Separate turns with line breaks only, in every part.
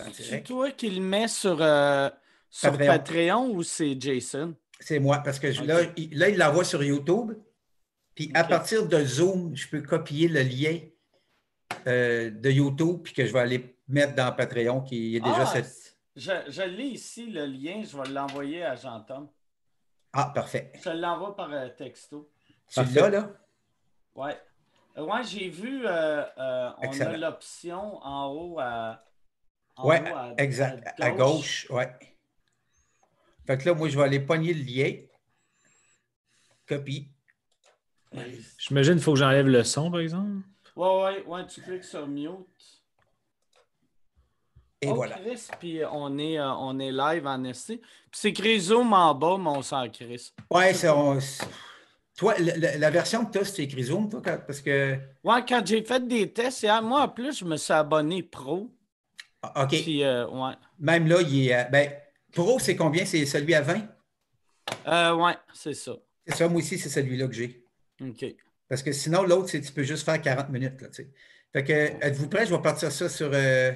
Ah, C'est toi qui le mets sur, euh, sur Patreon. ou c'est Jason?
C'est moi, parce que je- là,
Ok.
il, là, il l'envoie sur YouTube. Puis à
Ok.
partir de Zoom, je peux copier le lien euh, de YouTube, puis que je vais aller mettre dans Patreon, qui est déjà
Ah,
cette.
Je, je l'ai ici, le lien, je vais l'envoyer à Jean-Tom.
Ah, parfait.
Je te l'envoie par euh, texto.
Tu
Parfait.
l'as, là?
Ouais. Euh, Ouais, j'ai vu, euh, euh, on
Excellent.
a l'option en haut à. en
Ouais,
haut à-
Exact. À gauche, ouais. Fait que là, moi, je vais aller pogner le lien. Copie.
J'imagine qu'il faut que j'enlève le son, par exemple.
Ouais, ouais, ouais, tu cliques sur mute.
Et
Oh,
voilà.
Chris, puis on est, euh, on est live en ST. Puis c'est écrit Zoom en bas, mais on s'en crisse.
Ouais, c'est. on- c'est- Toi, le- le- la, version que tu as, c'est écrit Zoom, toi, quand- parce que.
Ouais, quand j'ai fait des tests, hier, moi, en plus, je me suis abonné pro.
Ah, OK.
Puis, euh, ouais.
Même là, il est. à- Ben, Pro, c'est combien? C'est celui à 20?
Euh, ouais, c'est ça.
C'est ça, moi aussi, c'est celui-là que j'ai.
OK.
Parce que sinon, l'autre, c'est tu peux juste faire 40 minutes. Là, tu sais. fait que, êtes-vous prêts? Je vais partir ça sur. euh,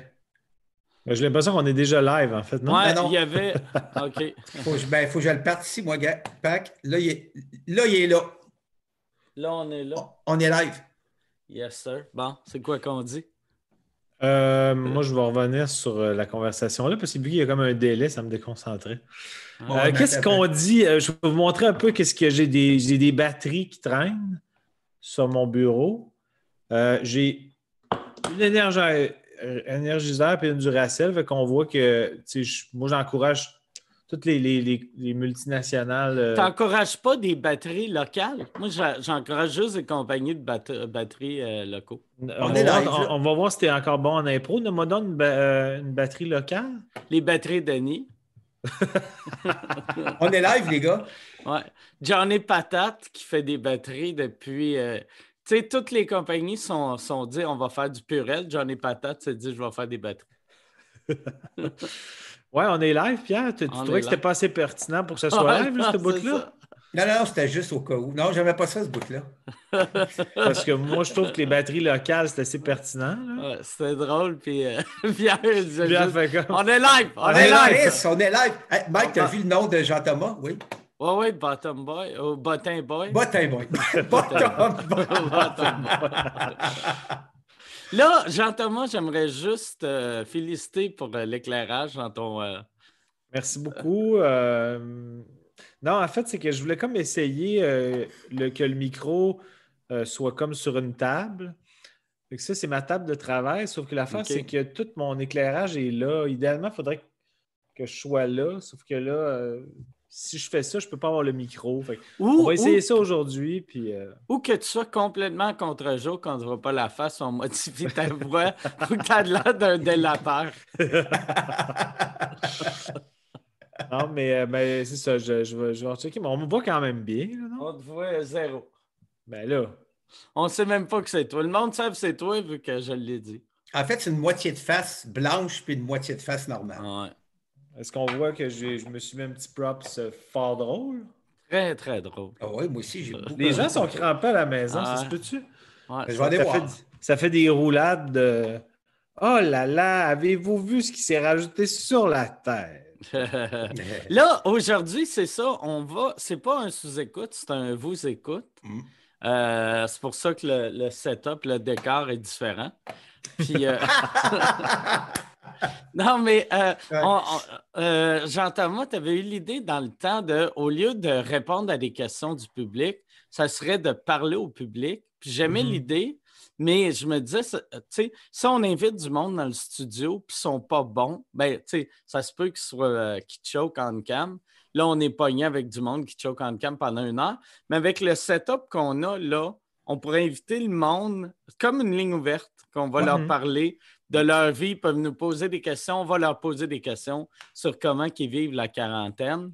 Ben, J'ai l'impression qu'on est déjà live, en fait. Non?
ouais,
Ben non, non.
il y avait. OK.
faut, que je- ben, faut que je le parte ici, moi, gars. Pac. Là, il est là. Il est là.
Là, on est là.
On est live.
Yes, sir. Bon, c'est quoi qu'on dit?
Euh, moi, je vais revenir sur euh, la conversation là, parce que vu qu'il y a comme un délai, ça me déconcentrait.
Bon,
Euh,
on
qu'est-ce
attend.
qu'on dit? Euh, je vais vous montrer un peu qu'est-ce que j'ai des, j'ai des batteries qui traînent sur mon bureau. Euh, j'ai une énergie, euh, énergiseur et une duracelle. Fait qu'on voit que tu sais, je- moi, j'encourage toutes les, les- les- les multinationales. euh,
T'encourages pas des batteries locales? Moi, j'a- j'encourage juste des compagnies de batte- batteries euh, locaux.
on,
on
va
est
voir,
live, là.
on- on va voir si tu es encore bon en impro. Ne me donne une, ba- euh, une batterie locale.
Les batteries d'Annie.
On est live, les gars.
Ouais. Johnny Patate qui fait des batteries depuis. euh, tu sais, toutes les compagnies sont, sont dit on va faire du purel. Johnny Patate s'est dit je vais faire des batteries.
Ouais, on est live, Pierre. Tu, tu
On est
trouvais
live.
que c'était pas assez pertinent pour que ce soit
Ouais,
live, là, ce
c'est
bout-là?
ça.
Non, non, non, c'était juste au cas où. Non, j'aimais pas ça, ce bout-là.
Parce que moi, je trouve que les batteries locales, c'est assez pertinent. là.
Ouais, C'était drôle. Puis euh, Pierre, il disait
Pierre
juste,
fait comme-
on est live. On,
On,
est
est
live.
live. On est live. Hey, Mike, t'as
Ah.
vu le nom de Jean-Thomas? Oui.
Ouais, ouais, Bottom Boy. Oh, Bottom Boy.
Bottom boy. Bottom boy.
Bottom Boy. Là, Jean-Thomas, j'aimerais juste euh, féliciter pour euh, l'éclairage dans ton. euh,
Merci beaucoup. Euh, Non, en fait, c'est que je voulais comme essayer euh, le- que le micro euh, soit comme sur une table. Fait que ça, c'est ma table de travail. Sauf que l'affaire,
Ok.
c'est que tout mon éclairage est là. Idéalement, il faudrait que, que je sois là. Sauf que là, euh, si je fais ça, je ne peux pas avoir le micro. Fait que on
Ou,
va essayer
ou,
ça aujourd'hui. Puis, euh,
ou que tu sois complètement contre-jour quand tu ne vois pas la face, on modifie ta voix ou que tu as l'air d'un délapeur.
Non, mais euh, ben, c'est ça. Je, je vais, je vais rechecker. Mais on me voit quand même bien. Là, non?
On te voit zéro.
Ben là.
On ne sait même pas que c'est toi. Le monde sait que c'est toi vu que je l'ai dit.
En fait, c'est une moitié de face blanche puis une moitié de face normale.
Ouais.
Est-ce qu'on voit que j'ai- je me suis mis un petit props euh, fort drôle?
Très, très drôle.
Ah oui, moi aussi, j'ai beaucoup.
Oh. Euh, Les gens sont crampés à la maison,
Ah.
ça se peut-tu?
Ouais,
Ben, Je vais aller
ça
voir.
fait- Ça fait des roulades de Oh là là, avez-vous vu ce qui s'est rajouté sur la terre?
Là, aujourd'hui, c'est ça. On va. C'est pas un sous-écoute, c'est un vous écoute.
Mm.
Euh, c'est pour ça que le, le setup, le décor est différent. Puis, euh, non, mais euh,
Ouais.
on- on- euh, Jean-Thomas, tu avais eu l'idée dans le temps de, au lieu de répondre à des questions du public, ça serait de parler au public. Puis j'aimais
Mm-hmm.
Mhm.
l'idée, mais je me disais, ça- tu sais, si on invite du monde dans le studio puis ils sont pas bons, ben, tu sais, ça se peut qu'ils soient euh, qu'ils choquent en cam. Là, on est pogné avec du monde qui choque en cam pendant une heure. Mais avec le setup qu'on a là, on pourrait inviter le monde comme une ligne ouverte, qu'on va
Ouais.
leur
Mhm.
parler de leur vie, ils peuvent nous poser des questions, on va leur poser des questions sur comment ils vivent la quarantaine.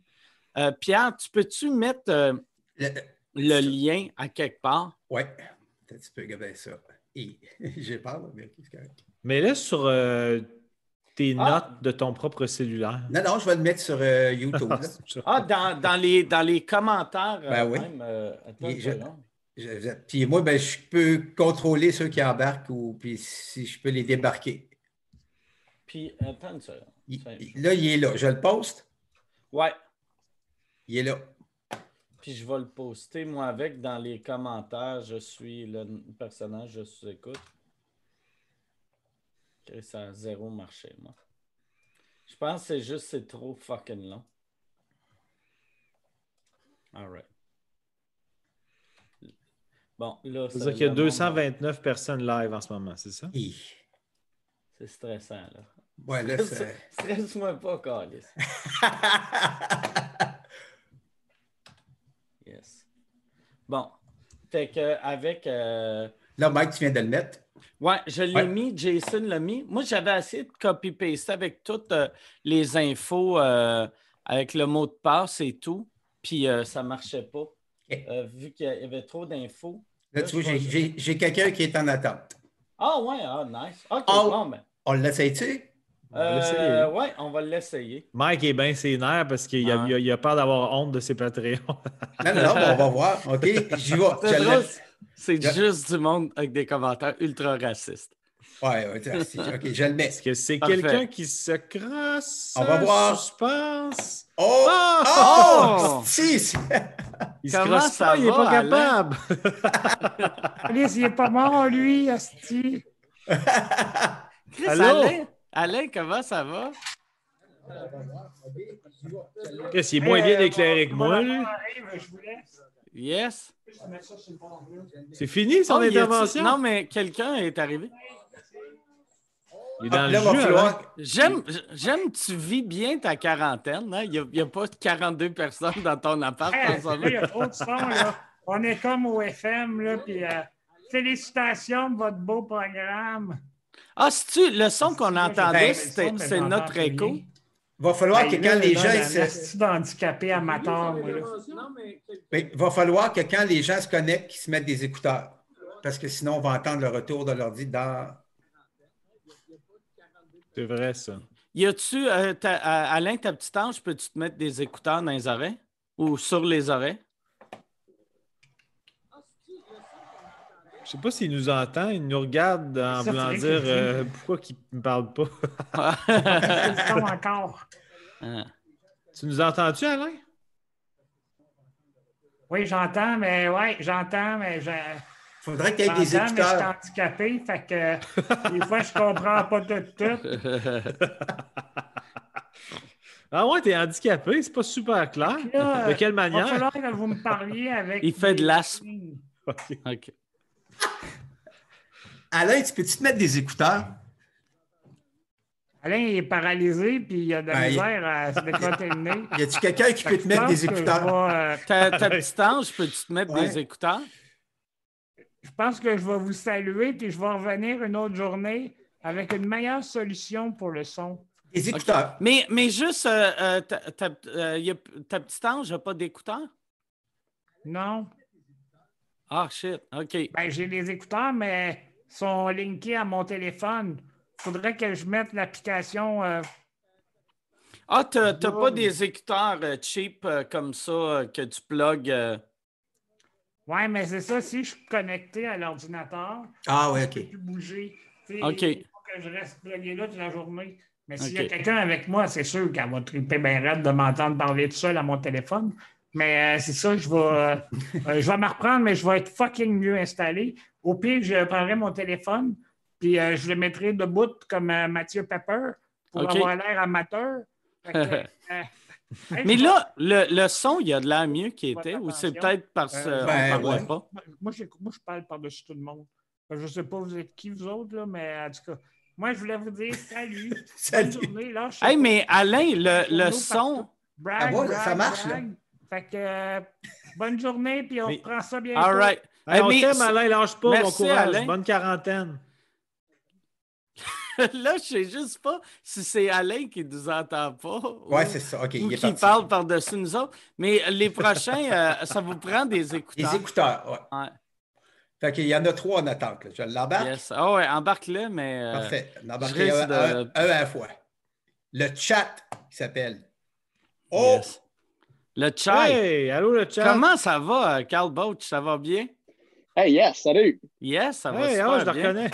Euh, Pierre, tu peux-tu mettre euh, le lien à quelque part?
Oui. Un petit peu regarder ça. Et- J'ai peur, là, mais c'est correct.
Mais là, sur euh, tes
Ah.
notes de ton propre cellulaire.
Non, non, je vais le mettre sur euh, YouTube. là.
Ah, dans, dans les, dans les commentaires. euh,
Ben oui.
même, euh, attends
Et
une
je-
seconde.
Je- je- Puis moi, ben, je peux contrôler ceux qui embarquent ou puis si je peux les débarquer.
Puis, attends une seconde.
Il-
Ça, je-
il- là, il est là. Je le poste.
Ouais.
Il est là.
Puis je vais le poster, moi, avec, dans les commentaires. Je suis le n- personnage, je suis écoute. Ok, Ça a zéro marché, moi. Je pense que c'est juste c'est trop fucking long. All right. Bon, là, ça-
C'est-à-dire qu'il y a
le monde-
229 personnes live en ce moment, c'est ça?
Et-
C'est stressant, là.
Ouais, là,
Ça-
c'est-
Stresse-moi pas, Carlis. Yes. Bon. Fait que avec. euh,
là, Mike, tu viens de le mettre.
Ouais, je l'ai
Ouais.
mis, Jason l'a mis. Moi, j'avais essayé de copy-paste avec toutes euh, les infos, euh, avec le mot de passe et tout, puis euh, ça ne marchait pas, euh, vu qu'il y avait trop d'infos.
Là, tu vois, j'ai- j'ai j'ai quelqu'un qui est en attente.
Ah ouais, ah nice. OK,
Oh.
bon, ben,
On l'essaye-tu?
On va
euh,
l'essayer.
ouais, on va l'essayer.
Mike est bien ses nerfs parce qu'il a,
Ah.
il a- il a peur d'avoir honte de ses Patreons.
Non, non, non, on va voir. OK, j'y vais.
C'est
Je
drôle,
l'ai-
c'est
Je-
juste du monde avec des commentaires ultra racistes.
Ouais, ouais, tiens, c'est- OK, je le mets.
Est-ce que c'est
Parfait.
quelqu'un qui se crosse?
On va
en
voir.
Suspense.
Oh!
Oh!
Oh! Si, si.
Il se
Comment
crosse
ça
pas, il n'est
va,
pas
Alain?
capable.
Alice, il est pas mort, lui, Asti.
Chris,
Allô?
Alain, Alain, comment ça va?
Chris, il est moins
Euh,
bien éclairé que moi. lui.
ben, Je vous laisse.
Yes.
C'est fini son
Oh, y a-tu-
intervention?
Non, mais quelqu'un est arrivé.
Il est dans
Ah, Là, il
le
va
jeu. Alain.
falloir...
J'aime, j'aime, tu vis bien ta quarantaine. hein. Il n'y a, pas 42 personnes dans ton appart
Hey,
en ce
là,
moment.
il y a trop de son, là. On est comme au FM, là, puis euh, félicitations pour votre beau programme.
Ah, c'est-tu le son qu'on entendait,
Ben,
c'était- c'est notre écho?
va falloir que quand les gens... ils se-
C'est d'handicapé amateur, moi, là.
Mais il Ben, va falloir que quand les gens se connectent, qu'ils se mettent des écouteurs. Parce que sinon, on va entendre le retour de l'ordi dans...
C'est vrai, ça.
Y a-tu, euh, ta- euh, Alain, ta petite ange, peux-tu te mettre des écouteurs dans les oreilles ou sur les oreilles?
Je sais pas s'il nous entend, il nous regarde en
Ça, c'est
voulant
vrai
dire
qu'il
euh, pourquoi qu'il me parle pas.
Ah.
C'est le son encore.
Tu nous entends-tu, Alain?
Oui, j'entends, mais ouais, j'entends, mais j'ai-
Il faudrait qu'il y ait
j'entends, mais je
des
suis
écouteurs.
handicapé, fait que des fois, je comprends pas tout, tout.
Ah ouais, t'es handicapé, c'est pas super clair.
Là,
De quelle
Il va
manière?
falloir que vous me parliez avec...
Il fait de
des-
l'asthme. OK.
Alain, tu peux-tu te mettre des écouteurs?
Alain il est paralysé, puis il a de la
Ben, il-
misère à se décoter le nez.
Y a-tu quelqu'un qui peut te
Je
mettre
pense
des
que je
écouteurs?
vais, euh,
Ta, ta petite ange, peux-tu te mettre
Ouais.
des écouteurs?
je pense que je vais vous saluer, puis je vais revenir une autre journée avec une meilleure solution pour le son.
Des écouteurs.
Mais, mais juste, euh, euh, ta, ta- euh, y a- ta petite ange n'a pas d'écouteurs?
Non?
Ah, shit. OK.
Ben, j'ai les écouteurs, mais ils sont linkés à mon téléphone. Il faudrait que je mette l'application. euh,
Ah, t'as t'as pas des écouteurs euh, cheap euh, comme ça euh, que tu plugues. euh,
Ouais, mais c'est ça, si je suis connecté à l'ordinateur,
Ah oui, OK.
je peux plus bouger. Tu sais,
OK.
il faut que je reste plugué là toute la journée. Mais s'il y
OK.
a quelqu'un avec moi, c'est sûr qu'elle va triper bien raide de m'entendre parler tout seul à mon téléphone. Mais euh, c'est ça, je vais, euh, euh, je vais me reprendre, mais je vais être fucking mieux installé. Au pire, je prendrai mon téléphone, puis euh, je le mettrai debout comme euh, Mathieu Pepper pour
OK.
avoir l'air amateur. Fait que, euh, hey,
Mais
je vais-
là, le, le son, il y a de l'air mieux qu'il
Faut
était,
faire
ou c'est
attention.
peut-être parce qu'on
Euh,
ben,
ne parlait
ouais.
pas.
Moi, j'ai- moi, je parle par-dessus tout le monde. Je ne sais pas vous êtes qui, vous autres, là, mais en tout cas, moi, je voulais vous dire salut.
Salut.
Bonne journée, là, je sais
Hey,
pas.
mais Alain, le,
Journaux
le
partout.
son.
Brag,
Ah ouais, ça
brag,
marche, là.
brag. Fait que, euh, bonne journée, puis on
Mais-
reprend ça bientôt.
All right.
Hey,
Hey,
on
mais
t'aime,
c'est-
Alain, lâche pas,
Merci,
bon courage,
Alain.
bonne quarantaine.
Là, je sais juste pas si c'est Alain qui nous entend pas. ou-
Ouais, c'est ça. OK,
ou
il est
qui
parti.
parle par-dessus nous autres. Mais les prochains, euh, ça vous prend des
Des
écouteurs.
écouteurs, ouais.
Ouais.
Fait qu'il y en a trois en attente. là. Je l'embarque.
Yes. Ah ouais, embarque-le, mais. euh,
Parfait. On embarque
je risque
un, un-
de-
un à la fois. Le chat qui s'appelle. Oh!
yes. Le chat.
Hey, allô le chat.
Comment ça va, euh, Carl Bouch? Ça va bien?
Hey, yes, salut!
Yes, ça va
Hey,
super
ah, je le
bien.
reconnais.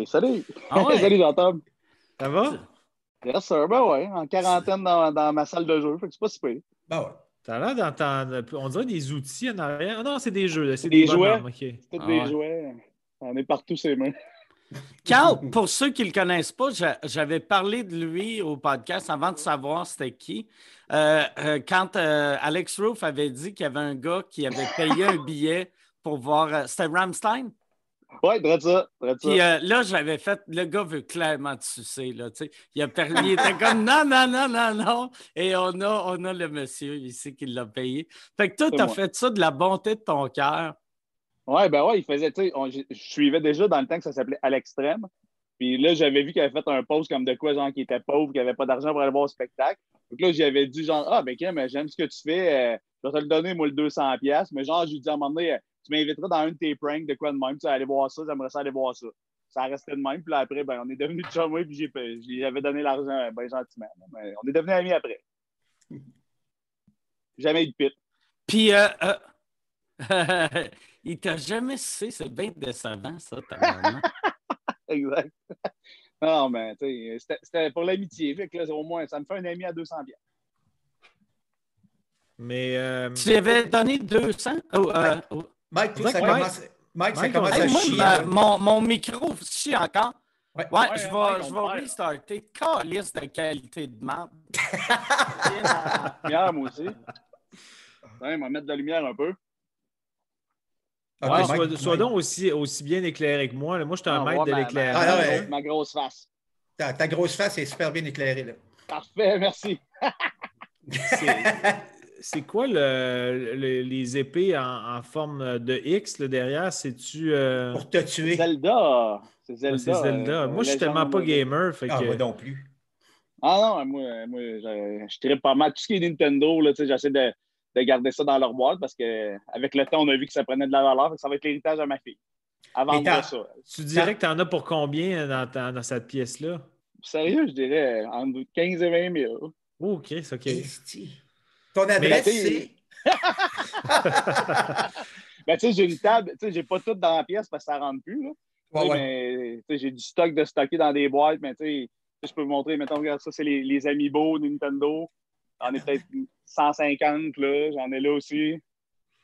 Hey, salut!
Ah ouais?
salut, Jean-Tom!
Ça va?
Yes, sir. Ben ouais, en quarantaine dans, dans ma salle de jeu. Fait que c'est pas si pire.
Ben ouais.
T'as l'air d'entendre. On dirait des outils en arrière. Ah non, c'est des jeux. là, C'est
Des
des, bonhommes, ok.
C'est tous
Ah
des
ouais.
jouets. On est partout ses mains.
Carl, pour ceux qui ne le connaissent pas, j'a- j'avais parlé de lui au podcast avant de savoir c'était qui. Euh, euh, quand euh, Alex Roof avait dit qu'il y avait un gars qui avait payé un billet pour voir. euh, c'était Ramstein?
Ouais, drette ça. drette ça.
Puis euh, là, j'avais fait. Le gars veut clairement te sucer. Là, tu sais. il, a permis, il était comme non, non, non, non, non. Et on a, on a le monsieur ici qui l'a payé. Fait que toi,
C'est
tu as
moi.
fait ça de la bonté de ton cœur.
Ouais, ben ouais, il faisait, tu sais, on- je je suivais déjà dans le temps que ça s'appelait À l'extrême. Puis là, j'avais vu qu'il avait fait un post comme de quoi, genre, qu'il était pauvre, qu'il avait pas d'argent pour aller voir au spectacle. Donc là, j'avais dit, genre, ah, ben, Kim, j'aime ce que tu fais, euh, je vais te le donner, moi, le 200$. piastres. Mais genre, je lui dis à un moment donné, euh, tu m'inviteras dans un de tes pranks de quoi de même, tu sais, aller voir ça, j'aimerais ça aller voir ça. Ça restait de même, puis là, après, ben, on est devenus chumés, puis j'ai, je lui avais donné l'argent, euh, ben, gentiment. là. Mais on est devenus amis après. Jamais eu de pit.
Puis, euh, euh, il t'a jamais sucé, c'est bien décevant, ça, ta maman.
Exact. Non, mais tu sais, c'était- c'était pour l'amitié. Fait que là, au moins, ça me fait un ami à 200 bières.
Mais euh,
tu lui avais donné 200? Oh, euh, oh.
Mike, toi,
Mike,
ça
Mike.
commence, Mike, ça
Mike,
commence
on-
Hey,
à
moi,
chier.
ma-
là.
mon, mon micro chie encore. Ouais,
Ouais.
Ouais,
je vais,
ouais,
je
on
vais
perd.
restarter. Calice de qualité de map.
Lumière, moi aussi. Ouais, on va mettre de la lumière un peu.
Ok,
ouais,
Mike,
Ah, sois,
Mike.
sois donc aussi, aussi bien éclairé que moi. là. Moi, je suis un
On va
maître de
voir ma-
l'éclairage.
Ma,
Ah,
ma-
ouais.
ma grosse face.
Ta, ta grosse face est super bien éclairée. Là.
Parfait, merci.
C'est- C'est quoi le- le- les épées en, en forme de X là, derrière? C'est-tu. euh,
Pour te tuer.
Zelda. C'est Zelda.
c'est Zelda.
euh,
moi, je
légende
suis tellement pas
mondiale.
gamer. Fait
Ah,
que-
moi non plus.
Ah non, moi, moi je, je trippe pas mal. Tout ce qui est Nintendo, là, tu sais, j'essaie de, de garder ça dans leur boîte parce que avec le temps, on a vu que ça prenait de la valeur. Fait que ça va être l'héritage à ma fille. Avant
Mais t'as-
de ça.
tu dirais que tu en as pour combien dans, ta- dans cette pièce-là?
Sérieux, je dirais euh, entre 15 et 20 000.
Oh, Chris, OK.
Esti. Ton adresse,
Mais-
c'est.
Ben, tu sais, j'ai une table, tu sais, j'ai pas tout dans la pièce parce que ça rentre plus, là. Tu
Ouais,
sais,
ouais.
mais, tu sais, j'ai du stock de stocker dans des boîtes, mais tu sais, je peux vous montrer, mettons, regarde, ça, c'est les, les Amiibo Nintendo. J'en ai peut-être 150, là. J'en ai là aussi.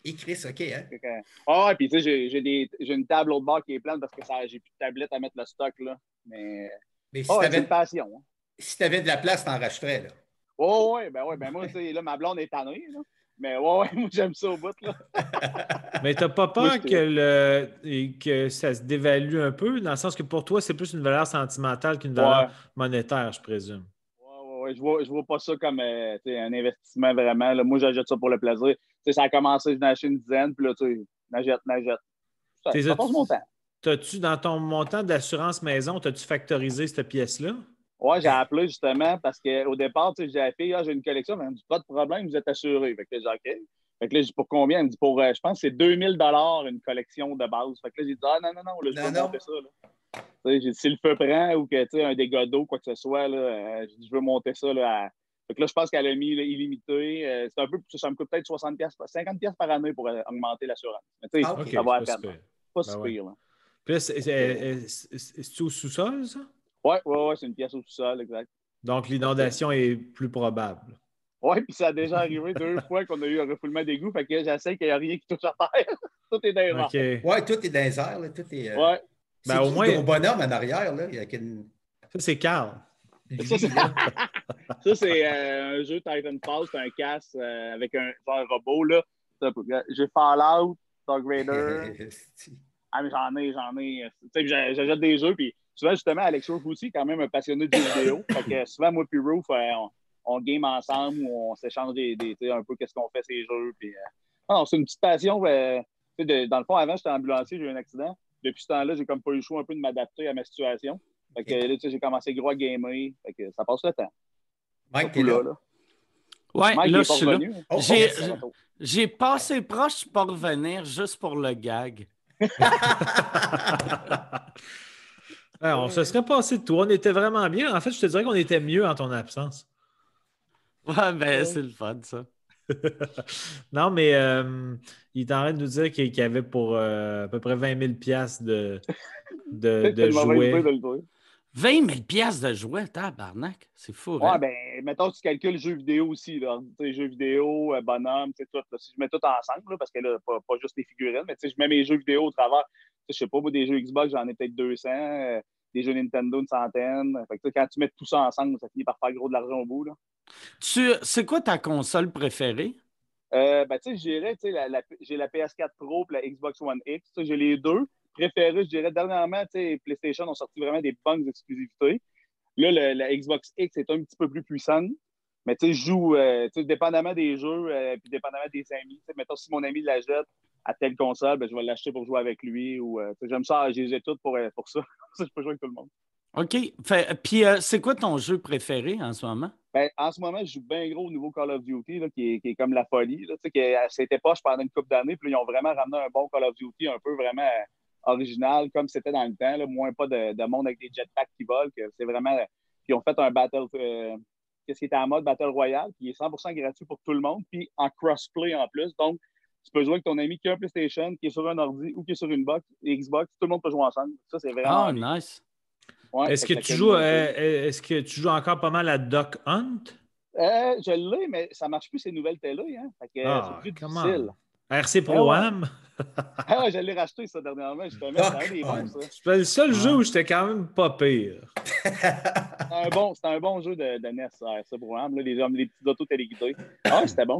Et Chris, OK. Hein?
Fait que, Ah, ouais, puis tu sais, j'ai- j'ai des- j'ai une table l'autre bord qui est pleine parce que ça- j'ai plus de tablette à mettre le stock, là. Mais,
Mais si
oh, ouais, c'est
t'avais
une passion. hein.
si t'avais de la place, t'en rachèterais. Là.
Oh, ouais, ben ouais, ben moi, tu sais, là, ma blonde est tannée, là. Mais ouais, ouais, moi, j'aime ça au bout, là.
Mais t'as pas
Moi,
peur
j'étais-
que, le, et que ça se dévalue un peu, dans le sens que pour toi, c'est plus une valeur sentimentale qu'une valeur
Ouais.
monétaire, je présume.
Ouais, ouais, ouais, Je vois, je vois pas ça comme euh, tu sais, un investissement vraiment. là. Moi, j'achète ça pour le plaisir. Tu sais, ça a commencé, je n'ai acheté une dizaine, puis là, tu sais, n'achète, n'achète. Ça,
T'es-
ça passe mon temps.
T'as-tu, dans ton montant d'assurance maison, t'as-tu factorisé cette pièce-là?
Ouais, j'ai appelé justement parce qu'au départ, tu sais, j'ai dit à la fille, Ah, j'ai une collection, mais elle me dit, pas de problème, vous êtes assuré. Fait que là, j'ai dit, OK. Fait que là, j'ai dit, pour combien? Elle me dit, pour, euh, je pense que c'est 2000 une collection de base. Fait que là, j'ai dit, ah, non, non, non, là, je
Non,
peux
non.
monter ça, là. Tu sais, j'ai dit, si le feu prend ou que, tu sais, un dégât d'eau, quoi que ce soit, là, euh, j'ai dit, je veux monter ça, là. à- Fait que là, je pense qu'elle a mis là, illimité. Euh, c'est un peu, ça me coûte peut-être 60 piastres par- 50 piastres par année pour euh, augmenter l'assurance. Mais tu sais,
Ah,
OK.
ça va à
c'est pas
peine.
super.
Pas si
Ben ouais.
pire, là.
Puis là, c'est- c'est- c'est- c'est- c'est-tu au sous-sol, ça?
Ouais, ouais, ouais, c'est une pièce au sous-sol, exact.
Donc, l'inondation est plus probable.
Ouais, puis ça a déjà arrivé deux fois qu'on a eu un refoulement d'égout, fait que j'essaie qu'il n'y a rien qui touche à terre. Tout est dans les
OK.
Ouais, tout est dans les airs. Là, tout est, euh,
Ouais.
c'est
Ben, au
qui
moins-
ton bonhomme en arrière. Là? Il y a qu'une.
Ça, c'est Carl.
lui,
Ça, c'est-
là.
Ça, c'est euh, un jeu Titanfall, c'est un casque euh, avec un, genre un robot, là. Ça, pour- euh, J'ai Fallout, Dark Raider.
Esti.
ah, mais j'en ai, j'en ai. Tu sais, j'a- j'achète des jeux, puis souvent, justement, Alex Roof aussi, quand même, un passionné de jeux vidéo. Fait que souvent, moi puis Roof, euh, on, on game ensemble ou on s'échange des, des- tu sais, un peu qu'est-ce qu'on fait ces jeux. Puis, euh,
Ah,
non, c'est une petite passion. euh, tu sais, de- dans le fond, avant, j'étais ambulancier, j'ai eu un accident. Depuis ce temps-là, j'ai comme pas eu le choix un peu de m'adapter à ma situation. Fait que là, tu sais, j'ai commencé gros à gamer. Fait que ça passe le temps.
Mike, t'es
Tout
là.
là, là.
Ouais,
Mike, il
là,
est
je
pas
suis là.
revenu. hein.
Oh,
J'ai-
oh,
Retour.
J'ai passé proche pour revenir juste pour le gag.
Ah, on se serait passé de toi. On était vraiment bien. En fait, je te dirais qu'on était mieux en ton absence.
Ouais, ben, c'est le fun, ça.
Non, mais euh, il est en train de nous dire qu'il qu'il y avait pour euh, à peu près 20 000 piastres de, de,
C'est
de
une mauvaise idée
jouets.
de le dire.
20 000 piastres de jouets, tabarnak. C'est fou,
Ouais,
hein?
ben, mettons, tu calcules jeux vidéo aussi, là. Tu sais, jeux vidéo, euh, bonhomme, tu sais, tout. là. Si je mets tout ensemble, là, parce que là, pas, pas juste les figurines, mais tu sais, je mets mes jeux vidéo au travers. Tu sais, je sais pas, moi, des jeux Xbox, j'en ai peut-être 200, euh, des jeux Nintendo, une centaine. Fait que, tu sais, quand tu mets tout ça ensemble, ça finit par faire gros de l'argent au bout, là.
Tu- C'est quoi ta console préférée?
Euh, ben, tu sais, je dirais, tu sais, la- la- j'ai la PS4 Pro et la Xbox One X. Tu sais, J'ai les deux préférés, je dirais. Dernièrement, tu sais, PlayStation ont sorti vraiment des bonnes exclusivités. Là, le- la Xbox X est un petit peu plus puissante. Mais tu sais, je joue, euh, tu sais, dépendamment des jeux, euh, puis dépendamment des amis. Tu sais, mettons, si mon ami la jette à telle console, ben, je vais l'acheter pour jouer avec lui. Ou, euh, tu sais, j'aime ça, j'ai toutes pour, euh, pour ça. ça, je peux jouer avec tout le monde.
OK. Fait- Puis, euh, c'est quoi ton jeu préféré en ce moment?
Ben, en ce moment, je joue bien gros au nouveau Call of Duty, là, qui, est, qui est comme la folie. Là, tu sais, que, euh, c'était poche pendant une couple d'années, puis là, ils ont vraiment ramené un bon Call of Duty un peu vraiment euh, original, comme c'était dans le temps. Là, moins pas de, de monde avec des jetpacks qui volent. que C'est vraiment. Puis ils ont fait un battle. euh, Qu'est-ce qui était en mode Battle Royale, qui est 100% gratuit pour tout le monde, puis en crossplay en plus. Donc, tu peux jouer avec ton ami qui a un PlayStation, qui est sur un ordi ou qui est sur une box, Xbox, tout le monde peut jouer ensemble. Ça, c'est vraiment.
Ah, nice.
ouais,
Est-ce
fait
que,
ça
tu
fait
joues,
une-
euh, euh, est-ce que tu joues encore pas mal à Duck Hunt?
Euh, je l'ai, mais ça marche plus ces nouvelles télés. Hein. Fait que,
Ah,
c'est plus
come on.
difficile.
RC Pro
Ah ouais.
Am?
Ah, je l'ai racheté ça dernièrement, justement. C'était un des bons, ça.
C'était le
Ah.
seul jeu où j'étais quand même pas pire.
C'était un bon, c'était un bon jeu de, de NES, ça, ça, pour Ham, là, les, hommes- les petits autos téléguidés. Ah, c'était bon.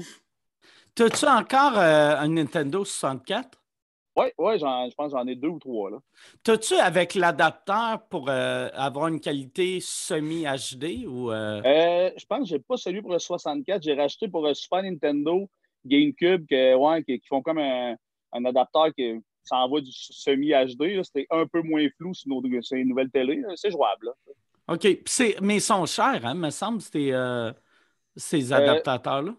T'as-tu encore euh, un Nintendo 64?
Oui, ouais, j'en- je pense que j'en ai deux ou trois. Là.
T'as-tu avec l'adapteur pour euh, avoir une qualité semi-HD ou. euh,
Euh, je pense que j'ai pas celui pour le 64. J'ai racheté pour le Super Nintendo GameCube que, ouais, qui, qui font comme un, un adapteur qui s'envoie du semi-HD. là. C'était un peu moins flou sur, nos, sur les nouvelles télé. C'est jouable. là.
OK. Puis c'est- Mais ils sont chers, hein, me semble, ces, euh, ces adaptateurs-là.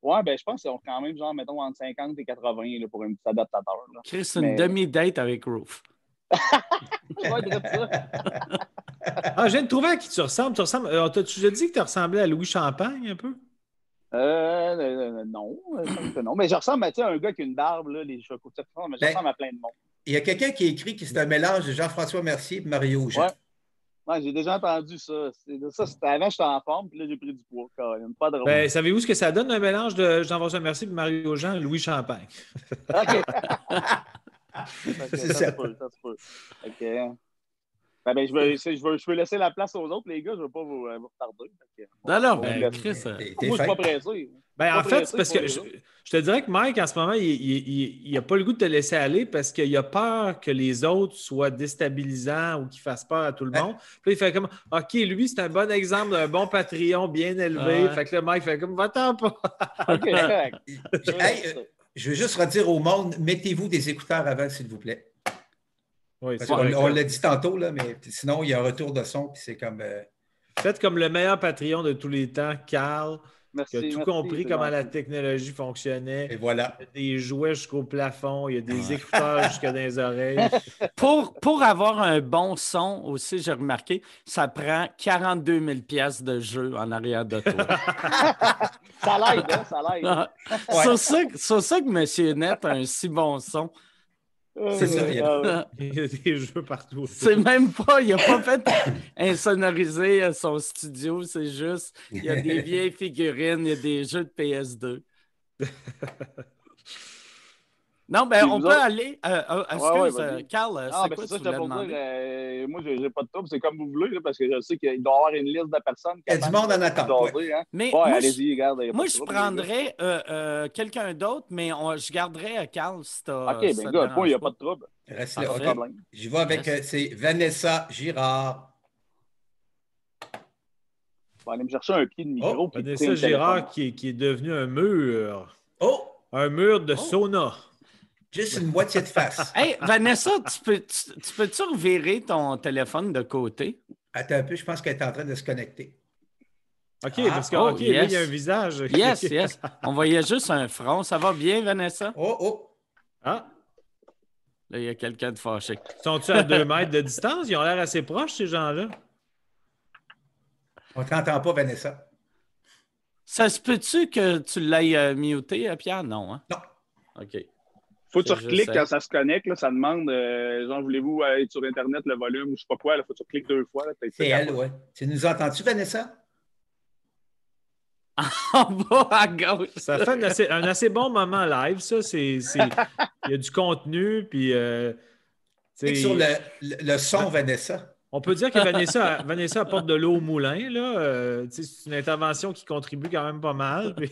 Ouais, ben je pense qu'ils ont quand même, genre, mettons, entre 50 et 80 là, pour un petit adaptateur. là.
Chris, c'est une
mais-
demi-date avec Roof.
Ouais, direct ça.
Ah, je viens de trouver à qui tu ressembles. Tu ressembles. euh, on t'a- tu as dit que tu ressemblais à Louis Champagne un peu?
Euh, euh, euh, non, euh, je pense que non. Mais je ressemble à tu sais, un gars qui a une barbe, là, les cheveux courts. Je ressemble je
Ben-
ressemble à plein de monde.
Il y a quelqu'un qui écrit que c'est un mélange de Jean-François Mercier et Mario Jean.
Ouais. Ouais, j'ai déjà entendu ça. C'est- ça c'était avant, j'étais en forme, puis là, j'ai pris du poids. Colin. Pas drôle.
Ben, savez-vous ce que ça donne un mélange de Jean-François Mercier et Mario Jean Louis Champagne?
OK. Fait que
C'est
ça.
ça.
se peut, ça se peut. Fait que, Ben, ben, je, veux, c'est- je, veux, je veux laisser la place aux autres, les gars. Je veux pas vous, euh, vous retarder. Fait que-
Alors,
Ben,
ben, Chris, euh,
T'es- t'es
moi, je suis
fin.
pas pressé.
Ben,
Pas
en fait,
pressé
c'est parce que
pour les
je,
autres.
je te dirais que Mike, en ce moment, il- il il- il a pas le goût de te laisser aller parce qu'il a peur que les autres soient déstabilisants ou qu'ils fassent peur à tout le
Ouais.
Ah.
monde. Puis là, il fait comme OK, lui, c'est un bon exemple d'un bon Patreon bien élevé.
Ouais.
Fait que là, Mike fait comme Va-t'en pas.
OK, correct.
Hey, euh, je veux juste redire au monde, mettez-vous des écouteurs avant, s'il vous plaît.
Oui,
Parce
c'est
qu'on-
correct.
on l'a dit tantôt, là, mais sinon, il y a un retour de son, puis c'est comme. euh,
Faites comme le meilleur Patreon de tous les temps, Carl, qui a tout compris comment la technologie
et
fonctionnait.
voilà.
Il y a Des jouets jusqu'au plafond, il y a des écouteurs jusque dans les oreilles.
pour, pour avoir un bon son aussi, j'ai remarqué, ça prend 42 000 pièces de jeu en arrière de toi.
Ça l'aide, hein, ça l'aide.
Ah, C'est ça, que- c'est ça que Monsieur Net a un si bon son.
C'est ça, il y a-
Ah, ouais.
Il y a des jeux partout.
C'est même pas, il n'a pas fait insonoriser euh, son studio, c'est juste, il y a des vieilles figurines, il y a des jeux de PS2. Non, ben
Puis
on
vous
peut
autres?
aller. euh, euh, excuse,
Ouais, ouais, vas-y.
euh, Carl, euh,
Ah,
c'est
ben
quoi tu
c'est ça,
voulais
j'étais pour dire.
demander?
euh, moi, j'ai j'ai pas de trouble, c'est comme vous voulez, là, parce que je sais qu'il doit y avoir une liste de personnes.
Il y a du monde en attente,
Ouais, hein.
Mais
ouais
moi, je,
allez-y, regarde. y a pas
moi,
de
je
trouble,
prendrais euh, euh, quelqu'un d'autre, mais on- je garderais euh, Carl si
les
t'as.
Ah,
gars. OK,
si ça
ben,
te
gars, le point, il n'y a
dérange
pas de trouble.
Reste
Pas
là.
de
Parfait.
OK.
problème.
J'y vais avec euh, c'est Vanessa Girard.
On va aller me chercher un pied de micro. puis
Vanessa
tiens,
Gérard
téléphone.
qui est, qui est devenu un mur.
Oh,
Un mur de
Oh.
sauna.
juste une moitié de face.
Hey, Vanessa, tu peux-tu tu peux-tu revirer ton téléphone de côté?
Attends un peu, je pense qu'elle est en train de se connecter.
OK,
Ah,
parce que,
oh,
OK, là, il y a un
yes.
visage.
Yes, yes. On voyait juste un front. Ça va bien, Vanessa?
Oh, oh.
Ah,
Là, il y a quelqu'un de fâché.
sont-ils à deux mètres de distance? Ils ont l'air assez proches, ces gens-là.
On ne t'entend pas, Vanessa.
Ça se peut-tu que tu l'aies euh, muté, euh, Pierre? Non, hein?
Non.
OK.
Faut que tu
C'est juste
recliques
ça.
quand ça se connecte, là, ça demande, euh, genre, voulez-vous être sur Internet, le volume ou je sais pas quoi, là, faut que tu cliques deux fois. là, peut-être
C'est
ça.
elle, oui. Tu nous entends-tu, Vanessa?
En bas à gauche.
Ça fait un assez, un assez bon moment live, ça. C'est, c'est- il y a du contenu, puis. euh, tu sais,
Clique sur le, le- le son, Vanessa.
On peut dire que Vanessa, Vanessa apporte de l'eau au moulin, là. Euh, tu sais, c'est une intervention qui contribue quand même pas mal. puis-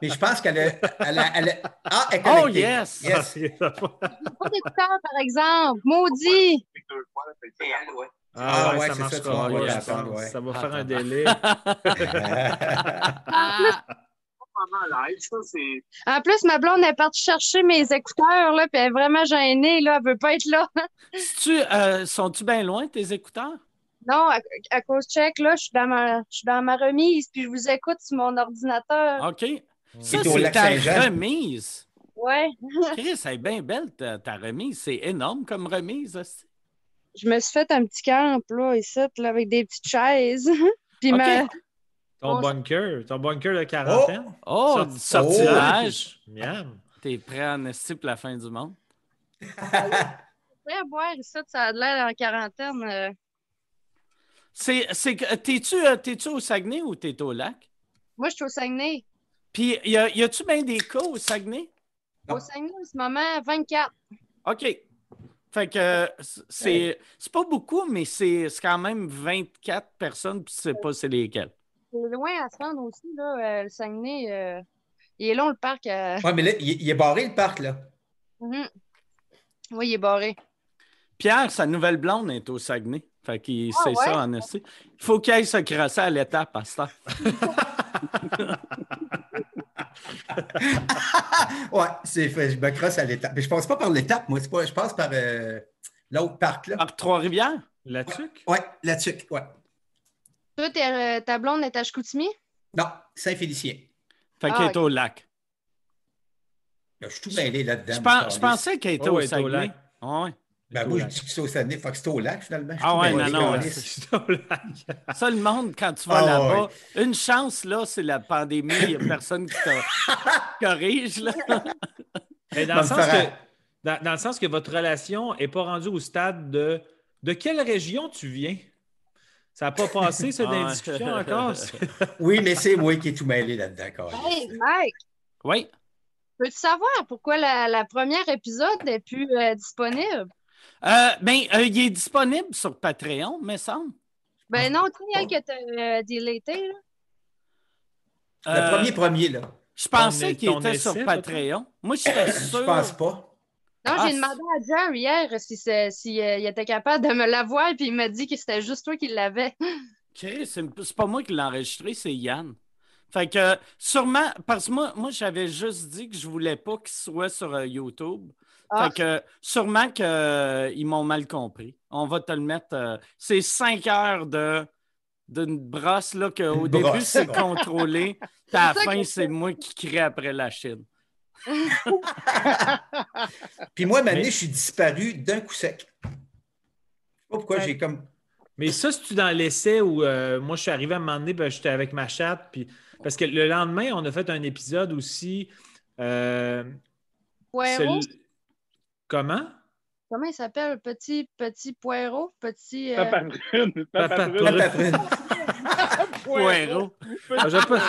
Mais je pense qu'elle a, elle a- elle a- Ah, elle est
Oh
connectée.
yes!
Ah,
Yes.
Pas d'écouteurs, par exemple. Maudit.
Clique deux fois, là, peut-être ça.
Ah,
Ah,
ouais,
ouais,
ça
c'est ça,
marche
tu vas
avoir
pas.
l'attendre, ouais.
Ça va faire un délai.
Ah.
Ah,
En plus, ma blonde, elle est partie chercher mes écouteurs, là, puis elle est vraiment gênée, là. Elle veut pas être là.
tu euh, sont-tu bien loin, tes écouteurs?
Non, à, à cause check, là, je suis dans ma, je suis dans ma remise, puis je vous écoute sur mon ordinateur.
OK. Ça,
T'es au
c'est
lac
ta
Saint-Jean.
remise.
Ouais.
Chris, elle est bien belle, ta, ta remise. C'est énorme comme remise. aussi.
Je me suis fait un petit camp, là, ici, là, avec des petites chaises. puis
OK.
ma...
Ton bunker, ton bunker de quarantaine.
Oh,
Sorti-
du sortilège.
Miam.
T'es prêt en esti pour la fin du monde?
Ouais, à boire ici, ça a l'air en quarantaine. euh.
C'est, c'est que- t'es-tu, euh, t'es-tu au Saguenay ou t'es au lac?
Moi, je suis au Saguenay.
Puis, y, a- y a-tu bien des cas au Saguenay?
Au Saguenay, en ce moment, 24.
OK. Fait que euh, c'est, c'est pas beaucoup, mais c'est, c'est quand même 24 personnes, puis tu sais pas c'est lesquelles.
C'est loin à se rendre aussi, là, euh, le Saguenay. euh, Il est long, le parc. euh,
Oui, mais là, il, il est barré le parc, là.
mhm. Oui, il est barré.
Pierre, sa nouvelle blonde est au Saguenay. Fait qu'il
Ah
sait
ouais?
ça en esti. Il faut qu'elle se crasser à l'étape à ce temps.
Ah, ouais, c'est fait. Je me crosse à l'étape. Mais je passe pas par l'étape, moi. c'est Pas, je passe par euh, l'autre parc, là.
Par Trois-Rivières?
La tuque?
Ouais, là-dessus. Ouais.
Toi, t'es, euh, ta blonde est à Chicoutimi?
Non, Saint-Félicien.
Fait
Ah,
qu'elle
ok.
est au lac.
Là, Ben, je suis tout mêlé là-dedans.
Je,
mon
pens-
câlisse.
je pensais qu'elle était
Oh,
au
elle est au
Saguenay.
lac.
Ah ouais.
Ben,
au
moi, je
lac.
dis que c'est au Saguenay. Fait que c'est au lac, finalement. Je suis
Ah
tout
ouais,
mêlé,
non, non,
câlisse.
Ça, le monde, quand tu vas
Ah,
là-bas, une chance, là, c'est la pandémie. Il n'y a personne qui te corrige, là.
Mais dans,
Va
le
me
sens que,
faire
dans, dans le sens que votre relation n'est pas rendue au stade de de quelle région tu viens? Ça n'a pas passé, ça, dans les
Ah, Ouais.
discussions encore.
Oui, mais c'est moi qui est tout mêlé là-dedans, câlisse.
Hey, Mike,
Oui.
peux-tu savoir pourquoi la, la première épisode est plus euh, disponible?
Euh, ben, euh, il est disponible sur Patreon, me semble.
Ben non, tu sais, elle que t'as euh, délété, là.
Euh,
Le premier premier, là.
Je pensais
Ton-
qu'il
ton
était sur
essai,
Patreon. Moi, j'étais sûr.
Je pense pas.
Non,
Ah,
j'ai demandé à Jer hier si, c'est- si, euh, il était capable de me l'avoir, puis il m'a dit que c'était juste toi qui l'avais.
Chris, c'est c'est pas moi qui l'ai enregistré, c'est Yann. Fait que euh, sûrement, parce que moi, moi j'avais juste dit que je voulais pas qu'il soit sur euh, YouTube.
Ah.
Fait que euh, sûrement qu'ils m'ont mal compris. On va te le mettre. euh, c'est cinq heures de d'une brosse là qu'au
Une
début
brosse.
c'est contrôlé. Puis à la
C'est ça
fin,
que-
c'est moi qui crie après la Chine.
Puis moi, maintenant,
Mais-
je suis disparu d'un coup sec. Je sais pas pourquoi j'ai comme.
Mais ça, c'est-tu dans l'essai où euh, moi, je suis arrivé à un moment donné, ben, j'étais avec ma chatte. Puis... Parce que le lendemain, on a fait un épisode aussi. euh,
Poirot,
cel- Comment?
comment il s'appelle? Petit, petit poireau? Petit. euh,
Paparune, paparune,
Paparune.
Poirot.
Ah, Je vais, peut-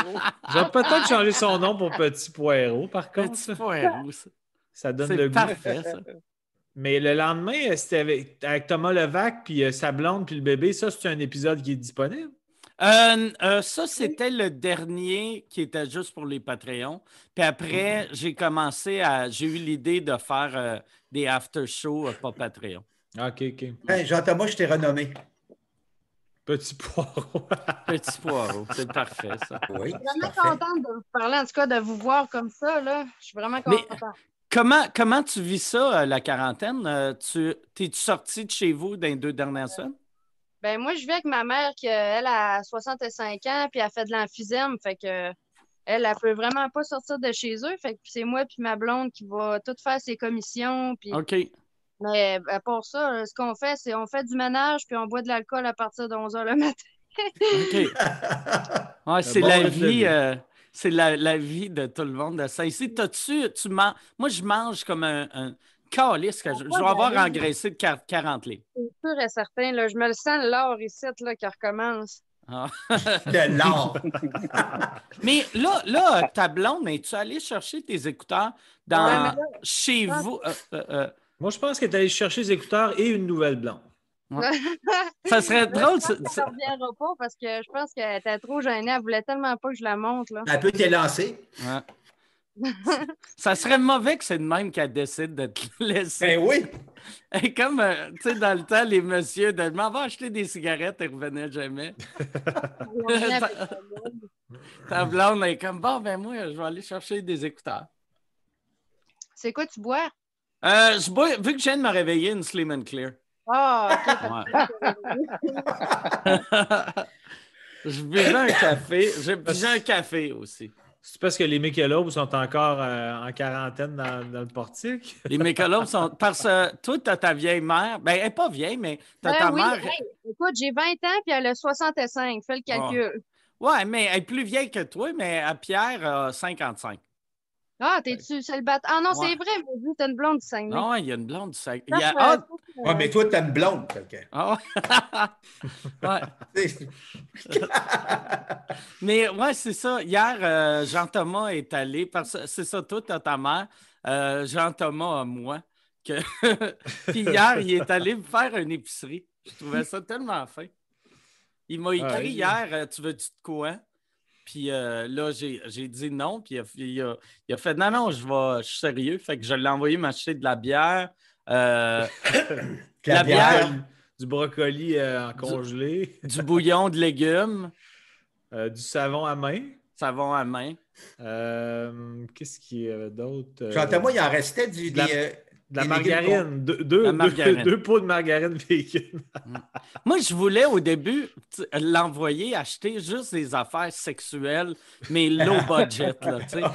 je vais peut-être changer son nom pour Petit Poirot, par contre.
Petit
Ça,
poirot, ça.
ça donne le
C'est
goût.
parfait, ça.
Mais le lendemain, euh, c'était avec, avec Thomas Levac, puis euh, sa blonde, puis le bébé. Ça, c'est un épisode qui est disponible.
Euh, euh, ça, c'était le dernier qui était juste pour les Patreons. Puis après, j'ai commencé à. J'ai eu l'idée de faire euh, des after-shows, euh, pas Patreon.
Ah, OK, OK.
Hey, Ben, Jean-Thomas, je t'ai renommé.
Petit Poirot.
Petit poireau, c'est parfait, ça.
Je suis
Oui. c'est
vraiment
parfait.
contente de vous parler, en tout cas de vous voir comme ça. Là. Je suis vraiment
Mais-
contente.
Comment, comment tu vis ça, euh, la quarantaine? Euh, tu, t'es-tu sorti de chez vous dans les deux dernières semaines?
Ben, moi, je vis avec ma mère qui, euh, elle, a 65 ans, puis elle fait de l'emphysème. Fait que euh, elle, elle peut vraiment pas sortir de chez eux. Fait que c'est moi puis ma blonde qui va tout faire ses commissions. Puis...
OK.
Mais à part ça, là, ce qu'on fait, c'est on fait du ménage, puis on boit de l'alcool à partir de 11h le matin.
OK. Ouais, c'est
bon
la
rythme de
vie.
vie.
euh, C'est la, la vie de tout le monde de ça. Ici, t'as-tu, tu manges. Moi, je mange comme un, un calice que je, je vais avoir
ben?
engraissé de 40 40 livres.
C'est sûr et certain. Là, je me le sens l'or ici là, qui recommence.
Ah.
De l'or.
Mais là, là, ta blonde, es-tu allé chercher tes écouteurs dans
Ouais, mais
chez vous? Euh, euh, euh,
Moi, je pense que tu allé chercher les écouteurs et une nouvelle blonde.
ça serait drôle. ça-
Elle
ça-
ne reviendra pas parce que je pense qu'elle était trop gênée. Elle voulait tellement pas que je la monte. Là.
Ben,
Elle peut t'élancer.
Ouais. ça serait mauvais que c'est de même qu'elle décide de te laisser.
Ben oui.
Et comme, euh, tu sais, dans le temps, les messieurs, de, je m'en vais acheter des cigarettes, ils revenaient jamais.
On venait avec la blonde.
Ta blonde elle est comme, bon, ben moi, je vais aller chercher des écouteurs.
C'est quoi tu bois?
Euh, je bois- vu que je viens de me réveiller, une Slim and Clear.
Ah, ok.
Ouais. je buvais un café. J'ai buvais un café aussi.
C'est parce que les Michelobes sont encore euh, en quarantaine dans, dans le portique.
Les mécolobes sont. Parce que euh, toi, t'as ta vieille mère. Ben, elle n'est pas vieille, mais t'as
Ben
ta
oui,
mère. Ah.
hey, écoute, j'ai 20 ans puis elle a 65. Fais le calcul.
Ouais, mais elle est plus vieille que toi, mais à Pierre, a 55.
Ah, t'es-tu célibataire? Ah non,
Ouais. Ah
c'est vrai, mon Dieu, t'as une blonde du Saguenay.
Non, il y a une blonde du sac.
Ça,
Il y a-
euh,
Ah!
Ah, mais toi, t'as une blonde. fait que,
Ah ouais. Ouais.
tu sais,
Mais ouais, c'est ça. Hier, euh, Jean-Thomas est allé. Parce... C'est ça, toi, t'as ta mère. euh, Jean-Thomas à moi. Que... Puis hier, il est allé me faire une épicerie. Je trouvais ça tellement fin. Il m'a écrit
Ah, oui.
hier euh, Tu veux-tu de quoi Puis euh, là, j'ai j'ai dit non. Puis il a, il a- il a fait Non, non, je, vais, je suis sérieux. Fait que je l'ai envoyé m'acheter de la bière. euh, La
la bière.
Du brocoli euh, en congelé,
du bouillon de légumes,
euh, du savon à main.
savon à main.
Euh, Qu'est-ce qu'il y avait d'autre? Euh,
Jean-Thomas, il en restait du.
de la-
des, euh,
de la
des légumes
margarine. Deux, deux-
La
deux-
margarine.
deux pots de margarine vegan.
Mm.
Moi, je voulais au début tu- l'envoyer acheter juste des affaires sexuelles, mais low budget. là, tu sais.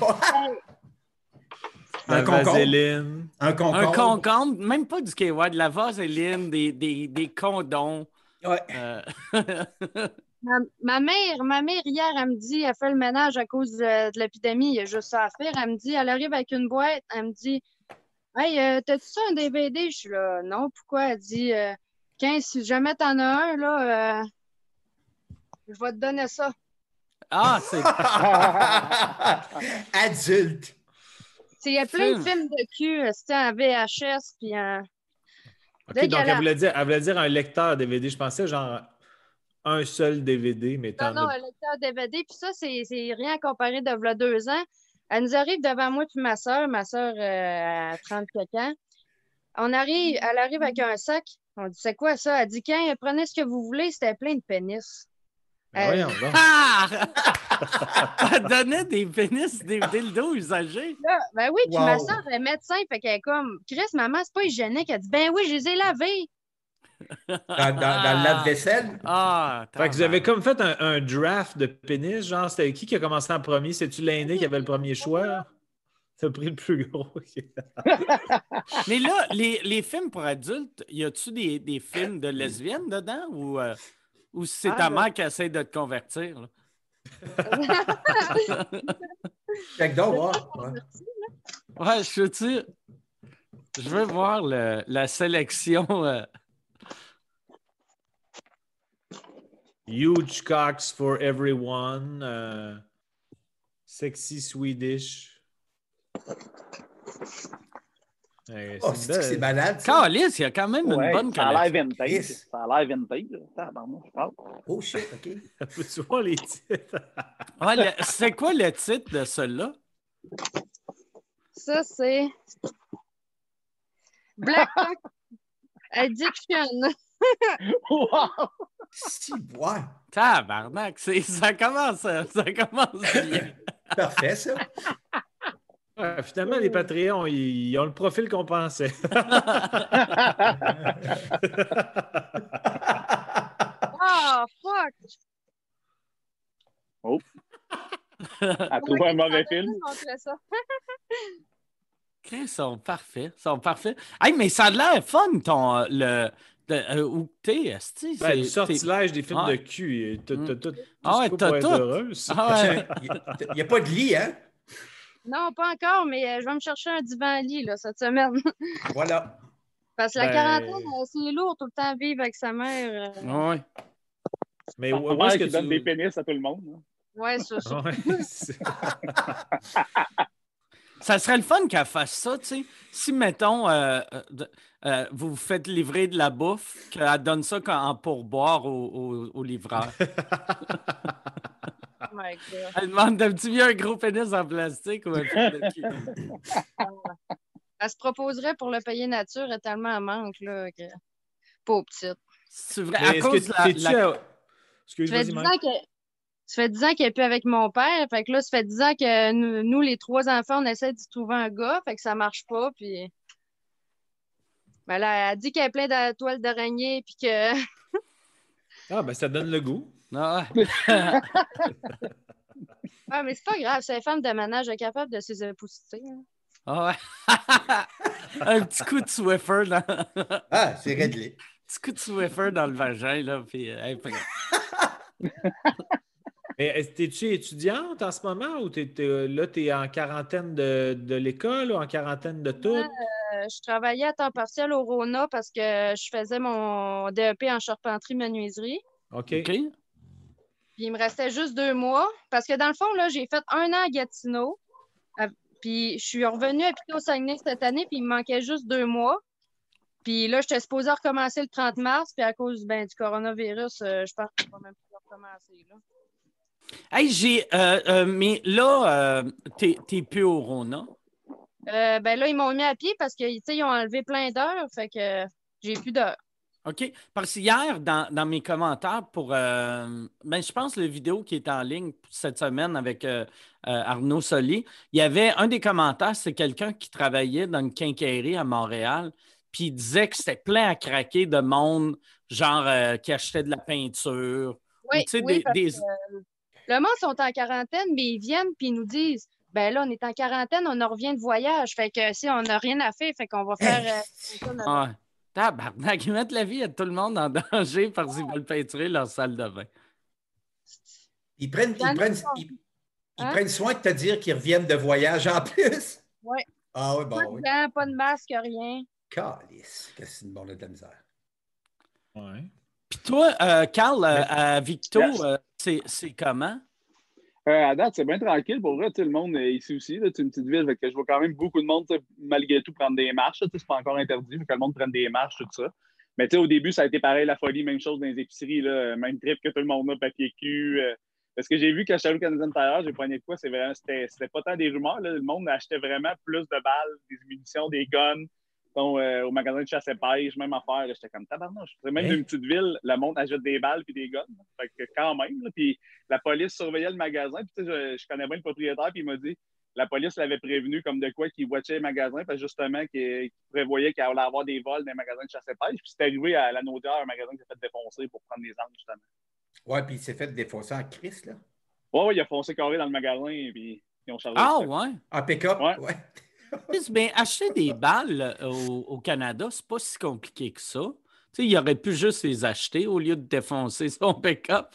Un
La
concombre.
vaseline.
Un concombre.
Un concombre, même pas du KY, de la vaseline, des, des, des condoms.
Ouais.
euh,
Ma, ma mère, ma mère, hier, elle me dit, elle fait le ménage à cause de, de l'épidémie, il y a juste ça à faire. Elle me dit, elle arrive avec une boîte, elle me dit Hey, euh, t'as-tu ça un DVD? Je suis là, non, pourquoi? Elle dit euh, 15, si jamais t'en as un, là, euh, je vais te donner ça.
Ah, c'est.
Adulte.
Tu sais, Il y a plein de
Film.
films de cul, euh, c'était en VHS, puis euh, en.
OK, donc elle
Dégueulasse.
voulait, dire, elle voulait dire un lecteur DVD. Je pensais genre un seul DVD, mais
Non,
t'en
non,
as-
un lecteur DVD. Puis ça, c'est c'est rien comparé de v'là deux ans. Elle nous arrive devant moi puis ma soeur. Ma soeur a 30 quelques ans. On arrive, elle arrive avec un sac. On dit, c'est quoi ça? Elle dit, quand prenez ce que vous voulez, c'était plein de pénis.
Ben
Euh,
voyons donc.
Ah! Elle donnait des pénis, des dildos usagés.
Là, ben oui, puis
Wow.
ma soeur est médecin. Fait qu'elle est comme, Chris, maman, c'est pas hygiénique. Elle dit, ben oui, je les ai lavés.
Dans, dans, dans le lave-vaisselle.
Ah,
Fait que vous avez comme fait un, un draft de pénis, genre c'était qui qui a commencé en premier? C'est-tu l'aîné qui avait le premier choix? T'as pris le plus gros. ok.
Mais là, les, les films pour adultes, y a-tu des, des films de lesbiennes dedans ou, euh, ou c'est
Ah,
ta
je-
mère qui essaie de te convertir? là?
Fait que donc, ouais, ouais.
Ouais, je veux dire, je veux voir le- la sélection. euh,
Huge cocks for everyone. euh, sexy Swedish. Ouais,
Oh,
c'est une
c'est que c'est
belle-
malade. ça.
Calice, il y a quand même
Ouais,
une bonne
ça a l'air
collection.
vintage.
Yes.
Ça a l'air vintage. là. Tabarnak, je parle.
Oh shit, OK.
Peux-tu voir les titres?
Ouais, le- c'est quoi le titre de celui-là?
Ça, c'est. Black Cock Addiction.
Wow!
Si, ouais.
Tabarnak, c'est- ça commence, euh, ça commence bien.
Parfait, ça.
Ouais, finalement, les Patreons, ils, ils ont le profil qu'on pensait.
Ah,
Oh, fuck!
À trouver Oh. un mauvais film.
Montrer ça.
Chris, Ils sont parfaits, ils sont parfaits. Hey, mais ça a l'air fun, ton, euh, le, de- euh, où que t'es, esti, c'est-
Ben, du
t'es-
sortilège des films
Ouais.
de cul. T'as- t'as
Mm.
tout- tout
Ah
ce
ouais,
qu'il faut
t'as
pour être
tout.
heureuse.
Ah ouais.
Il n'y a pas de lit, hein?
Non, pas encore, mais euh, je vais me chercher un divan-lit là, cette semaine.
Voilà.
Parce que la
Ben-
quarantaine, euh, c'est lourd tout le temps vivre avec sa mère. euh.
Ouais.
Mais
Ton
où, où
père
est-ce
qui donne
que
des
tu...
pénis à tout le monde. hein. là.
Ouais, ça, ça.
Ouais, c'est-
Ça serait le fun qu'elle fasse ça, tu sais. Si, mettons, euh, euh, de- euh, vous vous faites livrer de la bouffe, qu'elle donne ça quand- en pourboire au, au- au livreur.
Oh my God.
Elle demande un petit vieux un gros pénis en plastique ou un peu de cul.
Elle se proposerait pour le payer nature, elle est tellement en manque, là, que... Pauvre petite.
C'est vrai,
Mais
à
est-ce
cause de
que t'es-tu
la... la-
à- Excuse,
Ça fait
vas-y,
10
Mike.
ans que- ça fait 10 ans qu'elle n'est plus avec mon père. Fait que là, ça fait 10 ans que nous, nous, les trois enfants, on essaie d'y trouver un gars. Fait que ça marche pas. Puis... Ben là, elle dit qu'elle est pleine de toiles d'araignée. Puis que.
Ah, ben ça donne le goût.
Ah,
Ah, mais c'est pas grave. C'est une femme de ménage elle est capable de hein. ses épouster.
ah ouais. un petit coup de Swiffer dans... un
Ah, c'est réglé.
petit coup de Swiffer dans le vagin, là, puis euh, elle est prête.
Mais est-ce- t'es-tu étudiante en ce moment ou t'es, t'es- là, t'es en quarantaine de, de l'école ou en quarantaine de tout?
Euh, je travaillais à temps partiel au Rona parce que je faisais mon DEP en charpenterie-menuiserie.
OK.
OK?
Puis il me restait juste deux mois. Parce que dans le fond, là, j'ai fait un an à Gatineau. À- Puis je suis revenue à au Saguenay cette année, puis il me manquait juste deux mois. Puis là, j'étais supposée recommencer le 30 mars, puis à cause ben, du coronavirus, euh, je pense que je vais même plus recommencer. Là.
Hey, j'ai... euh, euh, mais là, euh, t'es t'es plus au Rona.
Euh, ben là, ils m'ont mis à pied parce qu'ils ils ont enlevé plein d'heures, fait que euh, j'ai plus d'heures.
OK. Parce que hier, dans, dans mes commentaires pour. euh, ben, je pense la vidéo qui est en ligne cette semaine avec euh, euh, Arnaud Soli, il y avait un des commentaires, c'est quelqu'un qui travaillait dans une quincaillerie à Montréal, puis il disait que c'était plein à craquer de monde, genre euh, qui achetait de la peinture.
Oui,
ou, tu sais,
oui,
des-
parce
des-
que, euh, le monde sont en quarantaine, mais ils viennent puis ils nous disent ben là, on est en quarantaine, on en revient de voyage. Fait que si on n'a rien à faire, fait qu'on va faire. euh, ça, notre-
Ah, tabarnak, ils mettent la vie à tout le monde en danger parce qu'ils veulent peinturer leur salle de bain.
Ils prennent, ils
Dans le
prennent,
fond.
ils, ils
Hein?
prennent soin de te dire qu'ils reviennent de voyage en plus.
Ouais. ben.
Ah oui,
Pas
bon,
de
oui.
gants, pas de masque, rien.
Calice, que c'est une bande de la misère.
Ouais.
Puis toi, euh, Carl, euh,
Mais-
à Victo,
Yes.
euh, c'est c'est comment?
Euh, à date, c'est bien tranquille pour vrai. tu sais, Le monde est ici aussi, là, c'est une petite ville. Fait que je vois quand même beaucoup de monde, tu sais, malgré tout, prendre des marches. là, tu sais, C'est pas encore interdit, mais que le monde prenne des marches, tout ça. Mais tu sais, au début, ça a été pareil, la folie, même chose dans les épiceries, là, euh, même trip que tout le monde a, papier cul. euh, parce que j'ai vu qu'à Chalou Canada Tire, j'ai poigné de quoi, c'est vraiment, c'était c'était pas tant des rumeurs. là, le monde achetait vraiment plus de balles, des munitions, des guns. Donc, euh, au magasin de chasse et pêche, même affaire. là, J'étais comme tabarnouche. C'est Même
Hein?
d'une petite ville, le monde achète des balles puis des guns. Fait que quand même, là, puis la police surveillait le magasin. Puis, tu sais, je, je connais bien le propriétaire, puis il m'a dit la police l'avait prévenu comme de quoi qu'il watchait le magasin, parce que justement, qu'il qu'il prévoyait qu'il allait avoir des vols dans les magasins de chasse et pêche. Puis, c'est arrivé à la Naudière, un magasin qui s'est fait défoncer pour prendre des armes, justement.
Ouais, puis il s'est fait défausser en crise, là.
Ouais, ouais, il a foncé carré dans le magasin, et puis ils ont chargé.
Ah,
le truc.
ouais!
En pick-up,
Ouais.
ouais.
Plus, ben, acheter des balles euh, au, au Canada, c'est pas si compliqué que ça. Tu sais, il aurait pu juste les acheter au lieu de défoncer son pick-up.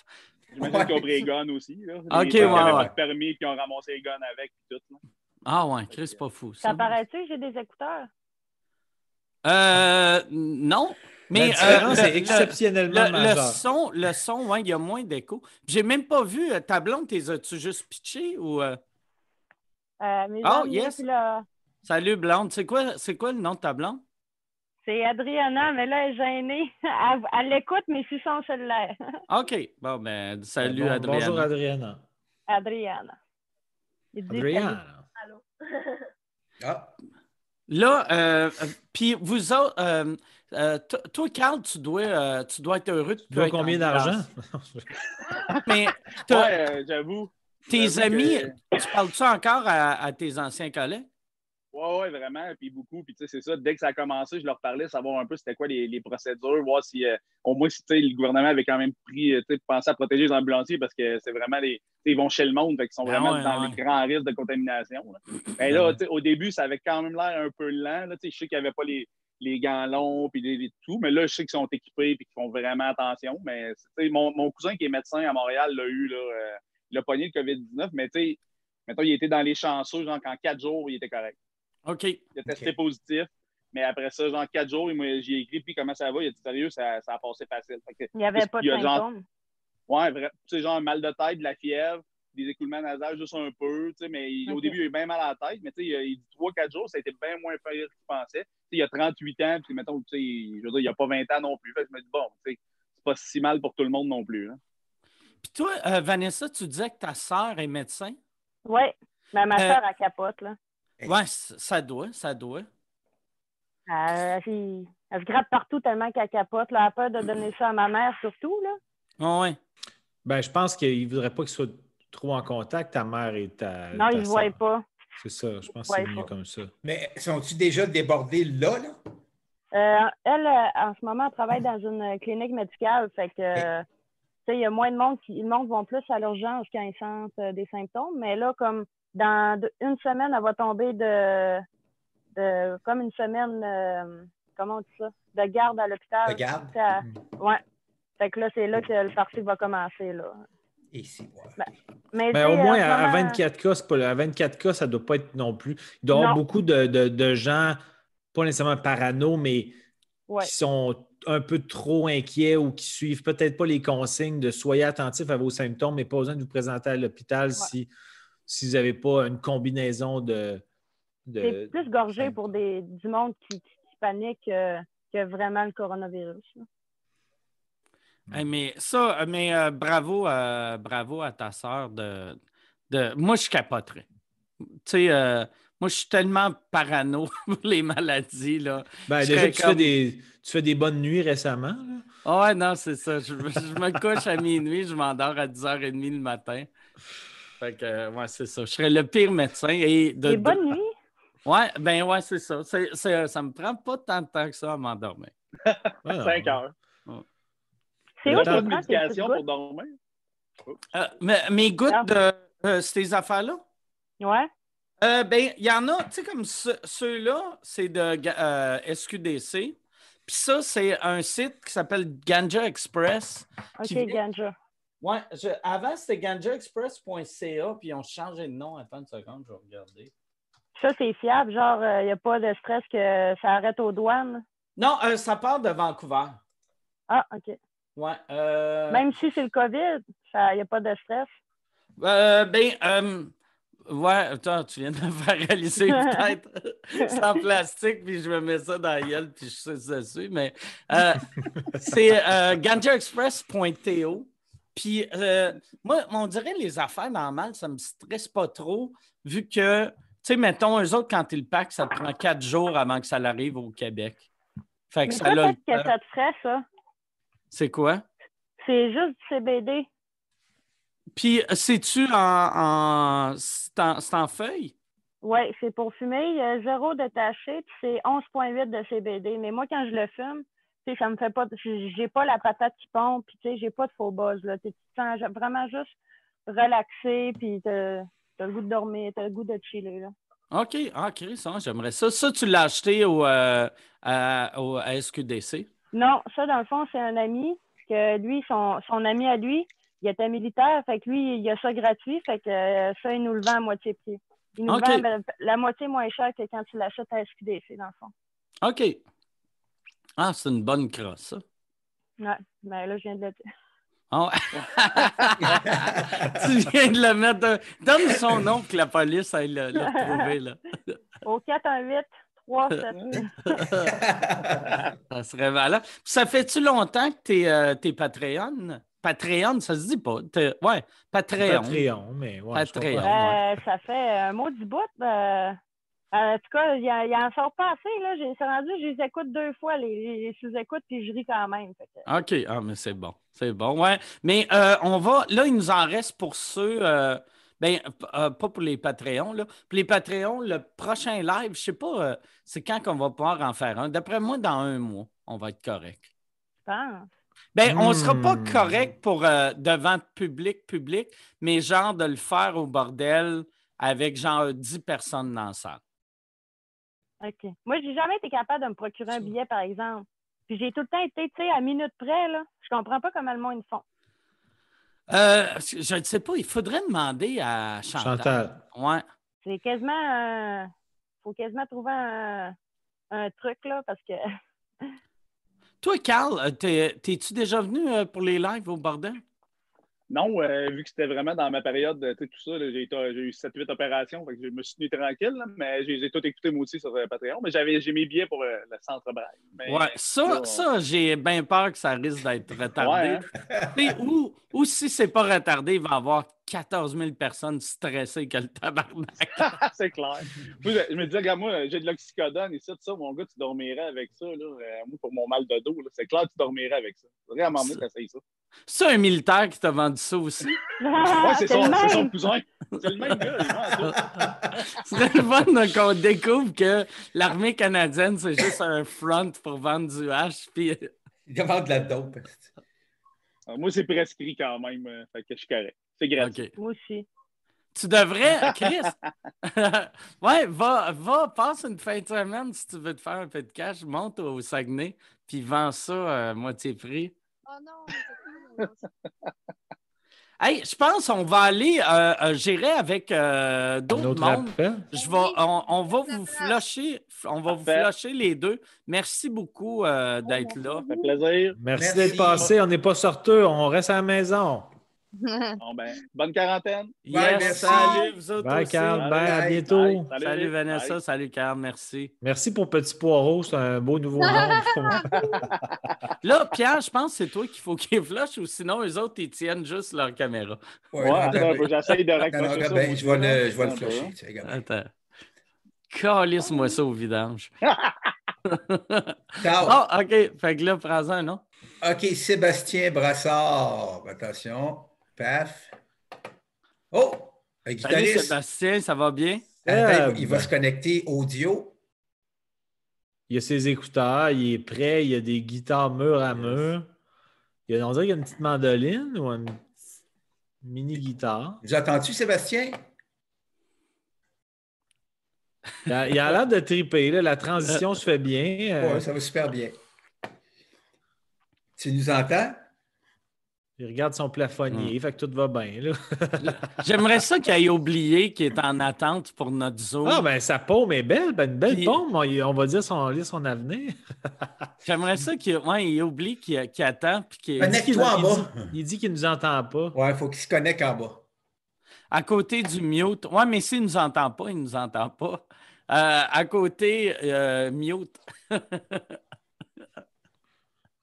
J'imagine
Ouais.
qu'ils ont pris les guns aussi. Là.
Ok,
Des gens qui
ouais,
avaient pas
ouais.
de permis, puis ils ont ramassé les guns avec, puis tout. là.
Ah ouais, Chris, c'est pas fou. Ça,
Ça paraît-tu que j'ai des écouteurs?
Euh, non. Mais
la différence
euh, le-
est
le-
exceptionnellement
le, le
majeure.
son, le son, ouais, il y a moins d'écho. J'ai même pas vu. euh, ta blonde, t'es as-tu juste pitché ou. euh,
Euh, mes
Oh,
amis,
yes.
puis là,
Salut, blonde. C'est quoi, c'est quoi le nom de ta blonde?
c'est Adriana, mais là, elle est gênée. Elle, elle l'écoute, mais sur son cellulaire.
OK. Bon, ben, salut,
Bon-
Adrien.
Bonjour, Adriana.
Adriana. Il dit salut.
Adriana.
Ah,
Là, euh, euh, puis vous autres, euh, euh, to- toi, Carl, tu dois, euh, tu dois être heureux. de
Tu dois
être en
combien
France.
d'argent?
Mais t'as-
Ouais, euh, j'avoue.
tes
j'avoue
amis,
que-
tu parles-tu encore à, à tes anciens collègues?
Ouais, ouais, vraiment, puis beaucoup. Puis tu sais, c'est ça, dès que ça a commencé, je leur parlais, savoir un peu c'était quoi les, les procédures, voir si, euh, au moins, si tu sais, le gouvernement avait quand même pris, euh, tu sais, pensé à protéger les ambulanciers parce que c'est vraiment les, tu sais, ils vont chez le monde, fait qu'ils sont
Ben
vraiment
ouais,
dans
ouais.
les grands risques de contamination. là. Mais
Ben
là,
ouais.
tu sais, au début, ça avait quand même l'air un peu lent. Là, tu sais, je sais qu'il n'y avait pas les, les gants longs, puis les, les- tout. Mais là, je sais qu'ils sont équipés puis qu'ils font vraiment attention. Mais tu sais, mon, mon cousin qui est médecin à Montréal l'a eu, là, euh, il a pogné le COVID-19, mais tu sais, mettons, il était dans les chanceux, genre qu'en quatre jours, il était correct.
OK.
Il a testé positif. Mais après ça, genre quatre jours, il m'a- j'y ai écrit, puis comment ça va? Il a dit sérieux, ça, ça a passé facile. Fait que
Il n'y avait
Qu'est-ce
pas de
qu'il y a, genre?
symptômes.
Ouais, vrai. Tu sais, genre, mal de tête, de la fièvre, des écoulements nasaux juste un peu, tu sais, mais il- au
Ok.
début, il a eu bien mal à la tête, mais tu sais, il a- il dit 3-4 jours, ça a été bien moins pire qu'il pensait. Tu sais, il a 38 ans, puis mettons, tu sais, il- je veux dire, il a pas 20 ans non plus. Fait que je me dis, bon, tu sais, c'est pas si mal pour tout le monde non plus. hein.
Puis toi, euh, Vanessa, tu disais que ta sœur est médecin.
Oui. Mais ma
Euh,
soeur, elle capote, là.
Ouais, c- ça doit, ça doit.
Elle, elle- elle se gratte partout tellement qu'elle capote. Là. Elle a peur de donner ça à ma mère, surtout, là.
Ouais, ouais.
Ben, je pense qu'il ne voudrait pas qu'ils soient trop en contact, ta mère et ta.
Euh,
Non,
ta
ils ne
sœur.
voient pas.
C'est ça, je pense
Ils
que c'est
voient
mieux
pas.
comme ça.
Mais sont-ils déjà débordés là, là?
Euh, elle, euh, en ce moment, elle travaille dans une clinique médicale. Fait que, euh, tu sais, il y a moins de monde qui. Le monde vont plus à l'urgence quand ils sentent euh, des symptômes. Mais là, comme dans deux- une semaine, elle va tomber de. de comme une semaine. euh, comment on dit ça? De garde Mhm. à l'hôpital.
Regarde.
Tu sais, elle- Ouais. Fait que là, c'est là que le parti va commencer, là.
Et c'est ouais.
Mais,
Ben,
tu
au
sais,
moins,
en ce
à, à
moment-
24 cas, c'est pas, à 24 cas, ça ne doit pas être non plus. Il doit y avoir
Non.
beaucoup de, de- de gens, pas nécessairement parano, mais
Ouais.
qui sont un peu trop inquiets ou qui suivent peut-être pas les consignes de soyez attentifs à vos symptômes, mais pas besoin de vous présenter à l'hôpital si, si vous n'avez pas une combinaison de. de-
C'est plus gorgé pour des, du monde qui, qui- qui panique euh, que vraiment le coronavirus. là.
Hey, mais ça, euh, mais euh, bravo, euh, bravo à ta sœur de, de. Moi, je capoterais. Tu sais, euh, moi, je suis tellement parano pour les maladies, là.
Ben,
je
déjà,
serais
tu,
comme-
fais des, tu fais des bonnes nuits récemment. là.
Ah ouais, non, c'est ça. Je, je me couche à minuit, je m'endors à 10h30 le matin. Fait que, euh, ouais, c'est ça. Je serais le pire médecin. Et de, de-
Et bonne nuit!
Ouais, ben ouais, c'est ça. C'est, c'est, euh, ça me prend pas tant de temps que ça à m'endormir.
Ouais,
Ah,
non.
5 heures.
C'est
Le
où
T'as
que tu prends
pas de
temps
tes petites
médication pour
gouttes?
dormir?
Euh, mais, mes
Ah.
gouttes de euh, ces affaires-là?
Ouais.
Euh, ben, il y en a, tu sais, comme ce- ceux-là, c'est de ga- euh, SQDC. Puis ça, c'est un site qui s'appelle Ganja Express. Qui
OK,
vient-
Ganja.
Ouais, je- avant, c'était ganjaexpress.ca, puis ils ont changé de nom. Attends une seconde, je vais regarder.
Ça, c'est fiable. Genre, il n'y a pas de stress que ça arrête aux douanes.
Non, euh, ça part de Vancouver.
Ah, OK.
Ouais. euh,
Même si c'est le COVID, il n'y a pas de stress.
euh, ben, euh, ouais, attends, tu viens de me faire réaliser peut-être. c'est en plastique, puis je me mets ça dans la gueule, puis je suis dessus. Mais euh, c'est euh, ganjaexpress.to. Puis euh, moi, on dirait les affaires normales, ça me stresse pas trop, vu que, tu sais, mettons, eux autres, quand ils le packent, ça prend quatre jours avant que ça l'arrive au Québec. Fait
Mais
que
ça,
ça l'a le
peut-être que
temps.
ça te ferait, ça.
C'est quoi?
C'est juste du CBD.
Puis, euh, c'est-tu en, en, c'est en, c'est en feuille?
Oui, c'est pour fumer. Il y a zéro détaché, puis c'est 11,8 de CBD. Mais moi, quand je le fume, tu sais, ça me fait pas. j'ai- J'ai pas la patate qui pompe, puis tu sais, j'ai pas de faux buzz. Là. Tu te sens ju- vraiment juste relaxé, puis t'as t'as le goût de dormir, t'as le goût de chiller. Là.
OK, ah, Chris, hein, j'aimerais ça. Ça, tu l'as acheté au, euh, à, au à SQDC.
Non, ça, dans le fond, c'est un ami, que lui, son, son ami à lui, il était militaire, fait que lui, il a ça gratuit, fait que euh, ça, il nous le vend à moitié prix. Il nous
Ok.
le vend ben, la moitié moins cher que quand tu l'achètes à SQDC, dans le fond.
OK. Ah, c'est une bonne crosse, ça.
Ouais, mais là, je viens de le dire.
Ah ouais. tu viens de le mettre. dans- Donne son nom pour que la police aille le, le retrouver. Là.
Au 418 378
Ça serait valable. Puis ça fait-tu longtemps que t'es euh, t'es Patreon? Patreon, ça se dit pas. T'es- Ouais, Patreon.
Patreon, mais ouais, je
Patreon.
comprends.
Euh, ça fait un mot du bout. euh, en tout cas, il y en sort pas assez. Là. J'ai, c'est rendu, je les écoute deux fois, les, les sous-écoutes, puis je ris quand même. Fait que-
OK. Ah, mais c'est bon. C'est bon, ouais. Mais euh, on va. Là, il nous en reste pour ceux. euh, ben, p- euh, pas pour les Patreons, là. Pour les Patreons, le prochain live, je sais pas, euh, c'est quand qu'on va pouvoir en faire un. D'après moi, dans un mois, on va être correct.
je pense.
Ben, on ne sera pas
Hmm.
correct pour euh, devant public, public, mais genre de le faire au bordel avec genre 10 personnes dans la salle.
OK. Moi, j'ai jamais été capable de me procurer un billet, par exemple. Puis j'ai tout le temps été, tu sais, à minute près, là. Je comprends pas comment le monde ils font.
Euh, je ne sais pas, il faudrait demander à Chantal.
Chantal.
Ouais.
C'est quasiment... euh, faut quasiment trouver un, un truc, là, parce que...
Toi, Carl, euh, t'es- t'es-tu déjà venu euh, pour les lives au bordel?
Non, euh, vu que c'était vraiment dans ma période, euh, tu sais, tout ça, là, j'ai été- j'ai eu 7-8 opérations, fait que je me suis tenu tranquille, là, mais j'ai tout écouté moi aussi sur euh, Patreon. Mais j'avais j'ai mes billets pour euh, le centre Braille. Mais-
Ouais, ça,
on-
ça j'ai bien peur que ça risque d'être retardé.
Ben, Ouais, hein.
Tu sais, Ou, ou si c'est pas retardé, il va y avoir 14 000 personnes stressées que le tabarnak.
hein, c'est clair. Moi, je, je me disais, regarde, moi, euh, j'ai de l'oxycodone et ça, tout ça, mon gars, tu dormirais avec ça, là, euh, moi, pour mon mal de dos, là, c'est clair, tu dormirais avec ça. Faudrait à un moment donné, t'essayes ça.
C'est un militaire qui t'a vendu ça aussi.
Ouais, c'est
Ah, C'est
son,
le
c'est son
même!
cousin. C'est le même gars, il vend tout.
Ce serait le fun là, qu'on découvre que l'armée canadienne, c'est juste un front pour vendre du hash. Puis
Il demande de la dope.
Ah, Moi, c'est prescrit quand même, euh, fait que je suis correct. C'est gratuit.
OK.
Moi aussi.
Tu devrais, Ah, Chris. ouais, va, va, passe une fin de semaine si tu veux te faire un peu de cash. Monte au Saguenay, puis vends ça à moitié prix.
Oh non, c'est cool.
Hey, je pense qu'on va aller, euh, euh, j'irai avec euh,
Un
d'autres
autre
mondes.
appel.
Je vais, on, on va vous
Exactement.
flusher, on va vous
Parfait.
flusher les deux. Merci beaucoup euh, d'être là.
Ça fait plaisir.
Merci,
Merci.
d'être passé. On n'est pas sorteux. On reste à la maison.
Bon, ben, bonne quarantaine.
Bye,
Yes,
merci.
salut, vous autres
Bye,
aussi.
Carl. Bye, à
Bye.
bientôt.
Bye.
Salut,
Salut,
Vanessa,
bye.
salut, Carl, merci.
Merci pour Petit Poireau. C'est un beau nouveau nom.
Là, Pierre, je pense que c'est toi qu'il faut qu'ils flushent ou sinon, eux autres, ils tiennent juste leur caméra.
Ouais, attends un peu, j'essaye de
Attends,
raccrocher ça.
ben, je vais le, je vais le
Attends,
flusher.
hein.
tu sais, regarde.
Attends. Calisse-moi ça au vidange.
Ciao.
Ah, OK. Fait que là, prends-en, non?
OK, Sébastien Brassard. Attention. Paf. Oh! Un
Salut,
guitariste.
Sébastien, ça va bien?
Attends, Ah, ben, il va-
Seb.
il
Ah,
va se connecter audio.
Il y a ses écouteurs. Il est prêt. Il y a des guitares mur à mur. Il y a, on dirait qu'il y a une petite mandoline ou une mini-guitare.
Nous entends-tu, Sébastien?
Il a il a l'air de triper. là. La transition se fait bien. Euh,
Oui, ça va super bien. Tu nous entends?
Il regarde son
Hmm.
plafonnier. Fait que tout va bien. là.
J'aimerais ça qu'il ait oublié qu'il est en attente pour notre Zoom.
Ah, ben sa paume est belle. Ben, une belle
Puis-
paume. On, on va dire son, lire son avenir.
J'aimerais ça qu'il ouais, il oublie qu'il qu'il attend. Puis qu'il-
Connecte-toi en
il
bas.
Il dit qu'il ne nous entend pas.
Oui, il faut qu'il se connecte en bas.
à côté du mute. Ouais, mais s'il ne nous entend pas, il ne nous entend pas. Euh, à côté, euh, mute.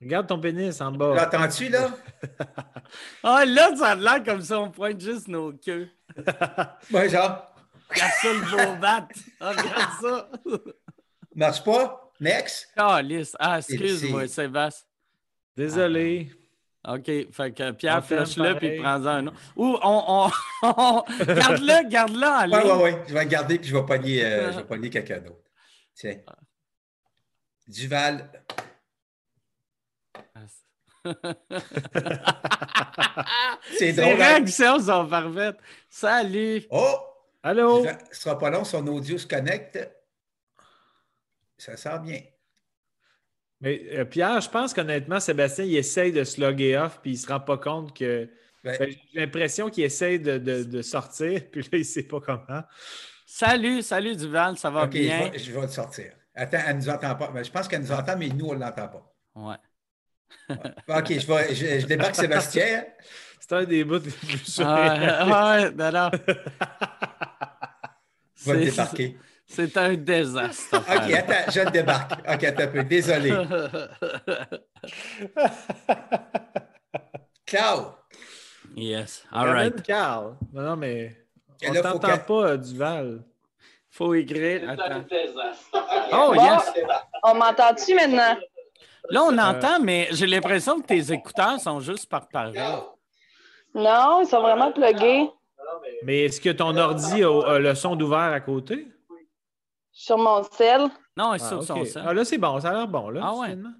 Regarde ton pénis en
Tu
bas.
L'entends-tu, Oh. là?
Ah, là, ça a l'air comme ça, on pointe juste nos queues.
Oui, genre,
Regarde ça, le beau bat. Ah, regarde ça.
marche pas? Next?
Calisse. Ah,
C'est-
excuse-moi, Sébastien. Ah,
Désolé.
OK, fait que Pierre,
On t'aime
flush-le,
pareil.
puis prends-en un autre. Ou on... on, on- garde-le, garde-le en
Oui, oui,
ligne.
oui. Je vais le garder puis je vais pogner, euh, je
Ah.
vais pogner quelqu'un d'autre. Tiens. Duval. C'est
Les
drôle. hein?
réactions sont parfaites. Salut!
Oh!
Allô?
Duval, Ce sera pas long, son audio se connecte. Ça sent bien.
Mais euh, Pierre, je pense qu'honnêtement, Sébastien, il essaye de se loguer off, puis il ne se rend pas compte que.
Ben-
Ben, J'ai l'impression qu'il essaye de, de- de sortir, puis là, il ne sait pas comment.
Salut, salut Duval, ça va
OK, je
bien?
vais, je vais le sortir. Attends, elle ne nous entend pas. Mais je pense qu'elle nous entend, mais nous, on ne l'entend pas.
Ouais.
Ah, OK, je, vais, je, je débarque Sébastien.
C'est un des bouts les plus sourires.
Ah, ouais, non, non.
Je vais le
C'est-
débarquer.
C'est un désastre.
OK, attends, je le débarque. OK, attends un peu. Désolé. Ciao.
yes, all
Ramène
right.
Carl. Non, non, mais.
Et
On
là, faut
t'entend
qu'elle-
pas, euh, Duval.
Faut écrire. Attends.
Bon,
Oh, yes!
On m'entend-tu maintenant?
Là,
Euh,
Euh,
on entend, mais j'ai l'impression que tes écouteurs sont juste par parole.
Non, ils sont vraiment plugués.
Mais est-ce que ton ordi a, a le son d'ouvert à côté?
Sur mon cell.
Non, ils
Ah,
sont
ok.
sont ça.
Ah, là, c'est bon. Ça a l'air bon, là.
Ah, ouais.
finalement.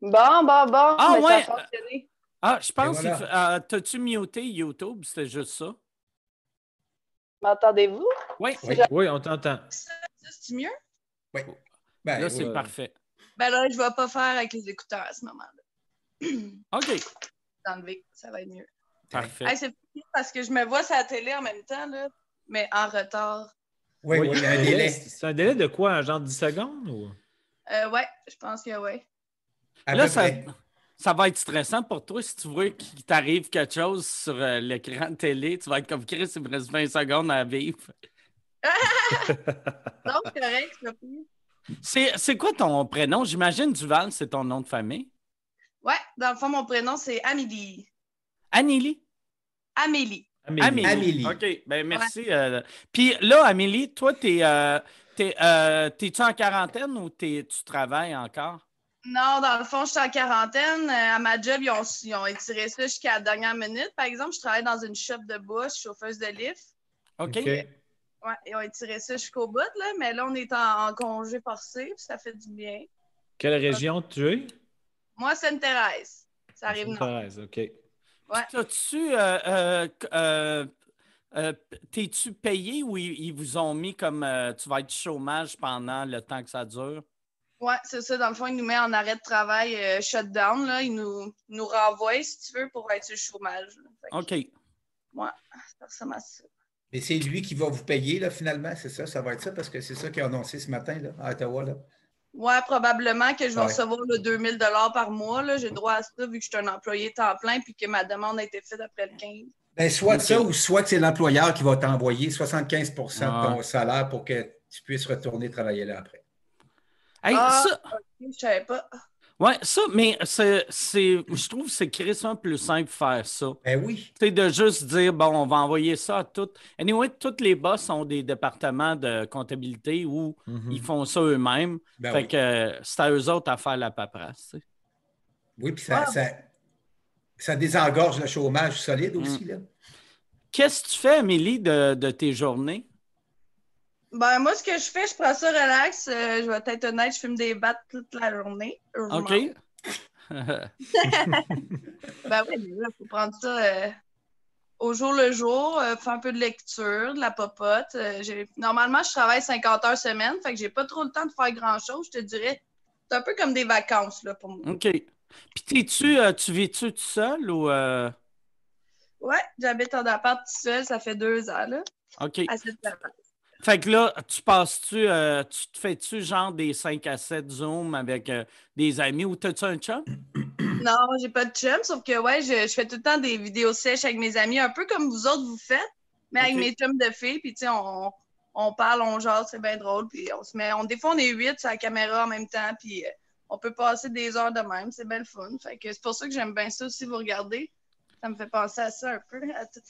Bon, bon, bon.
Ah,
mais ça
ouais.
a fonctionné.
Ah, je pense
Et voilà.
qu'il fa- euh, T'as-tu muté YouTube? C'était juste ça?
M'entendez-vous?
Oui.
Oui.
Oui, on t'entend.
Ça, c'est mieux?
Ben,
Là, c'est
ouais.
parfait.
Ben là, je vais pas faire avec les écouteurs à ce moment-là.
OK,
D'enlever, ça va être mieux.
parfait.
Hey, c'est fou parce que je me vois sur la télé en même temps, là, mais en retard.
Oui, oui, il y a un délai.
C'est un délai de quoi? un Genre 10 secondes? Ou...
Euh, ouais, je pense que oui.
À
Là,
peu
ça,
près.
ça va être stressant pour toi si tu vois qu'il t'arrive quelque chose sur euh, l'écran de télé. Tu vas être comme Chris, il me reste 20 secondes à vivre.
Donc, correct, je vais plus.
C'est c'est quoi ton prénom? J'imagine Duval, c'est ton nom de famille.
Ouais, dans le fond, mon prénom, c'est Amélie.
Anélie?
Amélie.
Amélie.
Amélie.
Amélie.
OK, ben merci. euh, Puis là, Amélie, toi, t'es euh, t'es, euh, t'es-tu en quarantaine ou t'es- tu travailles encore?
Non, dans le fond, je suis en quarantaine. Euh, À ma job, ils ont, ils ont étiré ça jusqu'à la dernière minute. Par exemple, je travaille dans une shop de bouche, chauffeuse de lift.
OK.
OK.
Ouais, ils ont étiré ça jusqu'au bout, là, mais là, on est en, en congé forcé, puis ça fait du bien.
Quelle région tu es?
Moi, c'est une Thérèse. Ça arrive non.
Sainte-Thérèse, OK.
Ouais.
T'as-tu. euh, euh, euh, euh, T'es-tu payé ou ils, ils vous ont mis comme euh, tu vas être chômage pendant le temps que ça dure?
Ouais, c'est ça. Dans le fond, ils nous mettent en arrêt de travail, euh, shutdown, là. Ils nous, nous renvoient, si tu veux, pour être sur le chômage. là. Fait que
OK.
ça ressemble à ça.
Mais c'est lui qui va vous payer, là, finalement, c'est ça, ça va être ça, parce que c'est ça qu'il a annoncé ce matin, là, à Ottawa, là.
Ouais, probablement que je vais
Ouais.
recevoir le 2000 par mois. là. J'ai droit à ça vu que je suis un employé temps plein puis que ma demande a été faite après le 15.
Ben, soit
Ok.
ça, ou soit que c'est l'employeur qui va t'envoyer 75 de ton
Ah.
salaire pour que tu puisses retourner travailler là après.
Hey,
Ah.
ça,
Je savais pas.
ouais, ça, mais c'est, c'est- je trouve que c'est crissement plus simple de faire ça.
Ben oui.
Tu sais, de juste dire, bon, on va envoyer ça à toutes. Anyway, toutes les boss ont des départements de comptabilité où
Mhm.
ils font ça eux-mêmes.
Ben
fait
oui.
que euh, c'est à eux autres à faire la paperasse. tu sais.
Oui, puis ça, ça, ça désengorge le chômage solide
Hmm.
aussi, là.
Qu'est-ce que tu fais, Amélie, de, de tes journées?
Ben, moi, ce que je fais, je prends ça relax. Euh, je vais être honnête, je fume des battes toute la journée. heureusement.
OK?
Ben oui, mais là, faut prendre ça euh, au jour le jour, euh, faire un peu de lecture, de la popote. Euh, j'ai- Normalement, je travaille 50 heures semaine, fait que j'ai pas trop le temps de faire grand-chose, je te dirais. C'est un peu comme des vacances, là, pour moi.
OK. Puis t'es-tu, euh, tu vis-tu tout seul ou. euh,
Ouais, j'habite en appart tout seul, ça fait deux ans, là,
OK.
à cette période.
Fait que là, tu passes-tu, euh, tu te fais-tu genre des 5 à 7 Zoom avec euh, des amis ou t'as-tu un chum?
Non, j'ai pas de chum, sauf que, ouais, je, je fais tout le temps des vidéos sèches avec mes amis, un peu comme vous autres vous faites, mais avec
Ok.
mes chums de filles, puis tu sais, on, on parle, on jase, c'est bien drôle, puis on se met, on, des fois, on est huit sur la caméra en même temps, puis euh, on peut passer des heures de même, c'est bien le fun. Fait que c'est pour ça que j'aime bien ça aussi, vous regardez. Ça me fait penser à ça un peu. à tout-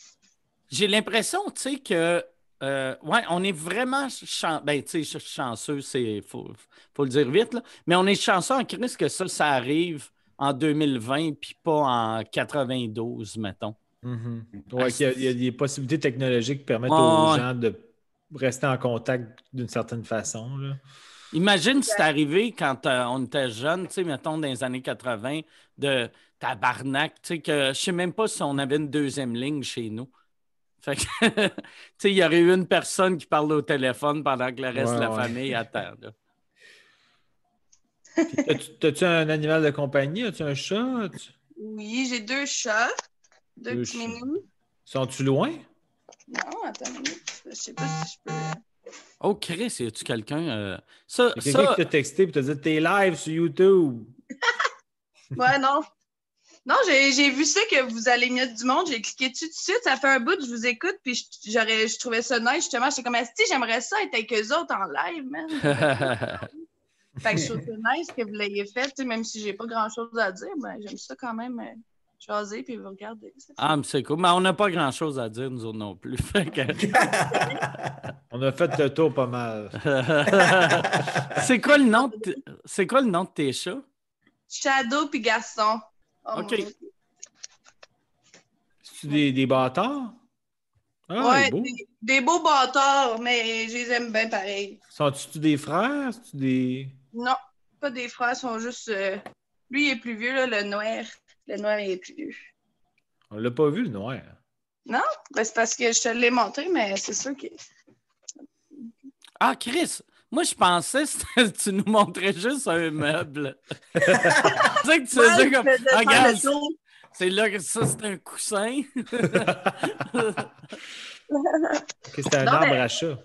J'ai l'impression, tu sais, que. euh, ouais, on est vraiment chan- ben, tu sais, ch- chanceux, c'est faut, faut le dire vite, là. mais on est chanceux en crise que ça, ça arrive en 2020 puis pas en 92, mettons.
Mhm. Ouais, qu'il y a- il y, a des possibilités technologiques qui permettent
Ouais,
aux
ouais.
gens de rester en contact d'une certaine façon. là.
Imagine si c'est arrivé quand euh, on était jeune, tu sais, mettons dans les années 80, de tabarnak, tu sais, que je sais même pas si on avait une deuxième ligne chez nous. Fait que, tu sais, il y aurait eu une personne qui parle au téléphone pendant que le reste
Ouais,
de la
ouais.
famille attend. là.
T'as-tu- T'as-tu un animal de compagnie? As-tu un chat? As-tu-
Oui, j'ai deux chats, deux,
Deux
petits
chats.
minous.
Sont-tu loin?
Non, attends, une minute, je sais pas si je peux.
Oh, Chris, y a-tu quelqu'un? euh, Ça,
Y a Quelqu'un
ça,
qui t'a texté et t'a dit T'es live sur YouTube.
Ouais, non. Non, j'ai j'ai vu ça que vous allez mettre du monde. J'ai cliqué dessus tout de suite. Ça fait un bout, je vous écoute. Puis je- j'aurais, je trouvais ça nice, justement. J'étais comme, Asti, j'aimerais ça être avec eux autres en live, man. Fait que je trouve ça nice que vous l'ayez fait. tu sais, Même si j'ai pas grand-chose à dire, ben, j'aime ça quand même euh, jaser puis vous regarder. Ça fait-
ah, mais c'est cool. Mais on n'a pas grand-chose à dire, nous autres non plus. Fait que-
On a fait le tour pas mal.
c'est quoi le nom de t- c'est quoi le nom de tes chats?
Shadow puis Gaston. Oh, mon
OK.
Dieu.
C'est-tu des, des bâtards? Ah,
Ouais,
beau.
des, des beaux bâtards, mais je les aime bien pareil.
Sont-tu des frères? tu des.
Non, pas des frères, ils sont juste. euh, Lui, il est plus vieux, là, le noir. Le noir, il est plus vieux.
On l'a pas vu, le noir.
Ben, c'est parce que je te l'ai montré, mais c'est sûr que.
Ah, Chris! Moi, je pensais que c'était- tu nous montrais juste un meuble. tu sais que tu
Ouais,
faisais comme. Ah,
de- de faire
Regarde,
le tour.
c'est là que ça, c'est un coussin.
Ok, C'était un
Non,
arbre
mais-
à chat.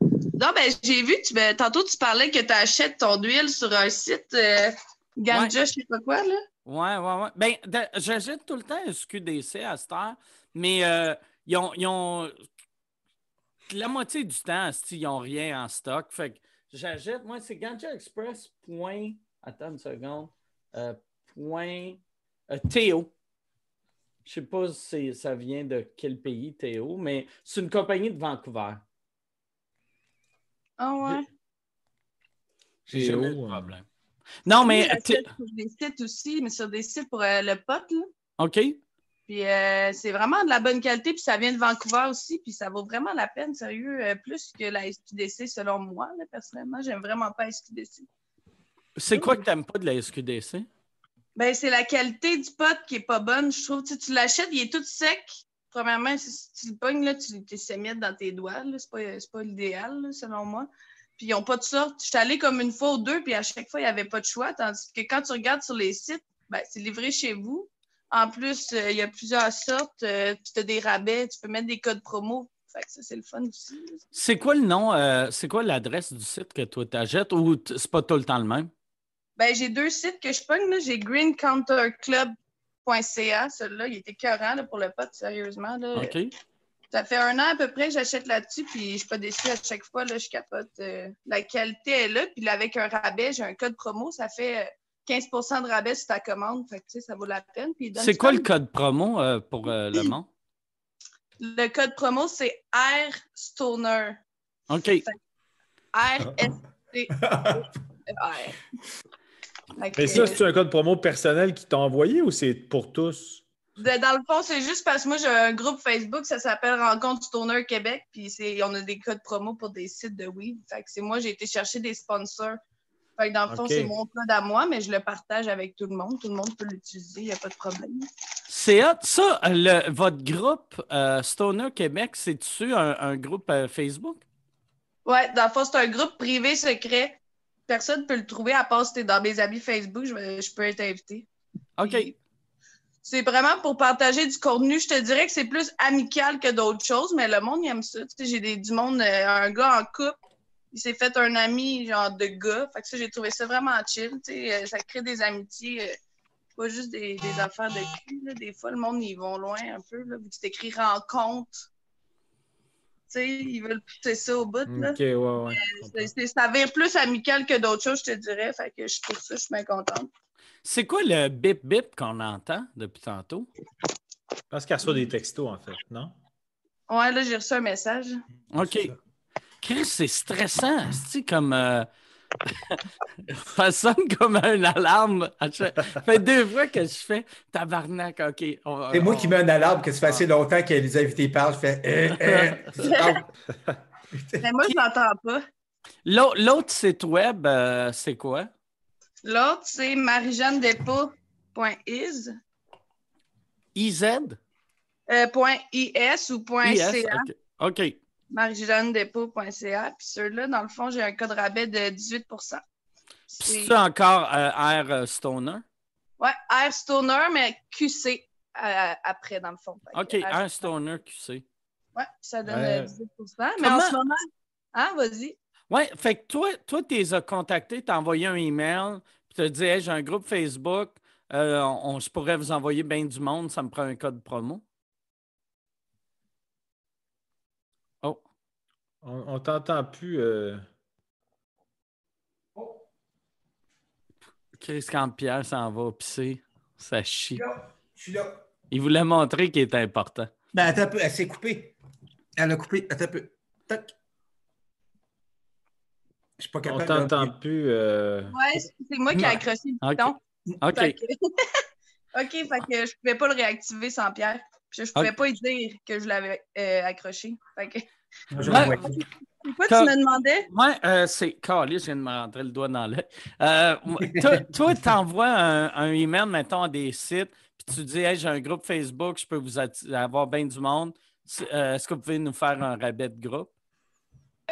Non, ben j'ai vu, tu, ben, tantôt tu parlais que tu achètes ton huile sur un site euh, Ganja, je sais pas quoi, là.
Ouais, ouais, ouais. Ben, de- j'achète tout le temps SQDC à cette heure, mais euh, ils, ont, ils ont- La moitié du temps, asti, ils n'ont rien en stock. Fait que j'achète. Moi, c'est Ganja Express. Point. Attends une seconde. Euh, point. euh, Théo. Je sais pas si ça vient de quel pays, Théo, mais c'est une compagnie de Vancouver.
Ah ouais.
J'ai
J'ai
jamais
eu
eu de
problème. Non, mais.
Moi, j'achète
Thé-
sur des sites aussi, mais sur des sites pour euh, le pot, là.
OK.
Puis euh, c'est vraiment de la bonne qualité, puis ça vient de Vancouver aussi, puis ça vaut vraiment la peine, sérieux, euh, plus que la SQDC selon moi, là, personnellement. J'aime vraiment pas la SQDC.
C'est quoi que tu n'aimes pas de la SQDC?
Ben, c'est la qualité du pot qui est pas bonne, je trouve. Tu, sais, tu l'achètes, il est tout sec. Premièrement, si si tu le pognes, là, tu t'es sémiettes dans tes doigts. là. C'est pas, euh, c'est pas l'idéal, là, selon moi. Puis ils ont pas de sorte. Je suis allée comme une fois ou deux, puis à chaque fois, il n'y avait pas de choix. Tandis que quand tu regardes sur les sites, ben, c'est livré chez vous. En plus, euh, il y a plusieurs sortes. euh, puis tu as des rabais, tu peux mettre des codes promo. Fait que ça, c'est le fun aussi. là.
C'est quoi le nom, euh, c'est quoi l'adresse du site que toi t'achètes ou t- c'est pas tout le temps le même?
Ben, j'ai deux sites que je pogne. là. J'ai greencounterclub.ca. Celui-là, il était coeurant là, pour le pot, sérieusement. Là.
OK.
Ça fait un an à peu près que j'achète là-dessus, puis je suis pas déçue à chaque fois, là, je capote. Euh, la qualité est là, puis là, avec un rabais, j'ai un code promo, ça fait euh, 15 de rabais sur ta commande. Fait que, tu sais, ça vaut la peine. Puis ils donnent
C'est quoi
du
le code promo euh, pour euh, le monde?
Le code promo, c'est R Stoner.
OK.
R S T E R.
Mais ça, c'est un code promo personnel qui t'a envoyé ou c'est pour tous?
De- Ben, dans le fond, c'est juste parce que moi, j'ai un groupe Facebook, ça s'appelle Rencontre Stoner Québec, puis c'est, on a des codes promo pour des sites de weed. Fait que c'est moi, j'ai été chercher des sponsors. Fait que dans le fond,
Ok.
c'est mon code à moi, mais je le partage avec tout le monde. Tout le monde peut l'utiliser, il n'y a pas de problème.
C'est hot. Ça, euh, le- votre groupe euh, Stoner Québec, c'est-tu un, un groupe euh, Facebook?
Ouais, dans le fond, c'est un groupe privé secret. Personne ne peut le trouver à part si t'es dans mes amis Facebook, je, vais- je peux être invité.
OK.
Puis, C'est vraiment pour partager du contenu. Je te dirais que c'est plus amical que d'autres choses, mais le monde il aime ça. Tu sais, j'ai des- du monde, euh, un gars en couple, il s'est fait un ami genre de gars. Fait que ça, j'ai trouvé ça vraiment chill. Tu sais, euh, ça crée des amitiés, euh, pas juste des, des affaires de cul. là. Des fois, le monde, ils vont loin un peu, là, vu que c'est écrit rencontre. Tu sais, ils veulent pousser ça au bout. Là. Euh,
Ok, ouais, ouais.
C'est- c'est- ça vient plus amical que d'autres choses, je te dirais. Fait que je- pour ça, je suis bien contente.
C'est quoi le bip bip qu'on entend depuis tantôt?
Je pense qu'elle reçoit des textos, en fait, non?
Ouais, là, j'ai reçu un message.
OK.
C'est ça.
Chris, c'est stressant, c'est comme. euh, ça sonne comme une alarme. À chaque- Ça fait deux fois que je fais tabarnak, OK. on-
C'est moi
on-
qui mets un alarme que ça
Ah.
fait assez longtemps que les invités parlent. Je fais eh, eh, puis ils
Ah,
parlent.
Mais moi, je l'entends pas.
L'au- L'autre site web, euh, c'est quoi?
L'autre, c'est marijeannedépôt.is,
IZ?
euh, point .is ou point
IS?
.ca,
OK. OK.
marijeannedépôt.ca. Puis ceux-là, dans le fond, j'ai un code rabais de 18
Puis
C'est-
c'est encore euh, R euh, Stoner?
Ouais, Air Stoner, mais QC euh, après, dans le fond. Fait que
OK,
Air-
R Stoner QC.
Ouais, ça donne
Ouais.
euh, 18 Mais en
Comment-
ce moment, hein, vas-y.
Ouais, fait que toi, toi, tu les as contactés, t'as envoyé un email, puis t'as dit, Hey, j'ai un groupe Facebook, euh, on, on- je pourrais vous envoyer bien du monde, ça me prend un code promo. Oh,
On, on t'entend plus. euh.
Chris Campierre s'en va pisser, ça
Je
chie.
suis là. Je suis là.
Il voulait montrer qu'il était important.
Ben, attends un peu, elle s'est coupée. Elle a coupé. Attends un peu. Tac. Je suis pas
On
capable
t'entend
de-
plus. euh.
Ouais, c'est moi qui ai
Ouais.
accroché le
Ah. OK.
bouton.
OK.
Fait que- OK, fait que je pouvais pas le réactiver sans Pierre. Puis je pouvais
Ok.
pas lui dire que je l'avais euh, accroché. Fait que...
Je
Ouais.
vois.
Pourquoi
Comme-
tu me demandais?
Ouais, euh, c'est. Calé, je viens de me rentrer le doigt dans l'œil. Euh, moi, toi- toi, t'envoies un, un email, mettons, à des sites, puis tu dis, hey, j'ai un groupe Facebook, je peux vous atti- avoir bien du monde. C'est- euh, Est-ce que vous pouvez nous faire un rabais de groupe?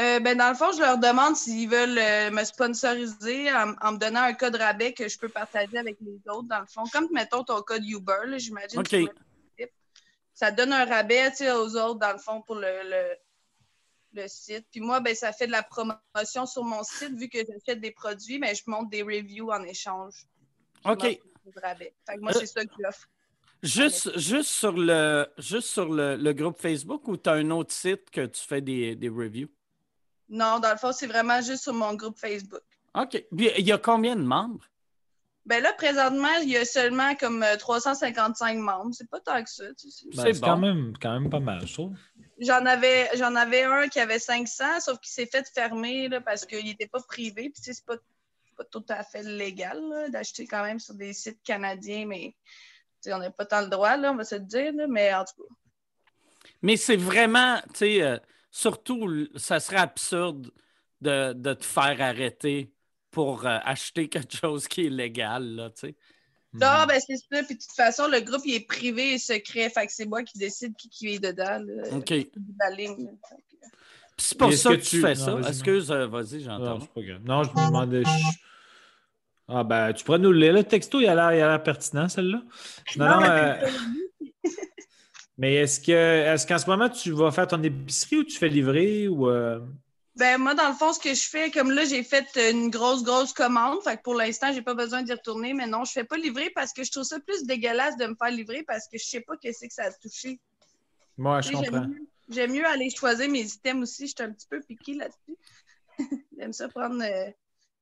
Euh, ben, dans le fond, je leur demande s'ils veulent euh, me sponsoriser en, en me donnant un code rabais que je peux partager avec les autres, dans le fond. Comme, mettons, ton code Uber, là, j'imagine.
OK.
que tu mets- Ça donne un rabais tu sais, aux autres, dans le fond, pour le, le- le site. Puis moi, ben, ça fait de la promotion sur mon site. Vu que j'achète des produits, ben, je monte des reviews en échange. Je
OK. Euh.
montre des rabais. Fait que moi, c'est ça que j'offre.
Juste, juste sur, le, juste sur le, le groupe Facebook ou tu as un autre site que tu fais des, des reviews?
Non, dans le fond, c'est vraiment juste sur mon groupe Facebook.
OK. Puis, il y a combien de membres?
Ben là, présentement, il y a seulement comme euh, 355 membres. C'est pas tant que ça. tu sais.
C'est
quand,
bon.
même, quand même pas mal, je trouve.
J'en avais, j'en avais un qui avait 500, sauf qu'il s'est fait fermer là, parce qu'il n'était pas privé. Puis tu sais, c'est pas, c'est pas tout à fait légal là, d'acheter quand même sur des sites canadiens, mais tu sais, on n'a pas tant le droit, là, on va se le dire. là, mais en tout cas,
Mais c'est vraiment, tu sais, euh, surtout, l- ça serait absurde de, de te faire arrêter pour euh, acheter quelque chose qui est légal, là, tu sais.
non, ben c'est ça. Puis de toute façon, le groupe il est privé et secret. Fait que c'est moi qui décide qui, qui est dedans. là,
OK. Puis
au bout de la ligne, là. Fait que-
c'est pour
Mais est-ce
ça que,
que
tu
tu-
fais
non,
ça.
vas-y,
Excuse, euh, vas-y, j'entends.
Non, c'est pas grave. Non, je me demandais. je- Ah, ben, tu pourrais nous le lire. Le texto, il a l'air il a l'air pertinent, celle-là. Non, non, euh, mais est-ce que est-ce qu'en ce moment, tu vas faire ton épicerie ou tu fais livrer ou. euh,
Ben moi, dans le fond, ce que je fais, comme là, j'ai fait une grosse, grosse commande. Fait que pour l'instant, j'ai pas besoin d'y retourner, mais non, je fais pas livrer parce que je trouve ça plus dégueulasse de me faire livrer parce que je sais pas que c'est que ça a touché.
Ouais, je
Tu sais,
comprends.
J'aime mieux, j'aime mieux aller choisir mes items aussi. Je suis un petit peu piquée là-dessus. J'aime ça prendre euh,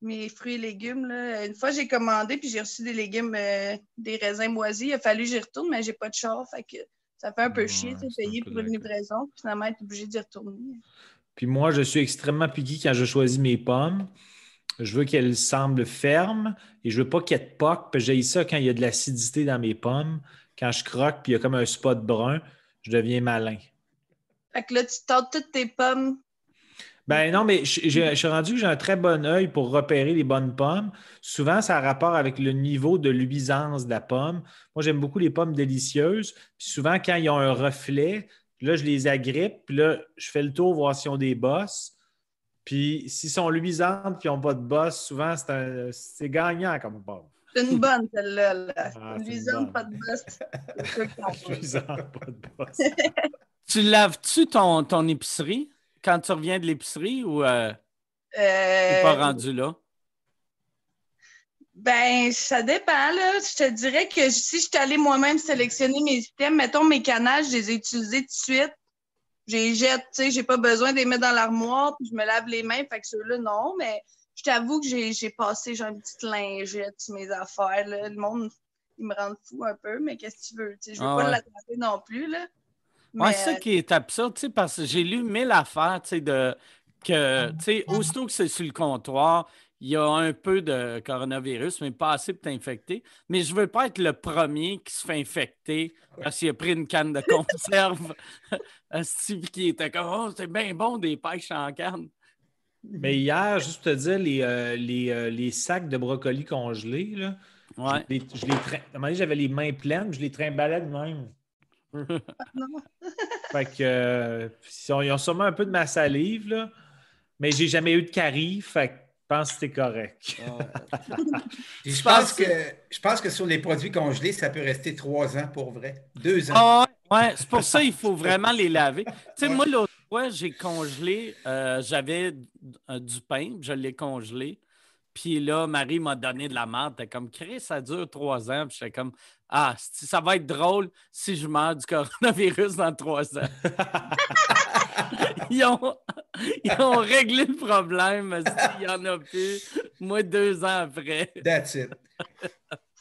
mes fruits et légumes. Là. Une fois, j'ai commandé puis j'ai reçu des légumes, euh, des raisins moisis. Il a fallu que j'y retourne, mais j'ai pas de char. Fait que ça fait un peu
Ouais,
chier de
c'est un
payer
peu
pour une
d'accord.
livraison puis finalement être obligé d'y retourner.
Puis moi, je suis extrêmement piqué quand je choisis mes pommes. Je veux qu'elles semblent fermes et je veux pas qu'elles poquent. Puis j'ai ça quand il y a de l'acidité dans mes pommes. Quand je croque, puis il y a comme un spot brun, je deviens malin.
Fait que là, tu tentes toutes tes pommes
Ben non, mais je j'ai- je suis rendu que j'ai un très bon œil pour repérer les bonnes pommes. Souvent, ça a rapport avec le niveau de luisance de la pomme. Moi, j'aime beaucoup les pommes délicieuses. Puis souvent, quand ils ont un reflet, là, je les agrippe. Puis là, je fais le tour voir s'ils ont des bosses. Puis s'ils sont luisantes et n'ont pas de bosses, souvent, c'est un- c'est gagnant comme pomme.
C'est une bonne, celle-là. Là.
Ah,
Une
c'est une
luisante,
bonne.
pas de bosse. C'est sûr que t'en veux.
Luisante, pas de bosses.
Tu laves-tu ton, ton épicerie quand tu reviens de l'épicerie ou euh, t'es
Euh,
pas rendu là?
ben, ça dépend. Là. Je te dirais que si je suis allée moi-même sélectionner mes items, mettons mes canages, je les ai utilisés tout de suite. Je les jette, tu sais, j'ai pas besoin de les mettre dans l'armoire, puis je me lave les mains, fait que ceux-là, non, mais je t'avoue que j'ai j'ai passé, j'ai une petite lingette sur mes affaires, là. Le monde, il me rend fou un peu, mais qu'est-ce que tu veux, tu sais, je veux
Ah
pas
ouais.
l'attraper non plus, là.
Moi,
Mais, euh,
c'est ça qui est absurde, tu sais, parce que j'ai lu mille affaires, tu sais, de que, tu sais, aussitôt que c'est sur le comptoir, il y a un peu de coronavirus, mais pas assez pour t'infecter. Mais je veux pas être le premier qui se fait infecter parce qu'il a pris une canne de conserve. Steve qui était comme, oh, c'est bien bon des pêches en canne.
Mhm. Mais hier, juste pour te dire, les, euh, les, euh, les sacs de brocolis congelés, là,
Ouais.
Je les- je les trim- à un moment donné, j'avais les mains pleines, je les trimballais de même. fait que, euh, ils, ont, ils ont sûrement un peu de ma salive, là, mais j'ai jamais eu de carie, fait que je pense que c'est correct.
Ah
Puis je,
Je pense
pense que, je pense que sur les produits congelés, ça peut rester trois ans pour vrai. Deux ans.
Ah ouais, ouais, c'est pour ça qu'il faut vraiment les laver. Tu sais, moi, l'autre fois, j'ai congelé, euh, j'avais d- euh, du pain, je l'ai congelé. Puis là, Marie m'a donné de la merde. T'es comme, Chris, ça dure trois ans. Puis j'étais comme, ah, c'ti, ça va être drôle si je meurs du coronavirus dans trois ans. ils, ont, ils ont réglé le problème. c'ti, Il n'y en a plus. Moi, deux ans après.
That's it.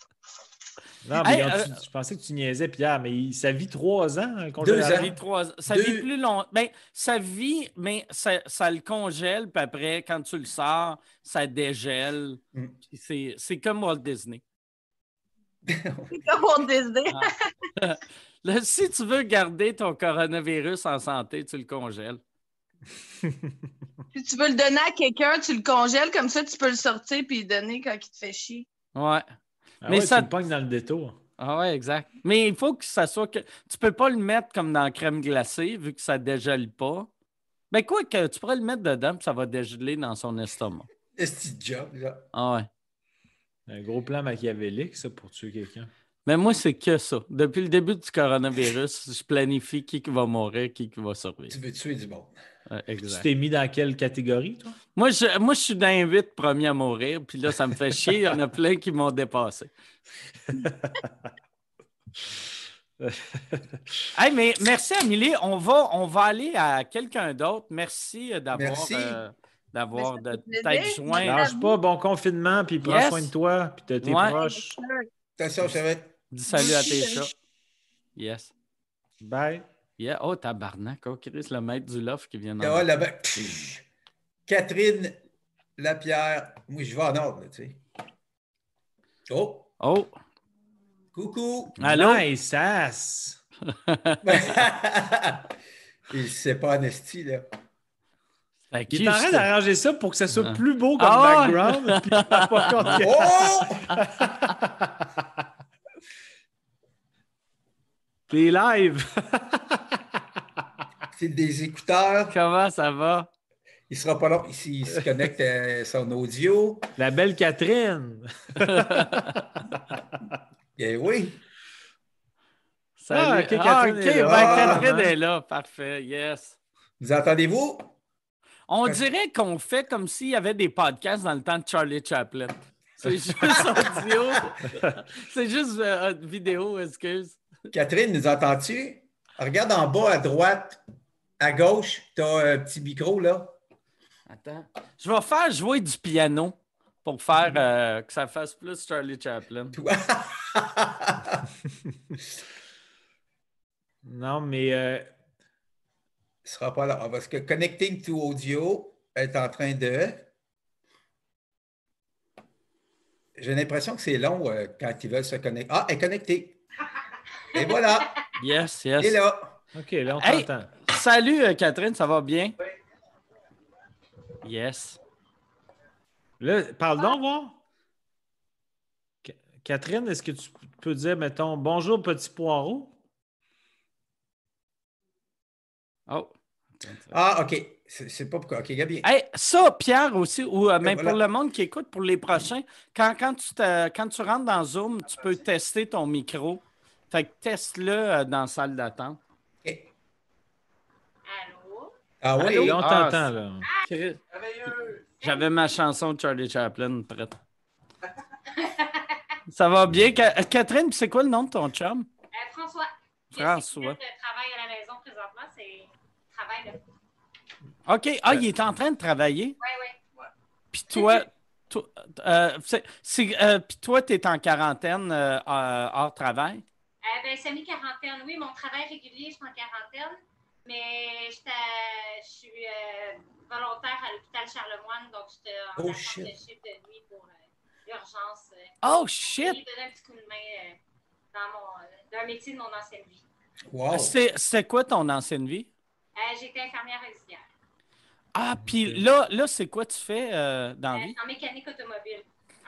Non, mais
Hey,
ils ont-
euh,
tu- je pensais que tu niaisais, Pierre, mais il- ça vit trois ans, hein, le
Ça
congélateur.
vit trois ans. Ça
Deux-
vit plus longtemps. Ben, ça vit, mais ça, ça le congèle, puis après, quand tu le sors, ça dégèle.
Mm.
Puis C'est, c'est comme Walt Disney.
c'est comme on désire.
Ah, Là, si tu veux garder ton coronavirus en santé, tu le congèles.
Si tu veux le donner à quelqu'un, tu le congèles, comme ça, tu peux le sortir puis le donner quand il te fait chier.
Ouais.
Ah
Mais
ouais,
ça-
tu me pognes dans le détour.
Ah ouais, exact. Mais il faut que ça soit que. Tu peux pas le mettre comme dans la crème glacée, vu que ça dégèle pas. Mais quoi que tu pourrais le mettre dedans, puis ça va dégeler dans son estomac.
Steve Jobs, là.
Ah ouais.
Un gros plan machiavélique, ça, pour tuer quelqu'un.
Mais moi, c'est que ça. Depuis le début du coronavirus, je planifie qui, qui va mourir, qui, qui va survivre.
Tu veux tuer du monde.
Ouais,
Tu
exact.
t'es mis dans quelle catégorie, toi?
Moi je, moi, je suis dans les huit premiers à mourir, puis là, ça me fait chier. Il y en a plein qui m'ont dépassé. Hey, mais merci, Amélie. On va, on va aller à quelqu'un d'autre. Merci euh, d'avoir
Merci.
euh, d'avoir de
Merci de
t'être
m'aider.
joint.
Merci.
Lâche pas, bon confinement, puis prends
Yes.
soin de toi, puis de tes
Ouais.
proches.
Attention, ça va être.
Dis salut à tes
Merci.
chats. Yes.
Bye.
Yeah. Oh, tabarnak. Oh, Chris, le maître du loft qui vient d'en-
Ah, là-bas. Pfff. Catherine Lapierre. Moi, je vais en ordre, là, tu sais. Oh,
Oh,
coucou.
allô?
Nice ass.
Il sait pas en esti, là.
Fait que
Il est en train
Ben, c'est-
d'arranger ça pour que ça soit
Ah.
plus beau comme
Ah ouais.
background. puis il prend pas compte que-
Oh!
T'es live.
C'est des écouteurs.
Comment ça va?
Il sera pas long. Ici, il se connecte à son audio.
La belle Catherine.
Eh oui.
Salut.
ok, Catherine
Ah,
est
ok,
là.
ben,
Ah,
Catherine
maman.
est là. Parfait. Yes.
Vous entendez-vous?
On
Fait-
dirait qu'on fait comme s'il y avait des podcasts dans le temps de Charlie Chaplin. C'est juste audio. C'est juste euh, euh, vidéo, excuse.
Catherine, nous entends-tu? Regarde en bas à droite, à gauche, tu as un petit micro là.
Attends. Je vais faire jouer du piano pour faire
Mhm.
euh, que ça fasse plus Charlie Chaplin.
Toi.
Non, mais euh,
Ce sera pas là. Ah, Parce que Connecting to Audio est en train de. J'ai l'impression que c'est long euh, quand ils veulent se connecter. Ah, elle est connectée. Et voilà,
Yes,
elle est
yes.
là.
OK, là, on
Hey.
t'entend.
Salut euh, Catherine, ça va bien? Yes.
Là, parle donc, voir. Ca- Catherine, est-ce que tu peux dire, mettons, bonjour, petit poireau?
Oh.
Ah, OK. C'est c'est pas pourquoi. OK, Gabi.
Hey, ça, Pierre aussi, ou euh, même
voilà.
pour le monde qui écoute, pour les prochains, quand, quand, tu, te- quand tu rentres dans Zoom, tu peux tester ton micro. Fait que teste-le euh, dans la salle d'attente.
OK.
Allô?
Ah oui.
Allô?
Là, on
Ah,
t'entend, là.
Chris, J'avais ma chanson de Charlie Chaplin prête. Ça va bien? Ca- Catherine, c'est quoi le nom de ton chum?
Euh, François.
François.
Le travail à la maison présentement, c'est travail de. Ouais,
OK. Ah, il est en train de travailler.
ouais.
Puis toi, toi, euh, c'est- c'est- euh, puis toi, tu es en quarantaine euh, euh, hors travail?
Euh, ben, semi-quarantaine, oui, mon travail régulier, je suis en quarantaine, mais j'étais à- je suis euh, volontaire à l'hôpital Charlemagne, donc j'étais en
Oh,
attente
shit.
de chiffre de nuit pour euh, l'urgence. euh,
Oh,
et
shit!
donner un petit coup de main euh, dans, mon, euh, dans un métier de mon ancienne vie.
Wow.
C'est c'est quoi ton ancienne vie?
Euh, J'étais infirmière auxiliaire
Ah, puis là, là c'est quoi tu fais euh, dans la
euh,
vie?
en mécanique automobile.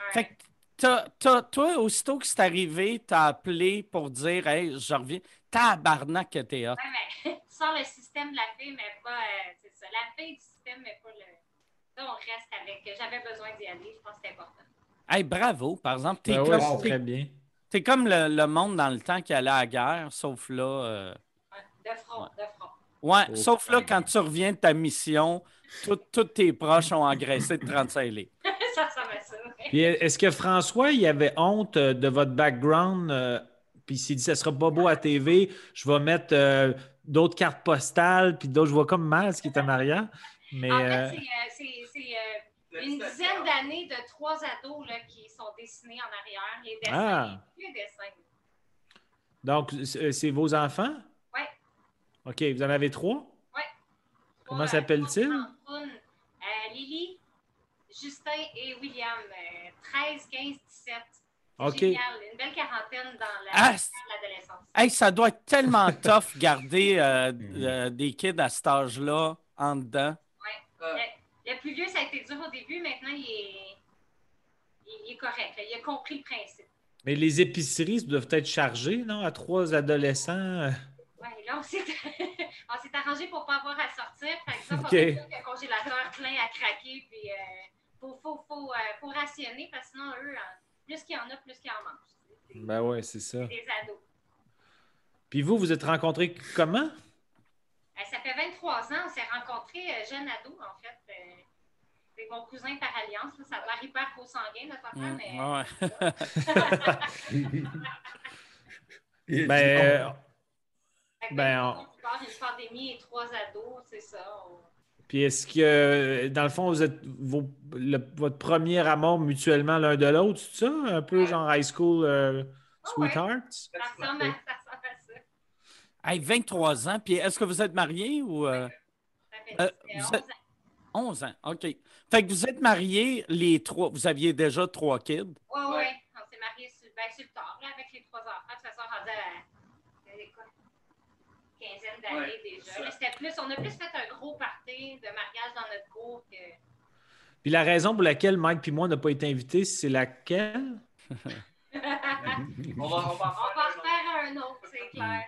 Un-
Fait que t'as- t'as- toi, aussitôt que c'est arrivé, t'as appelé pour dire Hey, je reviens. Tabarnak que t'es hot.
Ouais, mais tu sors le système de la fille, mais pas. euh, c'est ça. La fille du système, mais pas le. Là, on reste avec. J'avais besoin d'y aller. Je pense que c'est important.
Hey, bravo, par exemple. T'es
Ben ouais,
comme,
c'est
Wow.
t'es-
très bien.
t'es comme le, le monde dans le temps qui allait à la guerre, sauf là. euh,
Ouais, De front, de front.
Ouais,
Oh.
sauf là, quand tu reviens de ta mission, tout- tous tes proches ont engraissé de 35 livres.
ça, ça va ça. ouais.
Puis, euh, est-ce que François, il avait honte euh, de votre background, euh, puis il s'est dit, ça sera pas beau à TV, je vais mettre euh, d'autres cartes postales, puis d'autres, je vois comme mal ce qui était mariant. Mais,
En
euh,
fait, c'est, euh, c'est- c'est, euh, une dizaine d'années de trois ados là, qui sont dessinés en arrière. Les dessins,
Ah.
les vieux dessins.
donc, c'est c'est vos enfants?
Ouais.
OK, vous en avez trois? Comment
Trois, euh,
s'appelle-t-il?
trois enfants, euh, Lily, Justin et William. euh, 13, 15, 17. C'est
OK.
Génial. Une belle quarantaine dans la,
Ah, c'est-
dans l'adolescence.
Hey, ça doit être tellement tough garder euh, euh, des kids à cet âge-là en dedans.
Ah.
Le plus vieux, ça a été dur au début. Maintenant, il est, il est correct. là. Il a compris le principe.
Mais les épiceries doivent être chargées, non? À trois adolescents.
Ouais, là, on s'est- on s'est arrangé pour pas avoir à sortir. Fait que ça,
Ok.
faut être sûr que le congélateur plein à craquer. Puis, euh, faut, faut, faut, euh, faut rationner parce que sinon, eux, hein, plus qu'il y en a, plus qu'ils en mangent.
Ben ouais, c'est ça.
Des ados.
Puis vous, vous êtes rencontrés comment?
Euh, Ça fait 23 ans, on s'est rencontrés euh, jeunes ados, en fait. euh, C'est mon cousin par alliance. là. Ça a l'air hyper consanguin, notre affaire, mais
Ouais.
Mmh.
Et-
Ben, euh,
Fait que
Ben,
là,
on-
on part d'une pandémie et trois ados, c'est ça. on-
puis est-ce que, euh, dans le fond, vous êtes vos- le- votre premier amour mutuellement l'un de l'autre, c'est ça? Un peu genre high school
Ah
euh,
ouais.
sweethearts?
Ça ressemble à ça. ressemble à ça.
Hey, 23 ans, puis est-ce que vous êtes mariés ou euh,
Ça fait
Euh,
dix- c'est
vous
onze
êtes- 11 ans? OK. Fait que vous êtes mariés les trois. Vous aviez déjà trois kids.
Oui,
Ouais.
oui, on s'est mariés sur, ben, sur le tard, là, avec les trois enfants. De toute façon, rendu à la quoi, quinzaine d'années
Ouais,
déjà.
ça.
Là, C'était plus, on a plus fait un gros party de mariage dans notre cours que.
Puis la raison pour laquelle Mike puis moi n'a pas été invités, c'est laquelle?
On va, on va
On va
en faire
refaire un autre, c'est clair.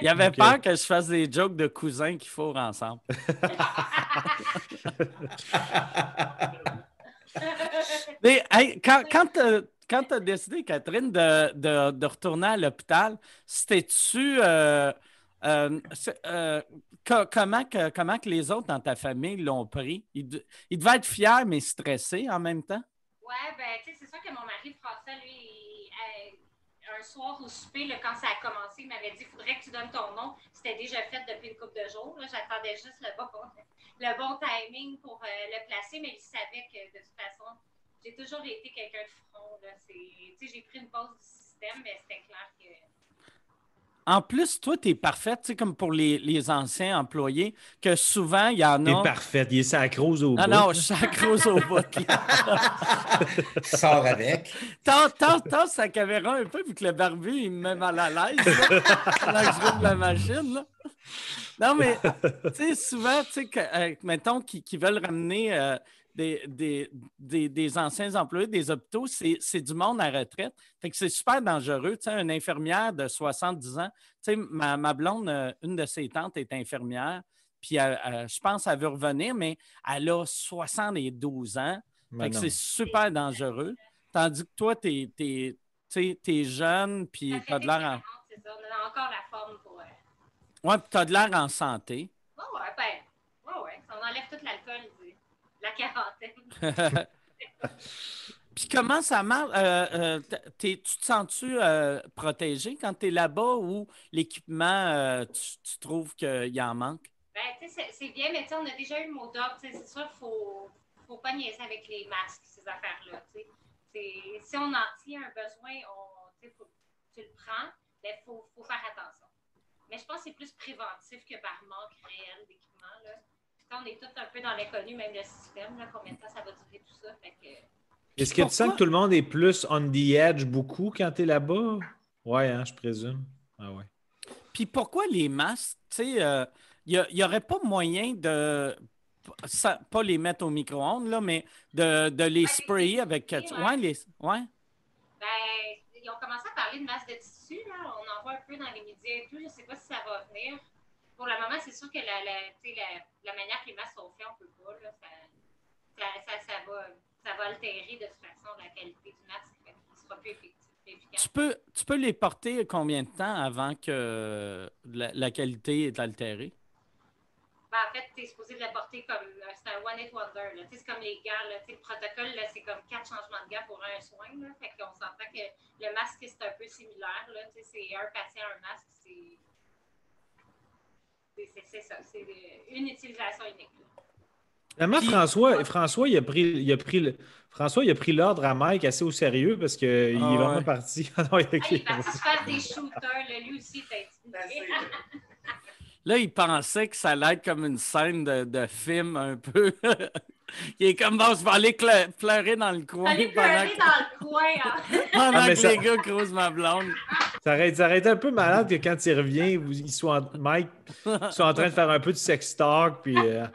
Il avait
OK.
peur que je fasse des jokes de cousins qui fourrent ensemble. Mais hey, quand, quand tu as décidé, Catherine, de, de- de retourner à l'hôpital, c'était-tu. euh, euh, c'est- euh, co- comment, que, comment que les autres dans ta famille l'ont pris? Ils, de- ils devaient être fiers, mais stressés en même temps.
Ouais, ben, tu sais, c'est sûr que mon mari François, lui, il- euh, un soir au souper, là, quand ça a commencé, il m'avait dit faudrait que tu donnes ton nom. C'était déjà fait depuis une couple de jours. là. J'attendais juste le bon, le bon timing pour euh, le placer, mais il savait que de toute façon, j'ai toujours été quelqu'un de front. là. C'est- Tu sais, j'ai pris une pause du système, mais c'était clair que.
En plus, toi, tu es parfaite, tu sais, comme pour les, les anciens employés, que souvent, il y en
T'es
a.
parfaite, il est sacrose au
Ah
bout.
non, je sacrose au bout. là.
Sors avec.
Tant, tant, tant sa caméra un peu, vu que le barbu, il me met mal à l'aise. là, pendant que je roule la machine. là. Non, mais, tu sais, souvent, tu sais, que, euh, mettons, qui, qui veulent ramener euh, des, des, des, des anciens employés des hôpitaux, c'est c'est du monde à retraite. Fait que c'est super dangereux. Tu sais, une infirmière de 70 ans, tu sais, ma, ma blonde, euh, une de ses tantes est infirmière, puis elle- elle- je pense qu'elle veut revenir, mais elle a 72 ans.
Ben
Fait que
non.
c'est super dangereux. Tandis que toi, t'es, t'es, t'sais, t'es jeune, puis
Ça fait
t'as de l'air en...
40, c'est ça. On a encore la forme pour. euh,
Ouais, puis t'as de l'air en santé.
Ouais, ouais, ben, ouais, ouais. On enlève tout l'alcool de la quarantaine.
Puis comment ça marche? Euh, euh, t'es- tu te sens-tu euh, protégé quand t'es là-bas ou l'équipement, euh, tu, tu trouves qu'il en manque?
Ben, tu sais, c'est- c'est bien, mais tu sais, on a déjà eu le mot d'ordre. tu sais, C'est sûr qu'il faut, faut pas niaiser avec les masques, ces affaires-là. tu sais. C'est- Si on en tient un besoin, on, tu sais, faut- tu le prends, mais il faut, faut faire attention. Mais je pense que c'est plus préventif que par manque réel d'équipement. là. Puis On est tous un peu dans l'inconnu, même le système, là, combien de temps ça va durer, tout ça. Fait que,
Est-ce que tu sens
Pourquoi?
que tout le monde est plus on the edge beaucoup quand t'es là-bas? Ouais, hein, je présume. Ah ouais.
Puis pourquoi les masques? Tu sais, euh, il n'y aurait pas moyen de. sans- pas les mettre au micro-ondes, là, mais de, de les
les
sprayer avec.
tissus,
Ouais, les, ouais.
Ben, ils ont commencé à parler de masse de tissu, là. On en voit un peu dans les médias et tout. Je ne sais pas si ça va venir. Pour le moment, c'est sûr que la, la, tu sais, la, la manière que les masses sont faites, on ne peut pas. Là, ça, ça, ça, ça va, ça va altérer de toute façon la qualité du masque. Fait qu'il sera plus effectif, plus efficace.
Tu peux, tu peux les porter combien de temps avant que euh, la, la qualité est altérée?
Ben, en fait, tu es supposé de la porter comme. euh, C'est un one-hit wonder. là. Tu sais, C'est comme les gants. Là, Tu sais, le protocole, là, c'est comme quatre changements de gants pour un soin. Là. Fait qu'on s'entend que le masque, c'est un peu similaire. Là. Tu sais, C'est un patient, un masque. C'est c'est- c'est- c'est ça. C'est euh, une utilisation unique. là.
Finalement,
Puis-
François, François, il a pris, il a pris le- François, il a pris l'ordre à Mike assez au sérieux parce qu'il est
Ah ouais.
vraiment parti. Ah non, il a-
Ah, il est parti se faire des shooters. Là. Lui aussi, il t'a
un.
intimidé.
Là, il pensait que ça allait être comme une scène de, de film un peu. il est comme bon, je vais aller cle- pleurer dans le coin
Allez
pendant
pleurer
que,
dans le coin. hein.
pendant
Ah, mais
que
ça-
les gars creusent ma blonde.
ça, aurait, ça aurait été un peu malade que quand il revient, vous- ils soient en- Mike ils soient en train de faire un peu de sex talk. Puis, euh,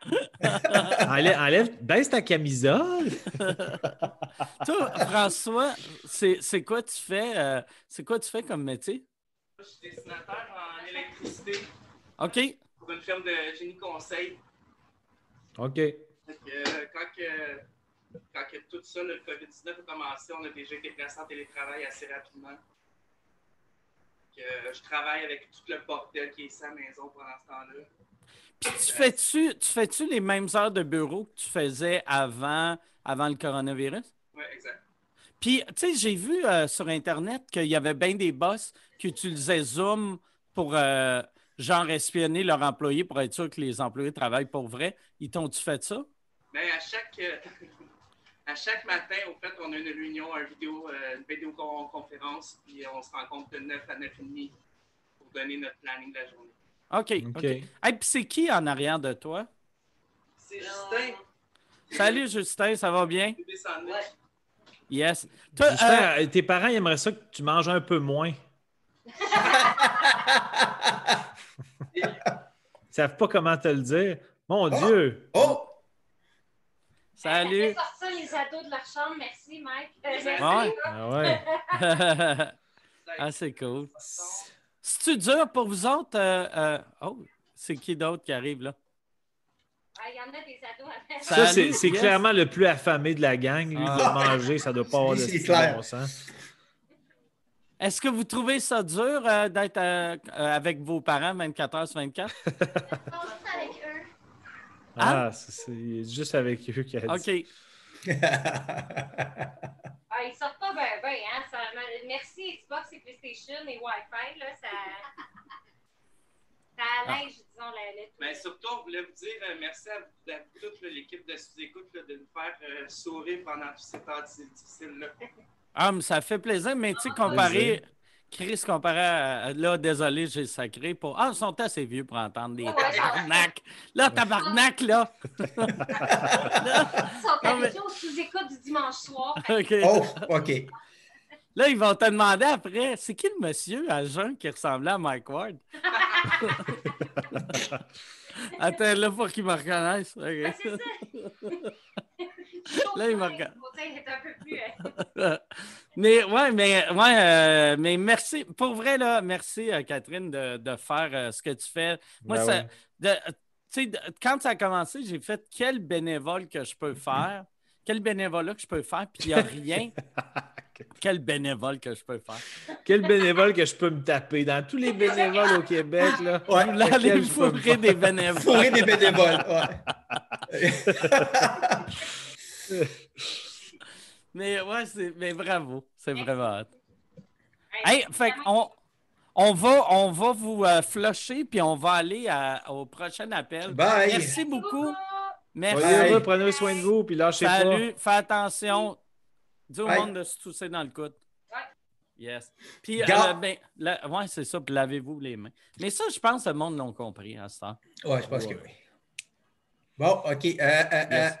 enlève, enlève- baisse ta camisole.
Toi, François, c'est c'est quoi tu fais? euh, c'est quoi tu fais comme métier?
Je suis dessinateur en électricité.
OK.
pour une firme de génie conseil.
OK.
Fait que, euh, quand, que- quand que tout ça, le COVID-19 a commencé, on a déjà été placé en télétravail assez rapidement. Fait que, euh, je travaille avec tout le bordel qui est ici à la maison pendant ce temps-là.
Puis tu fais-tu, tu fais-tu les mêmes heures de bureau que tu faisais avant, avant le coronavirus?
Oui, exact.
Puis, tu sais, j'ai vu euh, sur Internet qu'il y avait bien des boss qui utilisaient Zoom pour, euh, genre, espionner leurs employés pour être sûr que les employés travaillent pour vrai. Ils t'ont-tu fait ça?
Mais à chaque, euh, à chaque matin, au fait, on a une réunion, un vidéo, euh, une vidéoconférence, puis on se rencontre de 9 à 9h30 pour donner notre planning de la journée.
OK.
OK.
OK. Hey, puis c'est qui en arrière de toi?
C'est Justin,
Salut, Justin, ça va bien?
bébé sandwich.
Yes. Toi, euh,
J'espère, euh, tes parents ils aimeraient ça que tu manges un peu moins. Ils savent pas comment te le dire. Mon Dieu!
Oh!
Fait
salut.
sortir les ados de leur chambre. Merci, Mike.
Ouais.
Ah ouais.
ah, c'est cool. C'est-tu dur pour vous autres? euh, euh, Oh, c'est qui d'autre qui arrive là?
Ah, Il y en a des ados à faire.
Ça-
Ça, c'est
Salut,
c'est
yes.
clairement le plus affamé de la gang. Lui,
Ah.
il doit manger, ça doit pas avoir de
C'est
petit
clair.
bon sens.
Est-ce que vous trouvez ça dur euh, d'être euh, euh, avec vos parents 24 heures sur 24?
On reste avec eux.
Ah.
Ah, c'est- c'est juste avec eux qu'il a dit.
OK.
Ah, ils sortent pas bien, ben, hein? ça- merci Xbox et PlayStation et Wi-Fi, là, ça. Ça
Ah.
allège, disons, le, le tout.
Mais Ben, surtout, on voulait vous dire euh, merci à, vous- à toute là, l'équipe de sous-écoute là, de nous faire euh, sourire pendant tous ces temps difficiles-là.
Ah, mais ça fait plaisir, mais tu sais, comparé. Chris, comparé à. à- Là, désolé, j'ai sacré pour. Ah, ils sont assez vieux pour entendre des
Ouais.
tabarnak. Là, tabarnak, là.
Ils sont
Non, mais-
habitués aux sous-écoutes du dimanche soir. fait
OK.
Oh, OK.
Là, ils vont te demander après, c'est qui le monsieur à jeun qui ressemblait à Mike Ward? Attends, là, pour qu'ils me reconnaissent.
que- Ah,
OK.
c'est ça.
Là, il me
Le
regarde.
côté est un peu plus. euh,
Mais ouais, mais ouais, euh, mais merci. Pour vrai, là, merci, euh, Catherine, de, de faire euh, ce que tu fais. Moi,
Ben
ça-
ouais.
de- euh, tu sais, de- quand ça a commencé, j'ai fait quel bénévole que je peux faire, quel bénévolat que je peux faire, puis il n'y a rien. quel bénévole que je peux faire.
Quel bénévole que je peux me taper. Dans tous les bénévoles au Québec, là,
Ouais.
Là,
lequel
les
je peux me
fourrés des bénévoles.
Fourrer des bénévoles. ouais.
mais ouais, c'est, mais bravo, c'est vraiment hot.
hey,
Hey, fait qu'on- on va, on va vous euh, flusher, puis on va aller à- au prochain appel.
Bye.
Merci beaucoup. Merci.
Soyez
Bye.
heureux, prenez soin de vous, puis lâchez
Salut, fais attention. Dis au
Bye.
monde de se tousser dans le coude.
Ouais.
Yes. Puis,
Gars.
euh, ben, la- ouais, c'est ça, puis lavez-vous les mains. Mais ça, je pense que le monde l'a compris hein, à ce temps.
Ouais, je pense que oui. Bon, OK. Euh, euh, euh,
Yes.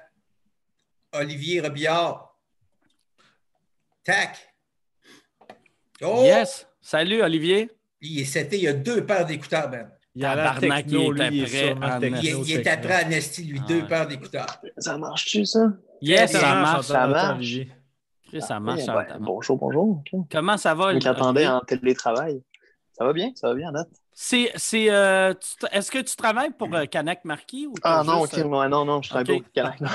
Olivier Robillard. Tac. Oh!
Yes. Salut, Olivier.
Il est seté, il a deux paires d'écouteurs, Ben.
pas. Il y a la
Tabarnak,
techno,
il
lui,
était
il est
prêt
sûrement
en
techno.
Il, est- il est
techno.
après Anesti, lui,
Ah
deux
ouais.
paires d'écouteurs.
Ça marche-tu, ça?
Yes,
Ça marche,
ça
on t'entend,
marche.
Vigie.
Chris, ça marche.
Ouais,
en
ben,
tabarnak.
bonjour, bonjour. ok.
Comment ça va,
Je hein. t'attendais
Olivier?
en télétravail. Ça va bien, ça va bien, à date?
C'est, c'est, euh, tu t- est-ce que tu travailles pour euh, Canac Marquis ou t'as
Ah non,
juste, euh,
ok, ouais, non, non, je suis un
ok.
peu canac. non.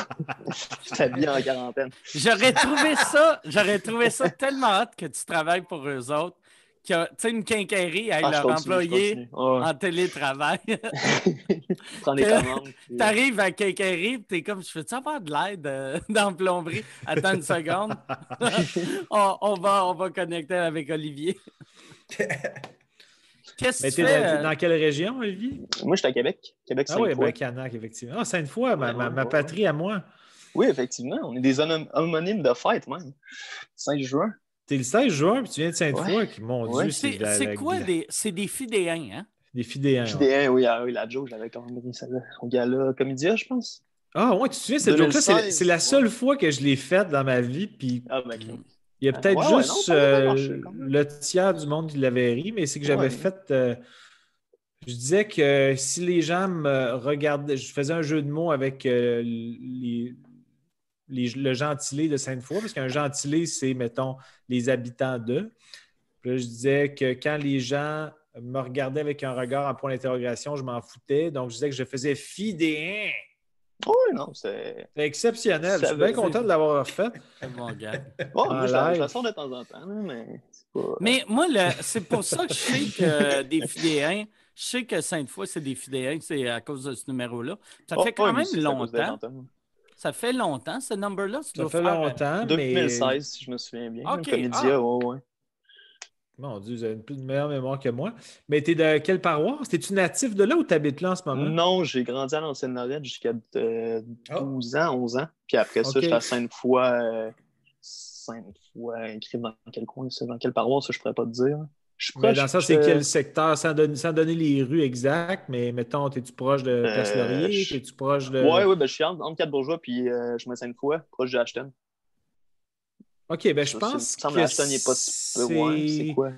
Je t'habille en quarantaine.
J'aurais trouvé ça, j'aurais trouvé ça tellement hot que tu travailles pour eux autres. qu'il y a, Tu sais, une quincaillerie avec
Ah, je
leur
continue, je
employé
continue. Oh,
en télétravail.
je prends des commandes. puis- euh.
T'arrives à quincaillerie, pis t'es comme, je fais-tu avoir de l'aide euh, dans la plomberie? Attends une seconde. on, on va, on va connecter avec Olivier. Qu'est-ce que
Mais
tu
t'es
fais?
dans,
euh,
dans quelle région, Olivier?
Moi, je suis à Québec. Québec,
Ah oui,
Sainte-Foy.
ben, Canac, effectivement. Ah, Sainte-Foy, ma,
Ouais,
ma-
ouais,
ma
ouais.
patrie à moi.
Oui, effectivement, on est des honom- homonymes de fête, même. 5 juin.
T'es le 16 juin, puis tu viens de Sainte-Foy.
Ouais.
qui, Mon
Ouais.
Dieu,
c'est,
de la-
c'est
la-
quoi
la-
des. C'est des fidéens, hein?
Des fidéens. hein?
Puis
ouais.
des- oui, ah, oui, la Joe, j'avais quand même mis ça là, au gala comédia, je pense.
Ah ouais, tu te souviens, cette joke-là, c'est
2016,
c'est la seule
ouais.
fois que je l'ai faite dans ma vie, puis
Ah, ben, ok.
Mm. il y a
Ouais,
peut-être
ouais, non,
juste
ça avait
euh,
marché, quand même.
le tiers du monde qui l'avait ri, mais c'est que j'avais
Ouais.
fait... euh, je disais que si les gens me regardaient... Je faisais un jeu de mots avec euh, les, les- le gentilé de Sainte-Foy, parce qu'un gentilé, c'est, mettons, les habitants d'eux. Puis là, je disais que quand les gens me regardait avec un regard en point d'interrogation, je m'en foutais. Donc, je disais que je faisais fi des
Oui, non, c'est.
C'est exceptionnel.
Ça
je suis bien
veut dire-
content de l'avoir fait.
C'est Ah, mon gars.
Ah,
Bon, moi, je la-
live.
je la sors de temps en temps, là, mais c'est pas.
Mais moi, le- c'est pour ça que je sais que des fidéens, je sais que Sainte-Foy, c'est des fidéens, c'est à cause de ce numéro-là. Ça
Oh,
fait quand
ouais,
même
mais c'est à cause de
longtemps.
l'antenne.
Ça fait longtemps, ce number-là. tu
Ça
dois
fait
faire- euh,
longtemps, mais.
2016, si je me souviens bien.
Ok, ah.
Comédia, ouais, ouais.
Mon Dieu, vous avez une plus une meilleure mémoire que moi. Mais t'es de quelle paroisse? T'es-tu natif de là ou t'habites là en ce moment?
Non, j'ai grandi à l'ancienne-Lorette jusqu'à euh,
Oh.
12 ans, 11 ans. Puis après ça,
Ah. Ok.
j'étais à Sainte-Foy. euh, Sainte-Foy, inscrit dans quel coin, ça, dans quelle paroisse, ça, je pourrais pas te dire. Je suis
Mais
proche,
dans ça, c'est
euh,
quel secteur? Sans donner, sans donner les rues exactes, mais mettons, t'es-tu proche de Place
Euh,
Laurier?
je-
T'es-tu proche de.
Ouais, ouais, ben, je suis entre, entre Quatre-Bourgeois puis euh, je me Sainte-Foy, proche de Ashton.
OK, ben je
Ça,
pense
c'est- Il me semble
que
que Ashton n'est pas si peu loin.
c'est-
C'est quoi?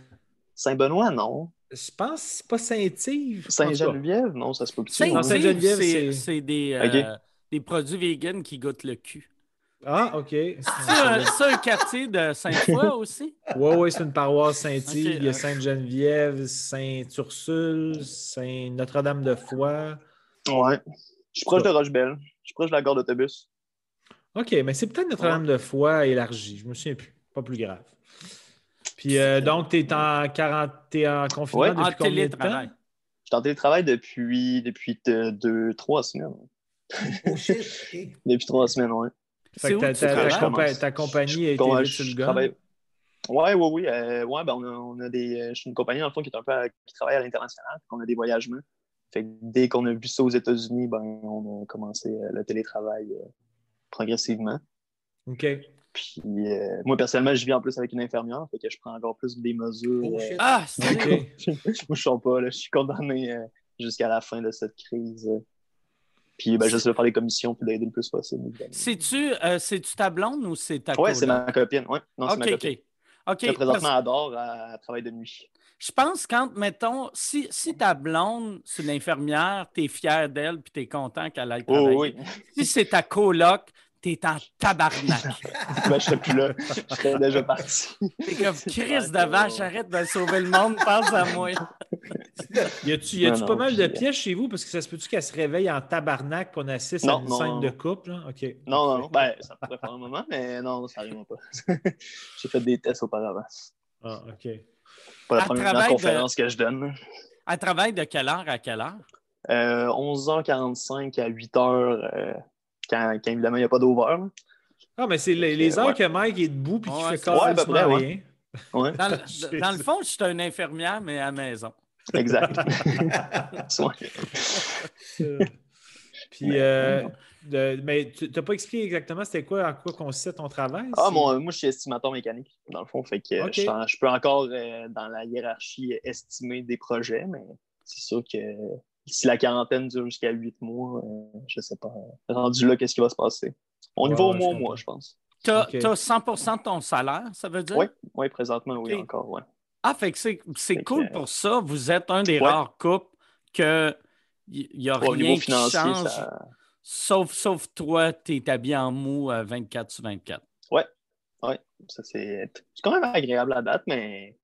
Saint-Benoît, non.
Je pense que c'est pas Saint-Yves. En tout
Saint-Geneviève, non, ça se peut plus.
Saint-Yves,
Non, Sainte-Geneviève,
c'est-
c'est-
c'est des, euh, des produits vegan qui goûtent le cul.
cas. Ah, OK.
C'est un, c'est un quartier de Sainte-Foy aussi?
Oui, oui, c'est une paroisse Saint-Yves.
Ok,
Il y a
ok.
Sainte-Geneviève, Saint-Ursule, Saint-Notre-Dame-de-Foy.
Ouais. Je suis proche de Rochebelle. Je suis proche de la gare d'autobus.
OK, mais c'est peut-être Notre-Dame-de-Foy élargie. Je me souviens plus. Pas plus grave. Puis euh, donc, tu es en, 40 t'es en confinement
Ouais. Ah,
depuis
En
combien de temps?
télétravail.
Je suis en télétravail depuis, depuis euh, deux, trois semaines.
Oh shit, ok.
Depuis trois semaines, ouais.
Fait que
où
ta,
tu
ta- ta
Quand je
travailles?
compa-
commence.
ta compagnie a été
Quand
vite
je
sur le gun.
travaille- Ouais, ouais, oui. euh, ouais, ben on a, on a des. euh, Je suis une compagnie, dans le fond, qui est un peu à- qui travaille à l'international, qu'on a des voyagements. Fait que dès qu'on a vu ça aux États-Unis, ben on a commencé euh, le télétravail euh, progressivement.
OK.
Puis euh, moi, personnellement, je vis en plus avec une infirmière, fait que je prends encore plus des mesures.
Oh
euh,
shit.
Ah, c'est
OK.
Moi, je sors pas, là. Je suis condamné euh, jusqu'à la fin de cette crise. euh. Puis ben, j'essaie de faire les commissions puis d'aider le plus possible. évidemment.
C'est-tu euh, c'est-tu ta blonde ou c'est ta
Ouais, c'est
coloc?
ma copine. Ouais, non, c'est
OK,
ma copine.
OK. OK,
Là, présentement,
parce-
elle dort, elle, elle travaille de nuit.
je pense quand, mettons, si, si ta blonde, c'est une infirmière, t'es fier d'elle puis t'es content qu'elle aille
Oh,
travailler.
oui, oui.
Si c'est ta coloc, t'es en tabarnak.
ben, je serais plus là. Je serais déjà parti.
T'es comme Chris
vrai,
d'avant,
oh.
j'arrête de sauver le monde, pense à moi.
Y a-tu y a-tu
Non,
pas
non,
mal de
puis-
pièces chez vous? Parce que ça se peut-tu qu'elle se réveille en tabarnak qu'on assiste à
Non,
une
non,
scène
non.
de couple? hein? OK.
Non, non, non. Ben, ça pourrait faire un moment, mais non, ça n'arrivera pas. J'ai fait des tests auparavant.
Ah, OK.
Pour la
Elle
première
travaille de-
conférence que je donne.
Elle travaille de quelle heure à quelle heure?
Euh, 11h45 à 8h, euh, quand, quand évidemment il n'y a pas d'over. là.
Ah, mais c'est les, les
euh,
heures
ouais.
que Mike est debout puis qu'il
Ouais,
fait
c'est-
ouais, à peu
carrément
près, ouais.
rien.
Ouais,
Dans le, dans le fond, je suis une infirmière, mais à la maison.
exact. Ouais.
Puis, euh, de- mais tu n'as pas expliqué exactement c'était quoi, en quoi consistait ton travail?
Ah,
c'est-
mon, moi, je suis estimateur mécanique, dans le fond. Fait que euh,
Ok.
je, suis en- je peux encore, euh, dans la hiérarchie, euh, estimer des projets, mais c'est sûr que si la quarantaine dure jusqu'à huit mois, euh, je sais pas. euh, Rendu là, qu'est-ce qui va se passer? On y
Ouais,
va au
ouais,
mois
je
au mois, je pense.
T'as
Ok.
t'as 100 de ton salaire, ça veut dire?
Oui, ouais, présentement, oui,
Ok.
encore, ouais.
Ah, fait que c'est- c'est
Fait
cool
que-
pour ça. Vous êtes un des
Ouais.
rares couples que il n'y a
Au
rien
niveau
qui
financier,
change.
ça.
Sauf, sauf toi, t'es habillé en mou euh, 24 sur 24.
ça c'est c'est quand même agréable à date, mais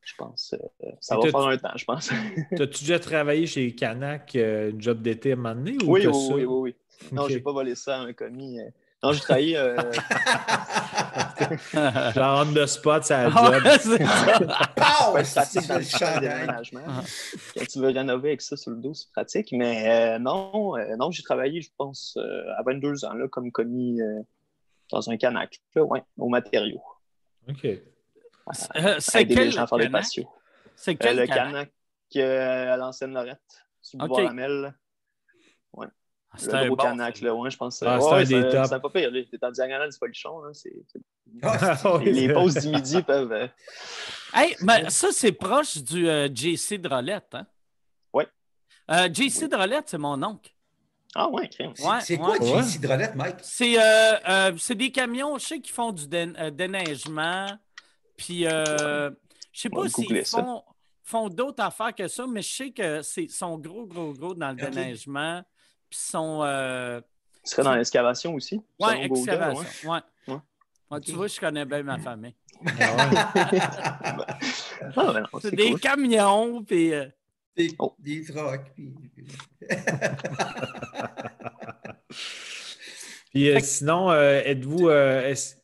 je pense euh, ça
Mais
va
t'as-
faire un temps, je pense.
T'as-tu déjà travaillé chez Canac, euh, une job d'été à un moment donné? Ou
oui, oui,
que
oui,
ça?
oui, oui. Non,
Ok.
j'ai pas volé ça à un commis. euh. Non, j'ai travaillé. euh,
Genre on the spot, ça a job.
Ah, c'est ça.
Pow!
Ah, Ouais, c'est
C'est
pratique dans
dans
le
le
champ de
chandail.
déménagement. Quand tu veux rénover avec ça sur le dos, c'est pratique. Mais euh, non, euh, non j'ai travaillé, je pense, euh, à 22 ans là, comme commis euh, dans un canac, là, ouais, aux matériaux.
OK.
Euh, C'est
Aider les
quel
gens à faire des
canac?
patios.
C'est
Euh,
quel
le
canac?
canac euh, à l'ancienne Lorette, sur le
Ok.
boulevard Lamel.
Ah, c'est
Le
un
gros
bon
canac,
canac.
là, ouais, je pense.
Ah,
euh,
c'est
ouais,
un
ouais,
des tops.
C'est pas pire, là, t'es en diagonale du polichon, là, c'est- c'est-
Ah,
les, les pauses du midi peuvent... euh,
Hey, ben, ça, c'est proche du euh, JC Drolette, hein?
Ouais.
Euh, JC Drolette, c'est mon oncle.
Ah ouais, crème.
c'est-
Ouais,
C'est
ouais.
quoi,
Ouais.
JC Drolette, Mike?
C'est euh, euh, c'est des camions, je sais, qui font du dé- euh, déneigement. Puis, euh, je sais
On va
pas s'ils
googler ça.
font, font d'autres affaires que ça, mais je sais que c'est sont gros, gros, gros dans le
Ok.
déneigement. Puis, sont. euh,
Tu serais dans l'excavation aussi?
ouais,
selon Google, ouais. Ah
excavation. Ouais.
Ouais.
Ouais, Tu vois, je connais bien ma famille.
Ah ouais.
Ah, ben non,
C'est
c'est
des
cool.
camions, puis. euh,
Des,
Oh.
des trocs. puis-
Puis euh, sinon, euh, êtes-vous. euh, est-ce-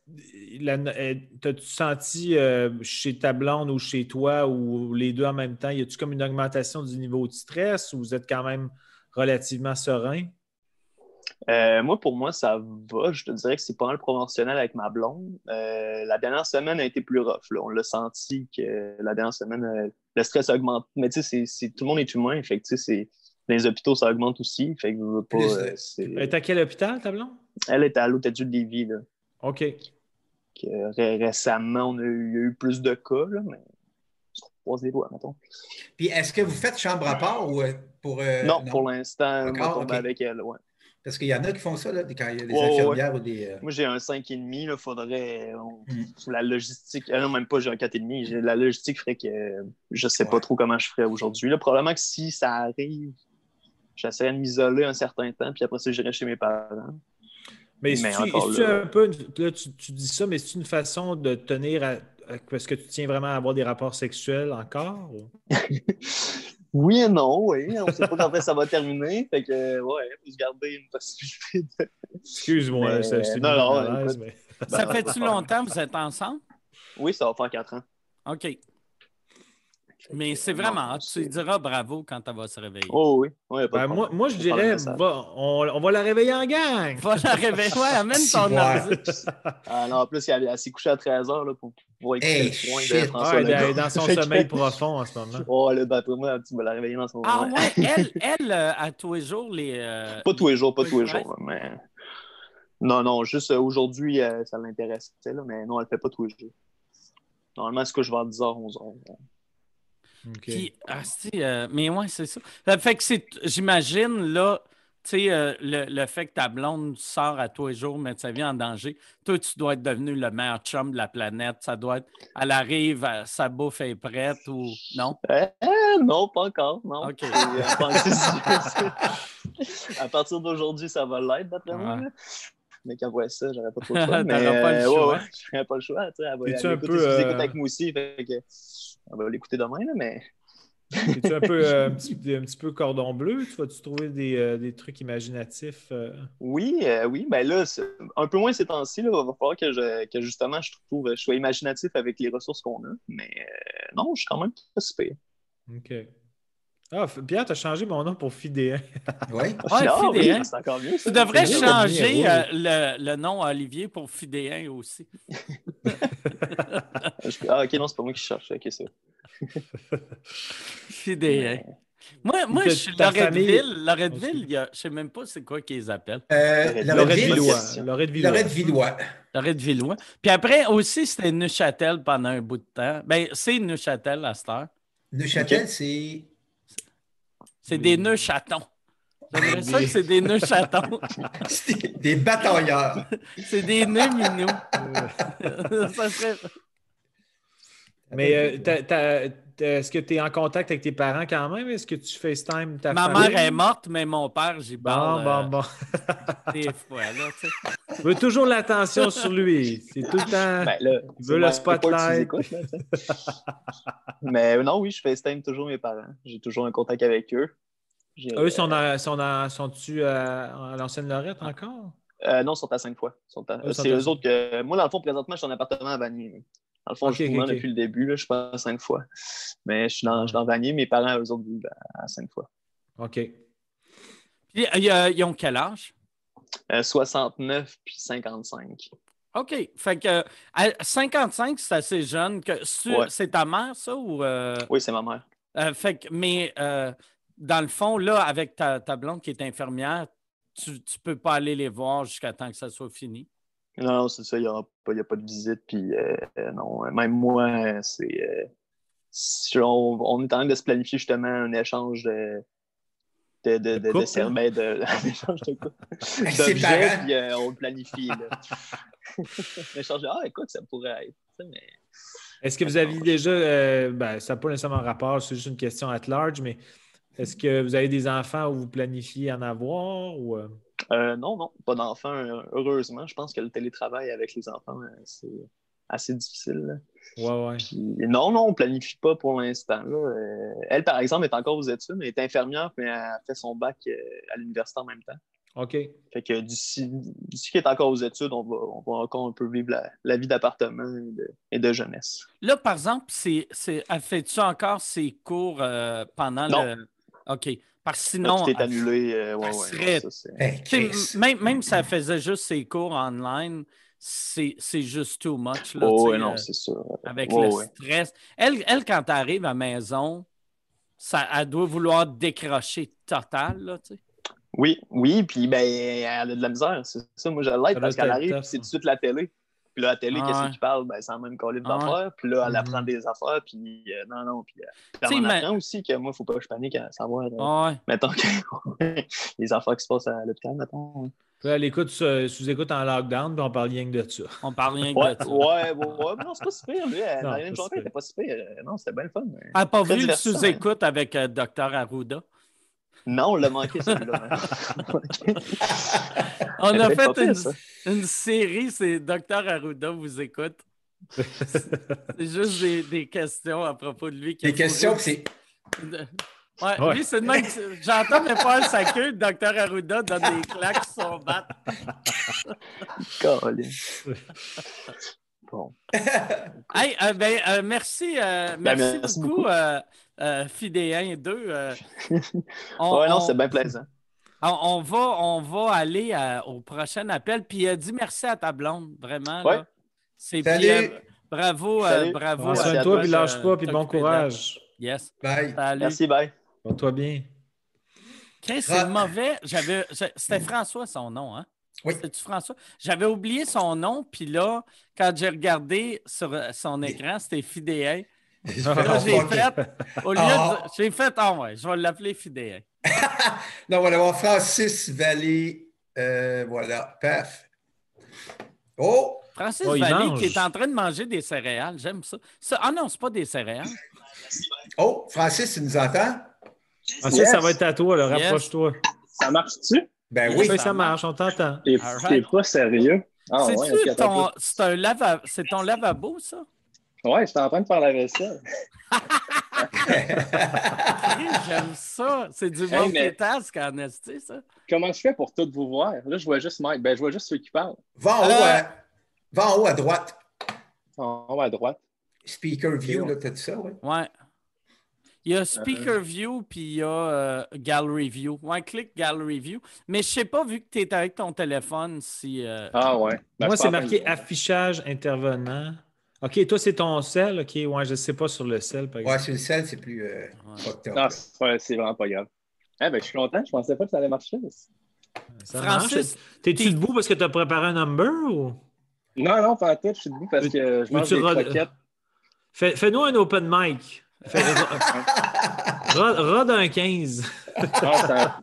la- euh, T'as-tu senti euh, chez ta blonde ou chez toi ou les deux en même temps, y a-tu comme une augmentation du niveau de stress ou vous êtes quand même relativement serein?
Euh, moi, pour moi, ça va. Je te dirais que c'est pas mal proportionnel avec ma blonde. Euh, la dernière semaine a été plus rough. là. On l'a senti que la dernière semaine, euh, le stress augmente. Mais tu sais, c'est- c'est- tout le monde est humain. Fait que, tu sais, c'est- dans les hôpitaux, ça augmente aussi. Fait que, veux, veux pas,
Plus
euh,
de-
c'est-
Elle est à quel hôpital, ta blonde?
Elle est à l'hôtel du Lévis. Là.
OK.
Que ré- récemment, on a eu, il y a eu plus de cas, là, mais on se croise les doigts, mettons.
Puis est-ce que vous faites chambre à part ou euh, pour. euh,
non, pour l'instant, moi,
Encore?
tombé
Ok.
avec elle. ouais.
Parce qu'il y en a qui font ça, là, quand il y a des
Ouais, ouais,
infirmières ou des. euh,
Moi, j'ai un 5,5. Il faudrait. on-
Hmm.
Mm.
sous La logistique. Ah non, même pas, j'ai un 4,5. J'ai- La logistique ferait que euh, je sais pas
Ouais.
trop comment je ferais aujourd'hui. là. Probablement que si ça arrive, j'essaierais de m'isoler un certain temps, puis après ça, j'irai chez mes parents.
Mais,
Mais
est-ce
encore
que
là-
un peu. une- Là, tu, tu dis ça, mais c'est une façon de tenir à. à- Est-ce que tu tiens vraiment à avoir des rapports sexuels encore? ou-
Oui et non, oui. On sait pas quand est-ce que ça va terminer. Fait que, euh, ouais, faut se garder une possibilité de.
Excuse-moi,
Mais-
c'est c'est
non,
une
non,
malaise, mais-
Ben,
ça
on va
fait-tu
faire-
longtemps que vous êtes ensemble?
Oui, ça va faire 4 ans. euh,
OK. Mais c'est
non,
vraiment hot. Tu
c'est-
lui diras bravo quand elle va se réveiller.
Oh oui, oui, y a pas de
Ben, moi,
problème.
moi, je
Faut faire le
dirais,
message.
va- on, on va la réveiller en gang.
Va la réveiller. Ouais, amène
Si,
ton
ouais.
ordi.
Ah non, en plus, elle, elle s'est couchée à 13h pour pouvoir écouter
Hey,
le point
shit.
de François
Ouais,
Legault.
dans, dans son
Fait que-
sommeil profond en ce moment.
Oh, là, d'après moi, tu vas la réveiller dans son
Ah
sommeil.
ouais, elle, elle euh, à tous les jours, les. euh,
Pas tous les jours, pas tous les
Ouais.
jours, là, mais... Non, non, juste euh, aujourd'hui, euh, ça l'intéressait, là, mais non, elle le fait pas tous les jours. Normalement, elle se couche vers 10h, 11h.
OK.
Puis, ah, si, euh, mais ouais, c'est ça. Euh, Fait que c'est, j'imagine, là, tu sais, euh, le, le fait que ta blonde sort à tous les jours, mettre sa vie en danger, toi, tu dois être devenu le meilleur chum de la planète. Ça doit être, elle arrive, euh, sa bouffe est prête ou non?
Euh, euh, non, pas encore, non.
OK.
Et, euh, je pense que- à partir d'aujourd'hui, ça va l'être, d'après moi.
Ouais.
là. Mais quand voit ça, j'aurais pas trop le choix. mais,
T'auras pas le
euh,
choix.
ouais, ouais, j'aurais pas le choix. Tu sais, elle va elle
T'es-tu un
écoute
peu,
ce qu'ils
euh,
écoutent avec moi aussi. Fait que, on va l'écouter demain, là, mais
Es-tu un peu, euh, un, petit, un petit peu cordon bleu? Tu vas-tu trouver des, euh, des trucs imaginatifs? euh?
oui, euh, oui. Ben là, c'est- un peu moins ces temps-ci, là, va falloir que, je, que justement, je trouve, je sois imaginatif avec les ressources qu'on a. Mais euh, non, je suis quand même pas si pire.
OK. Ah, F- Pierre, t'as changé mon nom pour Fidéen.
Oui.
Ouais,
Ah, oui,
Fidéen.
c'est encore mieux.
Tu
ça.
devrais
c'est
C'est-
bien.
changer euh,
Ouais.
le, le nom à Olivier pour Fidéen aussi.
Je- Ah, ok, non, c'est pas moi qui cherche. Ok, c'est
Fidéen. Moi, moi
Ta-
je suis
ta
Loretteville.
famille-
Loretteville, il y a- je sais même pas c'est quoi qu'ils appellent.
Euh,
Lorette
Lorette
Lorette
Villois.
Villois.
Lorette Villois.
Lorette Villois.
Loretteville, Puis après aussi, c'était Neuchâtel pendant un bout de temps. Ben, c'est Neuchâtel à cette heure.
Neuchâtel, c'est.
C'est
Des-
des nœuds chatons. J'aimerais ça que c'est des nœuds chatons.
c'est des- des batailleurs.
C'est des nœuds minous. Ça serait-
Mais euh, t'as- t'as- t'as- est-ce que tu es en contact avec tes parents quand même? Est-ce que tu FaceTime ta
Ma
famille?
mère est morte, mais mon père, j'y
Bon,
parle
bon, bon.
euh, des fois. là, tu sais.
Il veut toujours l'attention sur lui. C'est tout le temps.
Ben là,
Il
c'est
veut
moi,
le
c'est pas que tu
spotlight.
les écoutes, là, tu sais. Mais non, oui, je FaceTime toujours mes parents. J'ai toujours un contact avec eux. J'ai-
Ah, Eux, sont,
euh,
en- sont, en- sont-tu euh, à, à l'ancienne Lorette
Ah.
encore?
Euh, non, ils sont à cinq fois. Ils sont à-
Eux sont
c'est
à
eux
cinq.
autres que. Moi, dans le fond, présentement, je suis en appartement à Vanier. là. Dans le fond,
Ok,
je suis
ok, ok.
depuis le début, là, je suis pas à cinq fois. Mais je suis dans, je suis dans Vanier, mes parents, eux autres, vivent à, à cinq fois.
OK.
Puis, euh, y a- ils ont quel âge?
Euh, 69 puis 55.
OK. Fait que euh, à 55, c'est assez jeune. Que, c'est,
Ouais.
c'est ta mère, ça? Ou, euh,
Oui, c'est ma mère.
euh, fait que, mais euh, dans le fond, là, avec ta, ta blonde qui est infirmière, tu ne peux pas aller les voir jusqu'à temps que ça soit fini.
Non, non, c'est ça, il n'y a, pas- il y a pas de visite. Puis euh, euh, non, euh, même moi, euh, c'est. euh, si on, on est en train de se planifier justement un échange de. De, de,
De
de, de,
couple,
ser-
hein?
ben, de- un échange de couple.
Avec ses
D'objets,
parents.
puis euh, on le planifie. Là. un échange de, ah, écoute, ça pourrait être. ça, Mais...
Est-ce que vous aviez déjà, euh, ben, ça n'a pas nécessairement rapport, c'est juste une question at large, mais est-ce que vous avez des enfants où vous planifiez en avoir? Ou, euh,
Euh, non, non, pas d'enfants, euh, heureusement. Je pense que le télétravail avec les enfants, euh, c'est assez difficile. là.
Ouais, ouais.
Puis, non, non, on ne planifie pas pour l'instant. là. Euh, elle, par exemple, est encore aux études, elle est infirmière, mais elle fait son bac euh, à l'université en même temps.
OK.
Fait que d'ici d'ici qu'elle est encore aux études, on va, on va encore un peu vivre la, la vie d'appartement et de, et de jeunesse.
Là, par exemple, c'est, c'est, elle fait-tu encore ses cours euh, pendant
Non.
le. OK. Parce que
Là,
sinon.
tout est
elle-
annulé. euh, ouais,
elle
ouais,
serait-
ouais, ça, c'est-
Hey,
tu sais,
Chris.
Même, même si elle faisait juste ses cours online, c'est, c'est juste too much. Là,
Oh,
tu sais,
ouais, non,
euh,
c'est sûr.
avec
Ouais,
le
ouais.
stress. Elle, elle, quand elle arrive à la maison, ça, elle doit vouloir décrocher total. Là, tu sais.
Oui, oui, puis ben, elle a de la misère, c'est ça. Moi, je l'aide
Ça
parce
doit
qu'elle
être
arrive,
tough,
puis c'est
ça.
tout de suite la télé. Puis là, la télé,
Ah
qu'est-ce
ouais.
qui parle? Ben, c'est la même colline
Ah ouais.
d'affaires. Puis là, elle
Mhm.
apprend des affaires, puis euh, non, non. Puis, euh, puis
Tu sais,
elle m'en
ma-
apprend aussi que moi, faut pas que je panique à savoir, euh,
Ah ouais.
mettons, que les affaires qui se passent à l'hôpital, mettons. hein.
Puis elle écoute, euh, sous-écoute en lockdown, puis on parle rien que de ça.
On parle rien que
Ouais,
de ça.
ouais, ouais, ouais, mais non, c'est pas si pire, lui. euh,
Non,
Marlène
c'est pas si
Jonquin,
pire.
était pas si pire. euh, Non, c'était bien le fun. mais-
Elle n'a Ah, pas
Très
vu le
divertissant. hein.
sous-écoute avec euh, Dr. Arruda.
Non, on l'a manqué, celui-là.
On a
Peut-être
fait
pas pire,
une,
ça.
une série, c'est Docteur Arruda vous écoute. C'est juste des, des questions à propos de lui. qu'il
Les
a
questions,
posées.
c'est.
Ouais,
Ouais.
Lui, c'est le même. que- J'entends mes faire sa queue, Docteur Arruda donne des claques sur son bat.
hein. Colin. Bon.
Hey, euh, ben, euh, merci, euh, merci,
Ben, merci
beaucoup,
beaucoup.
euh, euh, Fidéen 2. euh, on-
Ouais, non,
on-
c'est bien plaisant.
on- on va, on va aller euh, au prochain appel. Puis euh, dis merci à ta blonde, vraiment.
Ouais.
là. C'est
Salut.
puis, euh, bravo, euh,
Salut.
bravo.
Prends
Ouais,
à
soin
c'est
de
à
toi,
toi,
puis
euh,
lâche pas, puis bon
t'occuper
courage.
Yes.
Bye.
Salut.
Merci, bye.
Porte-toi bien.
Chris, c'est
Ra-
mauvais. J'avais, c'est- c'était François son nom, hein?
Oui.
C'est-tu François? J'avais oublié son nom, puis là, quand j'ai regardé sur euh, son écran, c'était Fidéen. Là, j'ai fait, au lieu de-
Ah.
j'ai fait, ah ouais, je vais l'appeler Fidéen.
non, on va avoir Francis Vallée. Euh, voilà, paf. Oh!
Francis
Oh, il
Vallée
mange.
qui est en train de manger des céréales, j'aime ça. Ça- Ah non, c'est pas des céréales.
Oh, Francis, tu nous entends?
Ensuite, ça va être à toi, là.
Yes.
rapproche-toi.
Ça marche-tu?
Ben
Yes.
oui.
Oui,
ça
ça marche, on t'entend.
T'es
All
t'es
right.
pas sérieux? Ah,
Ah, C'est-tu
ouais, ok, attends un
ton, c'est un lava- c'est ton lavabo, ça?
peu. ouais, j'étais en train de faire la vaisselle.
Chris, j'aime ça. C'est du
Hey, mais-
multitask en esti, ça.
Comment je fais pour tout vous voir? Là, je vois juste Mike. Ben, je vois juste ceux qui parlent.
Va en, haut
Euh.
à, va en haut à droite.
En haut à droite.
Speaker view,
Ok,
là, t'as dit ça, oui?
Ouais. Il
Euh,
y a Speaker View, puis il y a euh, Gallery View. Ouais, clique Gallery View. Mais je sais pas, vu que tu es avec ton téléphone, si. euh,
Ah, ouais. Ben,
Moi,
je
c'est
parle
marqué
pas.
affichage intervenant. OK, toi, c'est ton sel. OK, ouais, je ne sais pas sur le sel,
Ouais,
par exemple.
sur le sel, c'est plus euh,
Ouais.
fucked up.
Non, c'est ouais, c'est vraiment pas grave. Eh ben, je suis content. Je pensais pas que ça allait marcher.
Ça
Francis,
marche. T'es-tu
t'es-
debout parce que tu as préparé un number ou.
Non, non, pas en tout. Je suis debout parce que je mange
Veux-tu
des
re-
croquettes.
Fais- Fais-nous un open mic. Fais- Rod rod un 15.
Ah, ça-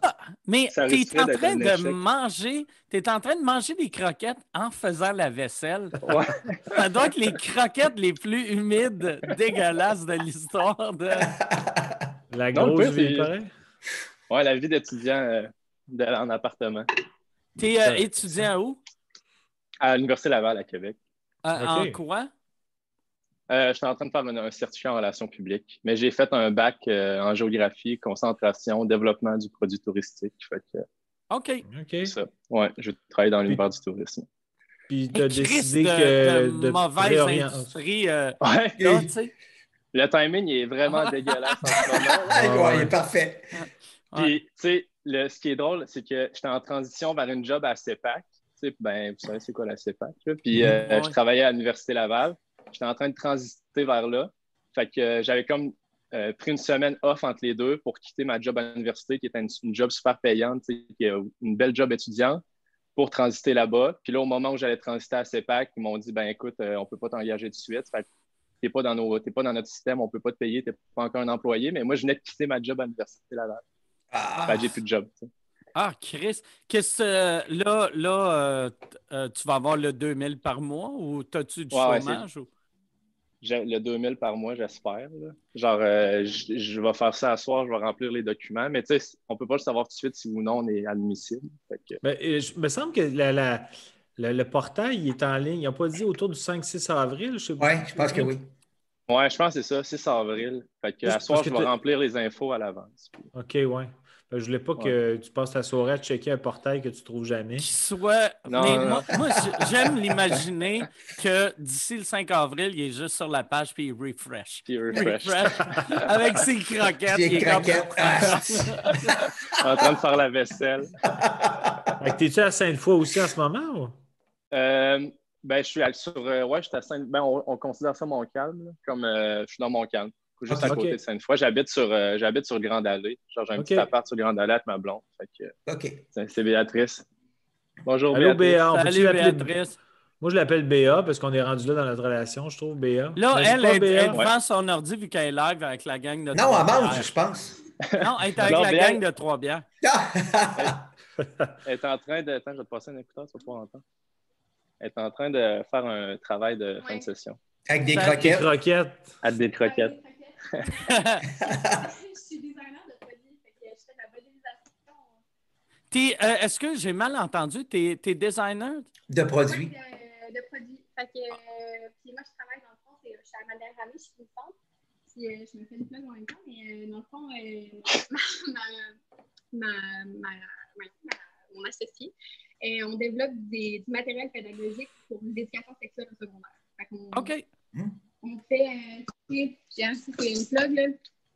Mais
ça
tu es
risquerait
en
d'être
train
un
de
échec.
manger. Tu en train de manger des croquettes en faisant la vaisselle.
ouais.
Ça doit être les croquettes les plus humides, dégueulasses de l'histoire. De... euh,
La
Non, le
grosse
pire, c'est-
vie, pareil.
ouais, la vie d'étudiant euh, de- en appartement
T'es euh, étudiant où?
à l'Université Laval à Québec.
Euh,
Ok.
En quoi?
Euh, je suis en train de faire un, un certificat en relations publiques, mais j'ai fait un bac euh, en géographie, concentration, développement du produit touristique. Fait que, euh,
OK.
OK.
c'est ça. Ouais, je travaille dans l'univers du tourisme.
Puis tu as
Chris
décidé
de,
que.
de
de
mauvaise
réorient-
industrie. euh,
Ouais,
là, tu sais.
le timing il est vraiment dégueulasse en ce moment. là.
Hey, ouais,
Ah, ouais.
il est parfait.
Puis, tu sais, le- ce qui est drôle, c'est que j'étais en transition vers une job à CEPAC. Tu sais, ben, vous savez, c'est quoi la CEPAC? là? Puis, euh,
Ouais.
je travaillais à l'Université Laval. J'étais en train de transiter vers là. Fait que euh, j'avais comme euh, pris une semaine off entre les deux pour quitter ma job à l'université, qui était une, une job super payante, tu sais, qui est une belle job étudiante, pour transiter là-bas. Puis là, au moment où j'allais transiter à CEPAC, ils m'ont dit, ben, écoute, euh, on peut pas t'engager tout de suite. Fait que t'es pas dans nos, t'es pas dans notre système, on peut pas te payer, t'es pas encore un employé. Mais moi, je venais de quitter ma job à l'Université Laval.
Ah,
Fait
Ben,
que j'ai plus de job. tu sais.
Ah, Chris, qu'est-ce que là, là euh, t- euh, tu vas avoir le 2000 par mois ou t'as-tu du
Ouais, ouais,
chômage? ou-
J'ai- le 2000 par mois, j'espère. là. Genre, euh, je je vais faire ça à soir, je vais remplir les documents, mais tu sais, on peut pas le savoir tout de suite si ou non on est admissible. Fait que-
Ben, euh, je- me semble que la, la- Le, le portail, il est en ligne. Il n'a pas dit autour du 5-6 avril, je sais pas.
Oui, je pense que oui.
Ouais, je pense que c'est ça, 6 avril. Fait que,
Juste
à soir,
parce
je
que
vais
t'as-
remplir les infos à l'avance.
OK, oui. Je ne voulais pas que tu passes ta soirée à checker un portail que tu ne trouves jamais.
Qu'il soit.
Non,
mais
non,
moi, moi, j- j'aime l'imaginer que d'ici le 5 avril, il est juste sur la page puis il refresh.
Puis refresh.
Refresh. Avec ses croquettes.
J'ai
il est comme-
craquette.
en train de faire la vaisselle.
Fait que t'es-tu à Sainte-Foy aussi en ce moment? ou?
Euh, ben, je suis à- sur. euh, ouais, je suis à Sainte. Ben, on, on considère ça mon calme, là, comme euh, je suis dans mon calme, juste à
Ah, Ok.
côté de Sainte-Foy. J'habite sur, euh, j'habite sur Grande Allée. Genre, j'ai un
Ok.
petit appart sur Grande Allée avec ma blonde. Fait que, euh,
OK.
c'est- c'est Béatrice. Bonjour,
Allô,
Béatrice.
Béa. on peut-tu
Salut,
l'appeler-
Béatrice.
Moi, je l'appelle Béa parce qu'on est rendu là dans notre relation, je trouve, Béa.
Là,
Imagine
elle,
pas,
elle, elle
Béa.
vend son ordi vu qu'elle est live avec la gang de
Non, à
Trois-Bières.
mange, je pense.
Non, elle est avec
Non,
la
mais
gang
elle-
de Trois-Bières.
Ah!
Elle est en train de. Attends, je vais te passer un écouteur, tu vas pouvoir entendre. Elle est en train de faire un travail de fin
Oui.
de session.
Avec des
Ça-
Des
croquettes.
croquettes.
À des croquettes.
Je suis designer de folie, fait que je fais de la modélisation.
T'es, euh, Est-ce que j'ai mal entendu? T'es es designer?
De
Oui.
produits.
De, de produits. euh, Fait que, euh, puis moi, je travaille dans le fond, c'est- je suis à Madame Ramé, je suis une femme. Puis euh, je me fais une plug en même temps, mais euh, dans le fond, euh, ma, ma, ma, ma- ma- mon associé, euh, on développe des, du matériel pédagogique pour l'éducation sexuelle au secondaire. Fait qu'on-
OK.
on fait euh, tu sais, j'ai un- c'est une plug, là.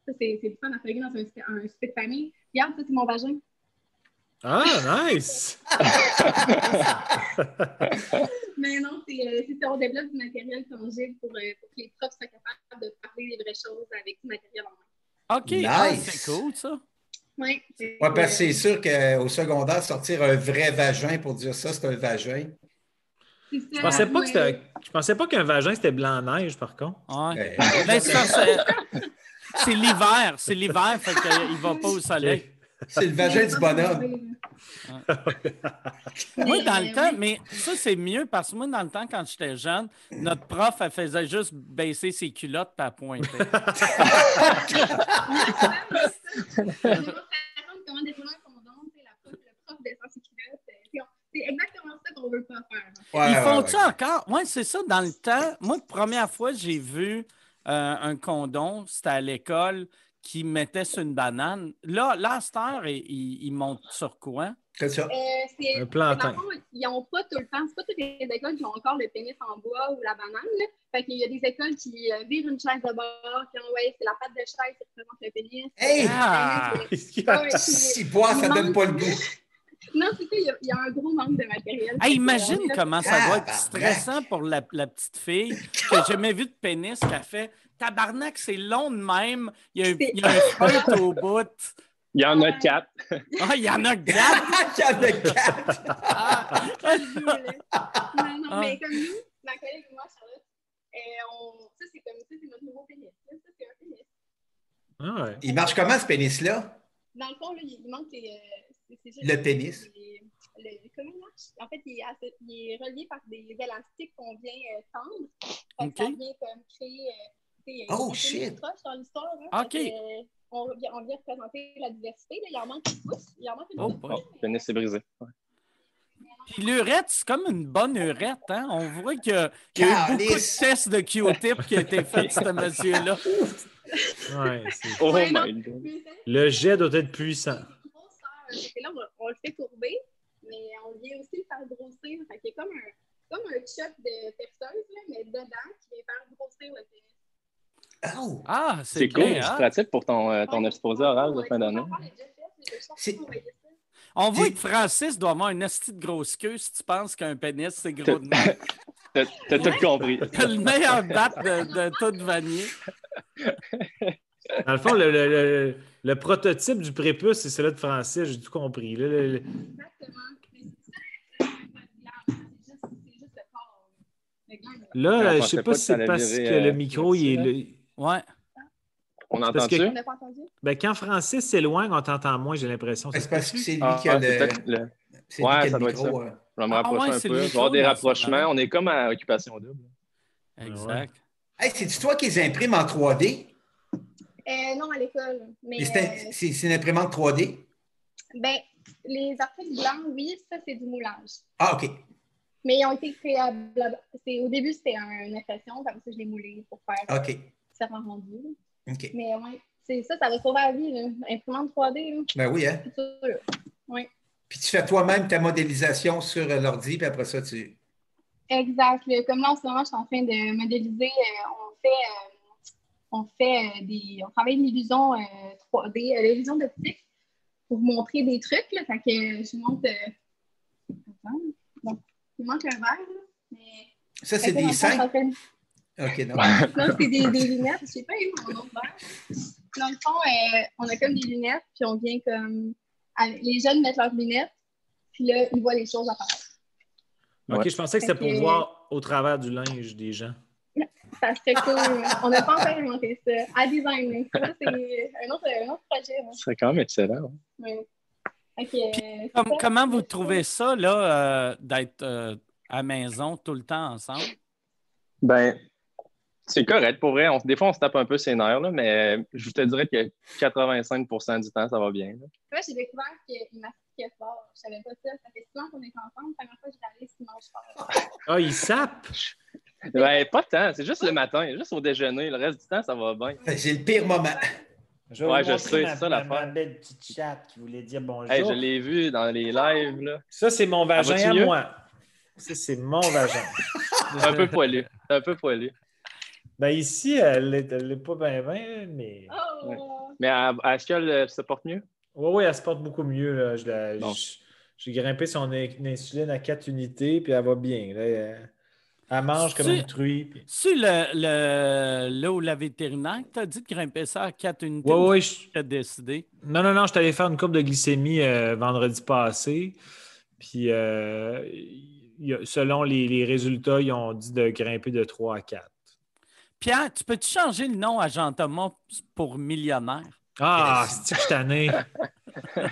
Ça, c'est c'est du fun à plugger dans un, un souper de famille. Regarde, ça, c'est mon vagin.
Ah, nice!
Mais non, c'est euh, c'est ça, on développe du matériel tangible pour, euh, pour que les profs soient capables de parler des vraies choses avec du matériel en main.
OK. Ah,
Nice.
c'est cool, ça.
Oui.
Ouais, parce que c'est sûr qu'au secondaire, sortir un vrai vagin pour dire ça, c'est un vagin.
Je pensais pas que c'était- je pensais pas qu'un vagin, c'était blanc-neige, par contre.
Ouais.
Euh,
Ben, ça, c'est c'est l'hiver. C'est l'hiver, fait qu'il ne va pas au soleil.
C'est le vagin du bonhomme.
Moi, dans le temps, mais ça, c'est mieux parce que moi, dans le temps, quand j'étais jeune, notre prof, elle faisait juste baisser ses culottes puis elle pointait.
Une autre façon de comment dérouler un condom, c'est la prof, le prof descend ses culottes. euh, tu sais, on- C'est exactement ça qu'on veut pas faire.
Ouais,
Ils
ouais,
font
ouais.
ça encore? Oui, c'est ça. Dans le temps, moi, la première fois, j'ai vu euh, un condom, c'était à l'école, qui mettait sur une banane. Là, là, à cette heure, il, il- il monte sur quoi?
Comme ça.
Euh, c'est-
Un plantain.
dans le fond, Ils n'ont pas tout le temps. C'est pas toutes les écoles qui ont encore le pénis en bois ou la banane. Là. Fait qu'il y a des écoles qui euh, virent une chaise de bord, qui ont, ouais, c'est la patte de chaise qui représente le pénis. Euh,
Hey!
Ah!
Qu'est-ce qu'il y a?
Ouais,
Si boire, ça donne pas le goût.
Non, c'est ça, il y a- il y, a un gros manque de matériel.
Hey, imagine
On est là-
comment ça doit être
Tabarnak.
stressant pour la, la petite fille qui n'a jamais vu de pénis qu'elle fait. Tabarnak, c'est long de même. Il y a, il y a un feutre au bout.
Il y en a quatre.
Ah, il y en a quatre.
Il y en a quatre.
Non, non,
Ah.
mais comme nous, ma collègue et moi, Charlotte, euh, on... ça, c'est comme ça, c'est notre nouveau pénis. Ça, ça, c'est un pénis.
Ah, ouais.
Il marche comment, ce pénis-là?
Dans le fond, là, il il manque les. euh, c'est- c'est juste-
Le pénis.
les- le- comment il marche? En fait, il est, asso- il est relié par des élastiques qu'on vient euh, tendre. Fait que Ça
Ok.
vient comme créer. euh, tu sais,
Oh,
un pénis
shit.
proche dans l'histoire. là.
Ok.
Fait que, euh, on, vient- on vient représenter la diversité. Là. Il en manque une pouce. Il en manque une
Oh,
pouce.
boy.
Oh, le pénis est brisé.
Puis l'urette, c'est comme une bonne urette. Hein? On voit qu'il y a, il y a eu beaucoup
Calice.
de tests de Q-tip qui ont été faits sur ce monsieur-là.
Ouais, c'est-
Oh
Ouais, non.
my god.
Mais ça,
le jet doit être puissant.
c'est grosseur. Fait que là, on, on le fait courber, mais on vient aussi le faire grossir. Fait qu'il y a comme un, comme un choc de perceuse, là, mais dedans, qui vient faire grossir le pénis.
Oh!
Ah, c'est
C'est cool,
bien,
c'est
hein?
pratique pour ton, euh, ton
Ouais,
exposé
on-
oral
on
de fin
va
d'année.
faire les jet sets, mais je pense
C'est-
qu'on va essayer ça.
On voit
Puis-
que Francis doit avoir une hostie de grosse queue si tu penses qu'un pénis, c'est gros de même.
T'as t'as tout compris.
T'as le meilleur bat de, de tout Vanier.
Dans le fond, le, le- le- le prototype du prépuce, c'est celui de Francis, j'ai tout compris. là, le- le-
Exactement. Mais c'est ça, c'est pas de glace, c'est juste- c'est juste le corps. Le gland, il-
Là,
Mais on
je ne
pensait
sais
pas
pas
que
si c'est
t'allais
parce
virer,
que
euh,
le micro, il est. le-
Ouais.
On
parce
entend-tu?
que-
On l'a pas entendu?
Ben, quand Francis s'éloigne, on t'entend moins, j'ai l'impression.
C'est parce que c'est lui
Ah,
qui a
c'est
le,
peut-être le-
c'est lui
Ouais,
qui a
ça
le
doit être
micro. euh.
Je vais me
Ah,
rapprocher
ouais,
un
c'est
peu.
le
Je vais avoir
micro
des
dans ce
rapprochements.
moment-là.
On est comme à occupation double.
Exact.
Hey, c'est-tu toi qui les imprimes en 3D?
Euh, non, à l'école. Mais,
Mais c'est
euh,
un- C'est c'est une imprimante 3D?
ben, les articles blancs, oui, ça, c'est du moulage.
Ah, OK.
Mais ils ont été créés à blabla. c'est- Au début, c'était un- une impression, comme ça, je l'ai moulé pour faire euh,
OK.
différents rendus.
OK.
Mais ouais, c'est ça, ça va sauver la vie, là. imprimante 3D. là.
Ben oui, hein?
C'est sûr. Oui,
Puis tu fais toi-même ta modélisation sur euh, l'ordi, puis après ça, tu.
exact. là. Comme là, en ce moment, je suis en train de modéliser. euh, on fait, euh, on fait euh, des, on travaille l'illusion euh, 3D, euh, l'illusion d'optique pour montrer des trucs. Là. Fait que euh, je vous montre. euh, attends. Bon, il manque un verre. là. Mais...
Ça, c'est
Fait que
des
dans le fond, je suis en
scènes.
train de
OK, non.
Là, c'est des, des lunettes. Je sais pas, il est où mon autre verre? Dans le fond, euh, on a comme des lunettes, puis on vient comme. à- Les jeunes mettent leurs lunettes, puis là, ils voient les choses apparaître.
OK,
Ouais.
je pensais que c'était pour
Ok.
voir au travers du linge des gens.
Ça serait cool. on n'a pas encore inventé ça. À design, ça, c'est un autre, un autre projet. hein.
serait quand même excellent.
Ouais. Fait que, euh, ça,
comment vous trouvez ça, là, euh, d'être euh, à maison tout le temps ensemble?
Ben, c'est correct. Pour vrai, on- des fois, on se tape un peu ses nerfs, là, mais je te dirais que 85 du temps, ça va bien. là.
Tu vois, j'ai découvert qu'il m'astiquait fort. Je savais pas ça. Ça fait souvent qu'on est ensemble. La première fois que je l'allais, il mange fort.
Ah, il sape?
Ben, pas tant. C'est juste le matin, juste au déjeuner. Le reste du temps, ça va bien.
C'est le pire moment.
vais
ouais,
vous
je
montrer
sais,
ma-
c'est ça
ma-
l'affaire.
ma belle petite chatte qui voulait dire bonjour.
Hey, je l'ai vu dans les lives. Là.
Ça, c'est mon vagin
Ah, vas-tu
à
mieux?
moi. Ça, c'est mon vagin.
un peu poilu. Un peu poilu.
Ben ici, elle est, elle est pas bien, mais.
Oh!
Mais à- à est-ce qu'elle euh, se porte mieux?
Oui, oui, elle se porte beaucoup mieux. là. Je la-
Bon.
je- J'ai grimpé son in- insuline à 4 unités, puis elle va bien. là. Elle, elle mange comme
C'est-
une truie. puis-
C'est le, le, là où la vétérinaire, t'as dit de grimper ça à 4 unités.
Ouais,
ou
ouais, je-
t'as décidé.
Non, non, non, je suis allé faire une courbe de glycémie euh, vendredi passé. Puis, euh, il y a- selon les, les résultats, ils ont dit de grimper de 3 à 4.
Pierre, tu peux-tu changer le nom à Jean-Thomas pour millionnaire?
Ah, c'est-tu que je suis tanné?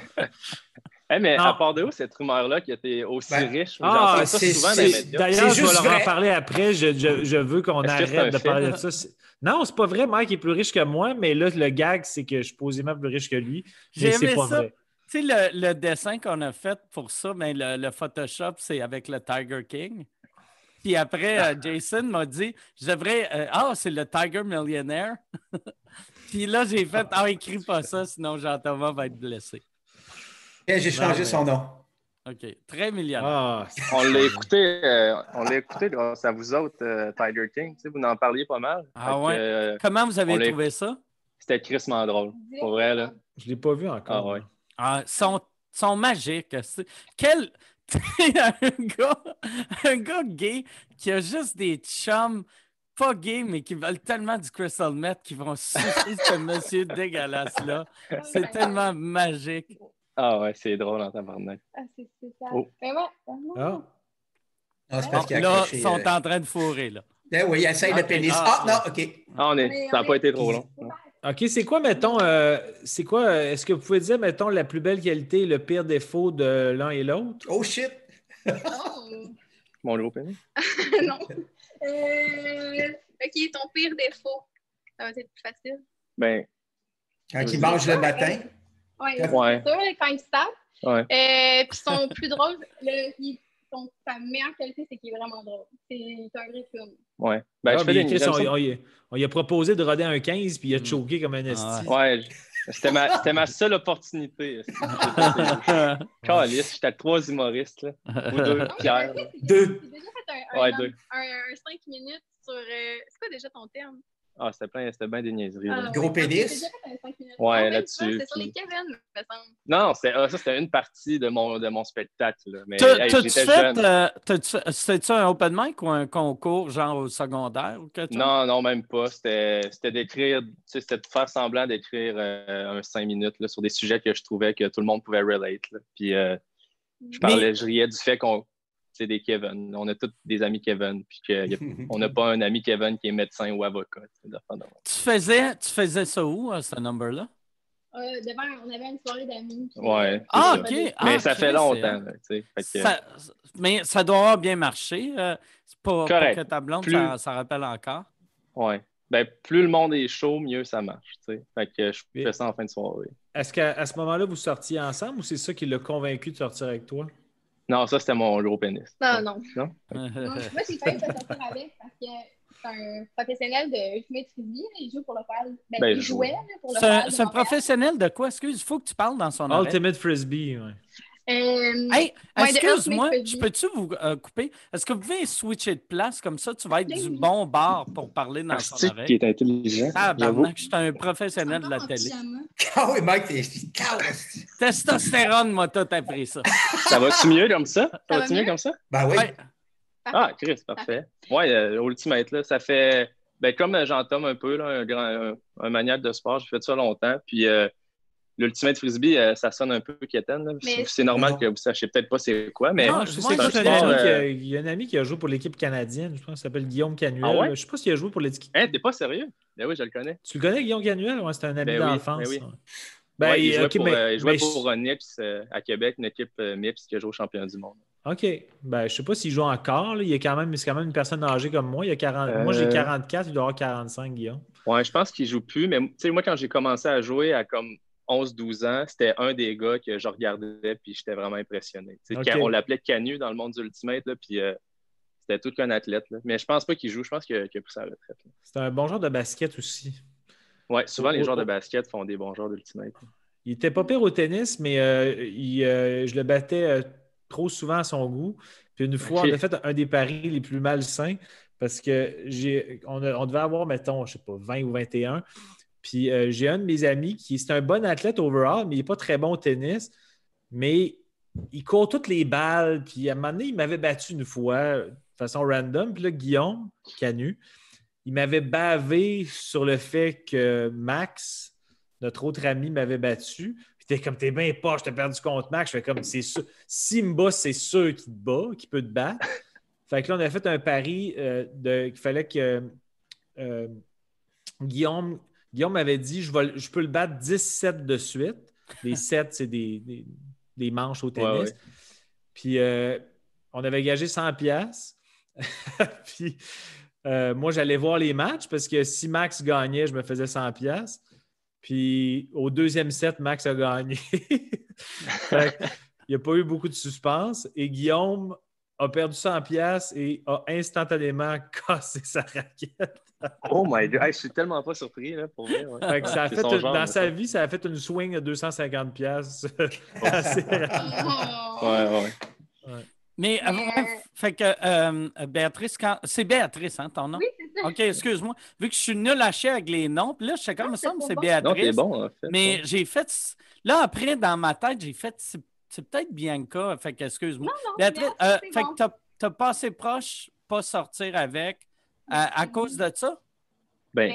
Hey, mais
Non.
à part de où cette rumeur-là qui était aussi
Ben,
riche?
Ah,
J'entends ça
c'est-
souvent dans
c'est-
les médias.
D'ailleurs,
C'est
je vais
juste
leur en
vrai.
parler après. Je, je- je veux qu'on
Est-ce que c'est
arrête
un
de parler
film?
de ça. C'est- Non, c'est pas vrai. Mike est plus riche que moi, mais là, le gag, c'est que je suis posément plus riche que lui.
J'ai
Mais c'est
aimé
pas
ça.
vrai.
Tu sais, le, le dessin qu'on a fait pour ça, mais le, le Photoshop, c'est avec le Tiger King. Puis après, euh, Jason m'a dit, je devrais. euh, Ah, c'est le Tiger Millionaire. Puis là, j'ai fait, ah, écris pas ça, sinon Jean-Thomas va être blessé. Ben,
Eh, J'ai changé
mais-
son nom.
OK. Très millionnaire.
Ah,
On l'a écouté, euh, on l'a écouté grâce à vous autres, euh, Tiger King. Tu sais, vous en parliez pas mal.
Ah
Fait que,
ouais?
euh,
Comment vous avez
on l'a-
trouvé ça?
C'était crissement drôle. Pour vrai, là.
Je l'ai pas vu encore.
Ah ouais.
Ah, sont, sont magiques. c'est- Quel. un, gars, un gars gay qui a juste des chums pas gays, mais qui veulent tellement du crystal meth qu'ils vont sucer ce monsieur dégueulasse-là. C'est tellement magique.
Ah ouais, c'est drôle en tabarnak.
Ah, c'est c'est ça.
Oh.
Mais Ben ouais, vraiment.
Non, Ah, c'est parce
Bon,
qu'il a
là,
accroché,
ils sont
euh,
en train de fourrer. Là.
Ben oui, il essaye le
Ok,
pénis.
ah,
Ah, non, OK.
Ah, on est-
Mais
Ça n'a
on
pas
est-
été trop long.
OK, c'est quoi, mettons, euh, c'est quoi, euh, est-ce que vous pouvez dire, mettons, la plus belle qualité et le pire défaut de l'un et l'autre?
Oh shit!
Oh.
Mon gros pénis.
non. Euh, ok, ton pire défaut. Ça va être plus facile.
Ben,
Quand il Hein, mange le matin.
Oui,
Ouais.
c'est sûr, les quand ils se tapent.
ouais.
Euh, Puis son plus drôle, le, il- son, sa meilleure qualité, c'est qu'il est vraiment drôle. C'est il est un vrai clown.
Ouais. Ben,
Ah,
je fais
mais
des
Chris,
j'aime
on,
ça.
on y a- on y a proposé de roder un 15, puis il a choqué comme un esti.
Ouais, je- c'était ma, c'était ma seule opportunité. Calice, j'étais à trois humoristes, là. Ou deux, Euh, Pierre. là.
Deux.
J'ai déjà fait un, un,
Ouais,
homme-
deux.
un- un cinq minutes sur. euh, c'est quoi déjà ton terme?
Ah, c'était plein, c'était bien des niaiseries. là.
Ah,
Gros
ouais.
pénis?
J'ai déjà fait un cinq minutes.
Ouais,
Ah,
là-dessus,
tu vois, C'est sur
puis-
les Kevin, me semble.
Non, c'est- ah, ça, c'était une partie de mon, de mon spectacle. là. Mais
T'as-
hey,
T'as-tu
j'étais
fait.
jeune.
euh, t'as-tu fait- C'était-tu un open mic ou un concours, genre au secondaire ou quelque chose?
Non, non, même pas. C'était c'était d'écrire, tu sais, c'était de faire semblant d'écrire euh, un cinq minutes là, sur des sujets que je trouvais que tout le monde pouvait relate. là. Puis euh, je parlais, je riais du fait qu'on. C'est des Kevin. On a tous des amis Kevin. Puis que y a- on n'a pas un ami Kevin qui est médecin ou avocat. tu sais, des affaires de même.
Tu faisais, tu faisais ça où, euh, ce number-là?
Euh, devant, on avait une soirée d'amis. puis- euh,
Ouais. c'est
Ah,
ça.
ok.
Mais
Ah,
ça fait
Chris,
longtemps. là, tu sais. Fait que,
Ça- mais ça doit avoir bien marché. euh, c'est pas, pas
Correct.
que ta blonde,
Plus-
ça, ça rappelle encore.
ouais. Ben, plus le monde est chaud, mieux ça marche. tu sais. Fait que je fais ça en fin de soirée.
Est-ce qu'à à ce moment-là, vous sortiez ensemble ou c'est ça qui l'a convaincu de sortir avec toi?
Non, ça, c'était mon gros pénis.
Non, non.
Non?
Non, Moi, j'ai failli pas sortir avec parce que c'est un professionnel de fumée Trévy. Il joue pour le faire. Ben,
Ben,
il jouait là, pour le
C'est
faire.
un, c'est un professionnel de quoi? Excuse, il faut que tu parles dans son oreille.
Ultimate Frisbee, oui.
Euh,
Hey,
ouais, de
excuse-moi,
Earth Made
je
Frisbee.
peux-tu vous euh, couper? Est-ce que vous pouvez switcher de place? Comme ça, tu vas être
Oui.
du bon bord pour parler
Ah,
dans son
C'est qui
oreille.
est intelligent.
Ah,
j'avoue.
que je suis un professionnel de la
En
télé.
pyjama.
Ah oui, Mike, t'es. t'es-
Testostérone, moi, tout appris ça.
Ça va-tu mieux comme ça? Ça
va
va-tu mieux
mieux?
comme ça?
Ben oui.
Ouais.
Ah, Chris, parfait. Ouais, euh, Ultimate, là, ça fait. Ben, comme euh, j'entame un peu, là, un, grand, un, un maniaque de sport, j'ai fait ça longtemps. Puis euh, l'Ultimate Frisbee, euh, ça sonne un peu quétaine. là.
Mais-
C'est normal
Non.
que vous sachiez peut-être pas c'est quoi, mais.
Non,
Ah, je
je
sais
vois
que
un
j'ai un
sport,
ami qui a-
euh,
il y a un ami qui a joué pour l'équipe canadienne, je pense, il s'appelle Guillaume Canuel.
Ah ouais?
Je sais pas s'il a joué pour l'équipe.
Hein, t'es pas sérieux? Ben oui, je le connais.
Tu le connais, Guillaume Canuel? Ouais, c'est un ami
Ben oui,
d'enfance.
ben oui.
ouais.
Ouais,
Ben,
il jouait
ok,
pour,
mais-
euh, il jouait
mais-
pour, euh, Nips euh, à Québec, une équipe euh, Mips qui joue au championnat du monde.
OK. Ben, je sais pas s'il joue encore. là. Il est quand même, c'est quand même une personne âgée comme moi. Il a 40... Moi, j'ai
Euh.
44, il doit avoir 45, Guillaume.
Ouais, je pense qu'il joue plus, mais tu sais, moi, quand j'ai commencé à jouer à comme 11-12 ans, c'était un des gars que je regardais, puis j'étais vraiment impressionné. Tu sais,
Ok.
quand- On l'appelait Canu dans le monde du Ultimate, là, puis euh, c'était tout qu'un athlète. là. Mais je pense pas qu'il joue, je pense qu'il a, qu'il a pris sa retraite. là.
C'est un bon joueur de basket aussi.
Ouais, souvent,
Oh,
les
oh,
joueurs de
oh.
basket font des bons joueurs d'Ultimate.
Il était pas pire au tennis, mais euh, il, euh, je le battais euh, trop souvent à son goût. Puis une fois,
Ok.
on a fait un des paris les plus malsains parce que j'ai, on, a- on devait avoir, mettons, je sais pas, 20 ou 21. Puis euh, j'ai un de mes amis qui c'est un bon athlète overall, mais il n'est pas très bon au tennis. Mais il court toutes les balles. Puis à un moment donné, il m'avait battu une fois euh, de façon random. Puis là, Guillaume, Canu, il m'avait bavé sur le fait que Max, notre autre ami, m'avait battu. Puis t'es comme, t'es bien poche, t'as perdu contre Max. Je fais comme, c'est sûr. S'il me bat, c'est sûr qu'il te bat, qu'il peut te battre. Fait que là, on a fait un pari euh, de, qu'il fallait que euh, Guillaume, Guillaume m'avait dit, je, vais le- je peux le battre 17 de suite. Les 7, c'est des, des- des manches au tennis.
Ouais, ouais.
Puis euh, on avait gagé 100 pièces. Puis euh, moi, j'allais voir les matchs parce que si Max gagnait, je me faisais 100 pièces. Puis au deuxième set, Max a gagné. Fait que, il n'y a pas eu beaucoup de suspense. Et Guillaume a perdu 100 pièces et a instantanément cassé sa raquette.
Oh my god, Hey, je suis tellement pas surpris là, pour vrai. ouais.
Fait que ça a
C'est
fait
son
une-
genre,
dans
ça.
sa vie, ça a fait une swing de 250 pièces assez rapidement.
Oh.
Ouais, ouais.
Mais, euh,
Mais,
ouais, fait que, euh, Béatrice, quand... c'est Béatrice, hein, ton nom?
Oui, c'est ça.
OK, excuse-moi. Vu que je suis nul à chier avec les noms, puis là, je sais comme
Non,
ça, me semble que
c'est pas
c'est
Non, t'es
Béatrice.
bon, en fait.
Mais j'ai fait. Là, après, dans ma tête, j'ai fait. C'est c'est peut-être Bianca. Fait que, excuse-moi.
non,
Béatrice,
non,
euh,
c'est
fait
bon.
que t'as- t'as passé proche, pas sortir avec, euh, à,
Mm-hmm.
à cause de ça?
Ben,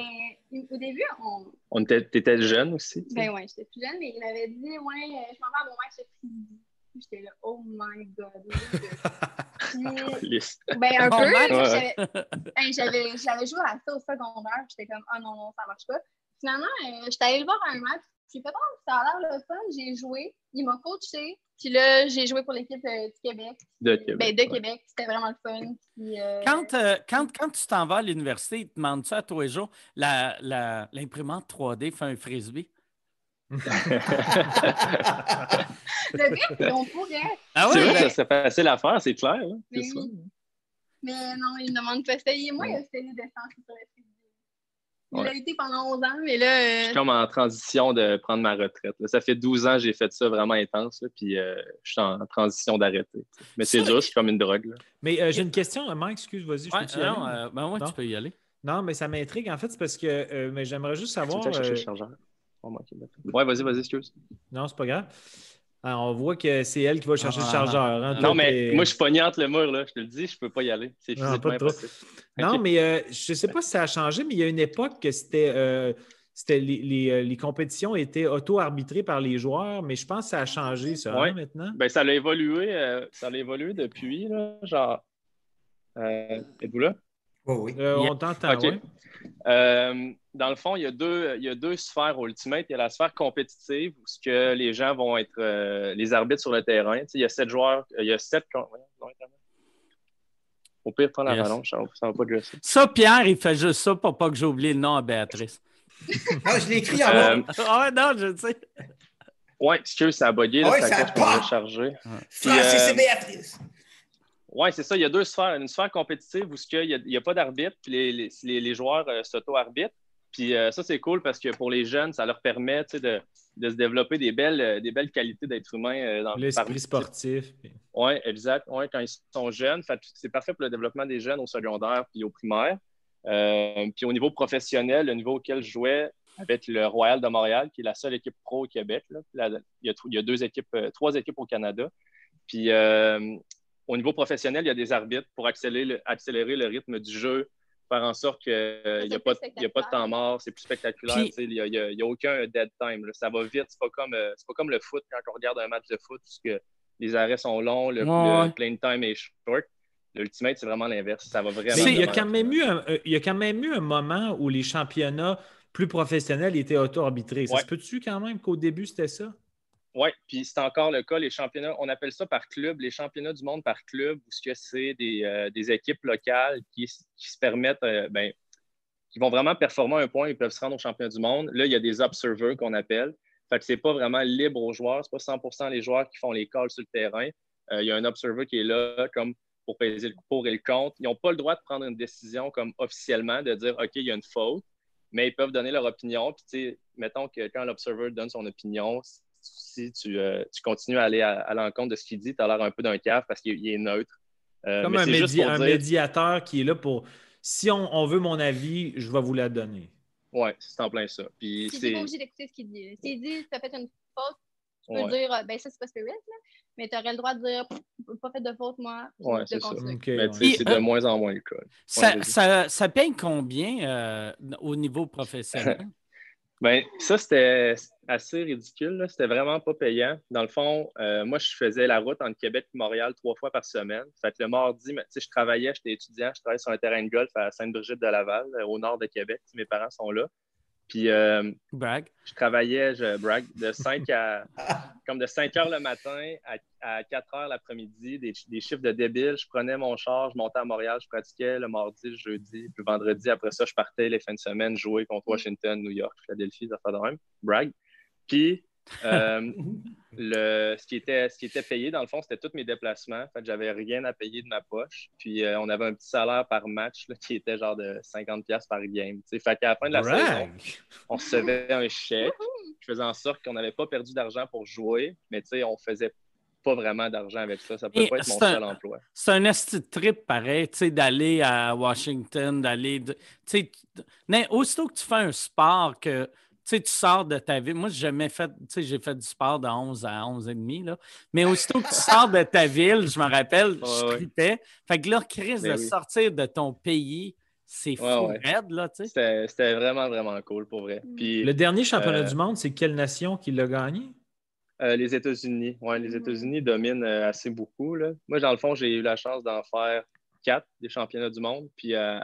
Ben, au début, on...
on était, t'étais jeune aussi. tu sais.
ben ouais, j'étais plus jeune, mais il m'avait dit, ouais, euh, je m'en vais à mon match de frisbee. Puis J'étais là, oh my god. Puis,
Lisse.
ben, un
Bon
peu.
match.
là, j'avais- Hey, J'avais j'avais joué à ça au secondaire, puis j'étais comme, ah non, non, ça marche pas. Finalement, euh, j'étais allée le voir à un match, puis j'ai fait, oh, ça a l'air le fun, j'ai joué, il m'a coaché, puis là, j'ai joué pour l'équipe euh, du Québec.
De Québec,
Ben, de
ouais.
Québec, c'était vraiment le fun. Puis, euh,
Quand, euh, quand, quand tu t'en vas à l'université, ils te demandent-tu à tous les jours la- la- l'imprimante 3D fait un frisbee?
Ah
le pire, c'est qu'on pourrait,
Ah
c'est
ouais,
vrai
ben,
que ça, c'est facile à faire, c'est clair. hein,
mais
c'est ça.
oui. Mais non, il me demande pas essayer. Moi, il a essayé de s'en sur le frisbee. Il
Ouais.
l'a été pendant 11 ans, mais
Je
là,
suis
euh,
comme en transition de prendre ma retraite. là. Ça fait 12 ans que j'ai fait ça vraiment intense, là, puis euh, je suis en transition d'arrêter. tu sais. Mais c'est dur, c'est comme une drogue. là.
Mais euh, j'ai une question, euh, Mike, excuse, vas-y, je
ouais,
peux-tu y aller?
non, euh, ben ouais,
Non.
tu peux y aller.
Non, mais ça m'intrigue. En fait, c'est parce que euh, mais j'aimerais juste
Tu
savoir.
me fais chercher
euh,
le chargeur. Oh, manqué de batterie. Ouais, vas-y, vas-y, excuse.
Non, c'est pas grave. Alors, on voit que c'est elle qui va chercher
Ah,
le chargeur. hein.
Non,
Toi,
mais
t'es-
moi, je suis pogné entre le mur, là. Je te le dis, je peux pas y aller. C'est
Non,
physiquement
pas trop.
impossible.
Non,
Ok.
mais euh, je ne sais pas si ça a changé, mais il y a une époque que c'était. euh, c'était les, les, euh, les compétitions étaient auto-arbitrées par les joueurs, mais je pense que ça a changé, ça, hein,
Ouais.
maintenant.
Ben, ça l'a évolué, euh, ça l'a évolué depuis, là, genre... Euh, Êtes-vous là?
Oui, oui.
Euh,
Yeah.
On t'entend,
OK.
ouais.
Euh, dans le fond, il y, a deux, il y a deux sphères au Ultimate. Il y a la sphère compétitive où ce que les gens vont être euh, les arbitres sur le terrain. Tu sais, il y a sept joueurs, euh, il y a sept. con- voyons, non, attends. Au pire, prends la
Yes.
rallonge, ça va- ça va pas durer ça.
Ça, Pierre, il fait juste ça pour pas que j'oublie le nom à Béatrice.
Ah, je l'ai écrit en
Euh,
bas.
ah ouais, non, je le sais.
Ouais, excuse, ça a bugué,
Ah
là,
ouais,
c'est à
ça
cause qu'on
part.
l'a chargé. Puis,
Francis
euh,
et Béatrice.
Oui, c'est ça. Il y a deux sphères. Une sphère compétitive où il n'y a, pas d'arbitre, puis les, les, les- les joueurs euh, s'auto-arbitrent. Puis euh, ça, c'est cool parce que pour les jeunes, ça leur permet tu sais, de, de se développer des belles, euh, des belles qualités d'être humain. euh, dans
L'esprit
parmi-
sportif.
oui, exact. Ouais, quand ils sont jeunes, Fait que c'est parfait pour le développement des jeunes au secondaire puis au primaire. Euh, puis au niveau professionnel, le niveau auquel je jouais avec le Royal de Montréal, qui est la seule équipe pro au Québec. là. La- il, y a, tr- il y a deux équipes, euh, trois équipes au Canada. Puis euh, au niveau professionnel, il y a des arbitres pour accélérer le, accélérer le rythme du jeu, faire en sorte qu'il n'y a, pas de- il y a pas de temps mort, c'est plus spectaculaire.
Puis-
tu sais, Il n'y a, il y a- il y a aucun dead time. là. Ça va vite. C'est pas comme euh, c'est pas comme le foot quand on regarde un match de foot, parce que les arrêts sont longs, le,
Ouais,
le
ouais.
playing time est short. L'ultimate, c'est vraiment l'inverse. Ça va vraiment.
Mais il y, a
vraiment
quand même eu un, euh, il y a quand même eu un moment où les championnats plus professionnels étaient auto-arbitrés. Ça
Ouais.
se peut-tu quand même qu'au début, c'était ça?
Oui, puis c'est encore le cas, les championnats, on appelle ça par club, les championnats du monde par club, où ce que c'est des, euh, des équipes locales qui, s- qui se permettent, euh, ben, qui vont vraiment performer à un point, ils peuvent se rendre aux championnats du monde. Là, il y a des observers qu'on appelle. Fait que c'est pas vraiment libre aux joueurs, c'est pas 100% les joueurs qui font les calls sur le terrain. Euh, il y a un observer qui est là comme pour peser le pour et le contre. Ils n'ont pas le droit de prendre une décision comme officiellement, de dire OK, il y a une faute, mais ils peuvent donner leur opinion. Puis, tu sais, mettons que quand l'observer donne son opinion, si tu, euh, tu continues à aller à, à l'encontre de ce qu'il dit, tu as l'air un peu d'un cave parce qu'il il est neutre. Euh,
Comme
mais
un,
c'est juste
médi-
pour
un
dire-
médiateur qui est là pour si on, on veut mon avis, je vais vous la donner.
Ouais, c'est en plein ça. Puis
Tu
c'est-
n'es pas obligé d'écouter ce qu'il dit. S'il dit, tu as fait une faute, tu peux
Ouais.
dire, ah, ben ça, c'est pas spirit, là, mais tu aurais le droit de dire, pas fait de faute, moi. puis
ouais,
de
c'est ça.
continuer.
Mais tu sais,
Puis,
c'est
euh,
de moins en moins le cas. Ouais,
Ça,
vas-y.
ça, ça paye combien euh, au niveau professionnel?
Ben, ça, c'était assez ridicule. là. C'était vraiment pas payant. Dans le fond, euh, moi, je faisais la route entre Québec et Montréal trois fois par semaine. Fait que le mardi, mais, tu sais, je travaillais, j'étais étudiant, je travaillais sur un terrain de golf à Sainte-Brigitte-de-Laval, euh, au nord de Québec. Mes parents sont là. Puis, euh, je travaillais, je brag, de 5 à, comme de 5 heures le matin à, à 4 heures l'après-midi, des, des chiffres de débile. Je prenais mon char, je montais à Montréal, je pratiquais le mardi, le jeudi, puis le vendredi. Après ça, je partais les fins de semaine jouer contre Washington, New York, Philadelphie, des affaires de même. Brag. Puis, euh, le, ce, qui était, ce qui était payé, dans le fond, c'était tous mes déplacements. Fait que j'avais rien à payer de ma poche. Puis, euh, on avait un petit salaire par match là, qui était genre de 50$ piastres par game. tu sais. Fait qu'à la fin de la saison,
Brag.
on recevait un chèque. Je faisais en sorte qu'on n'avait pas perdu d'argent pour jouer, mais tu sais, on faisait pas vraiment d'argent avec ça. Ça peut
Et
pas être mon
c'est un-
seul emploi.
C'est un esti de trip pareil, tu sais, d'aller à Washington, d'aller. de- Tu sais, tu- mais aussitôt que tu fais un sport, que tu sais, tu sors de ta ville. Moi, j'ai jamais fait. Tu sais, j'ai fait du sport de 11 à 11 et demi, là. Mais aussitôt que tu sors de ta ville, je me rappelle, je
Ouais, ouais.
tripais. Fait que là, Chris,
Ben
de
oui.
sortir de ton pays, c'est fou,
Ouais, ouais.
raide, là, tu sais.
C'était c'était vraiment, vraiment cool pour vrai. Puis,
Le dernier championnat
euh,
du monde, c'est quelle nation qui l'a gagné?
euh, les États-Unis. Ouais, les
Mm-hmm.
États-Unis dominent euh, assez beaucoup. là. Moi, dans le fond, j'ai eu la chance d'en faire quatre des championnats du monde. Puis euh,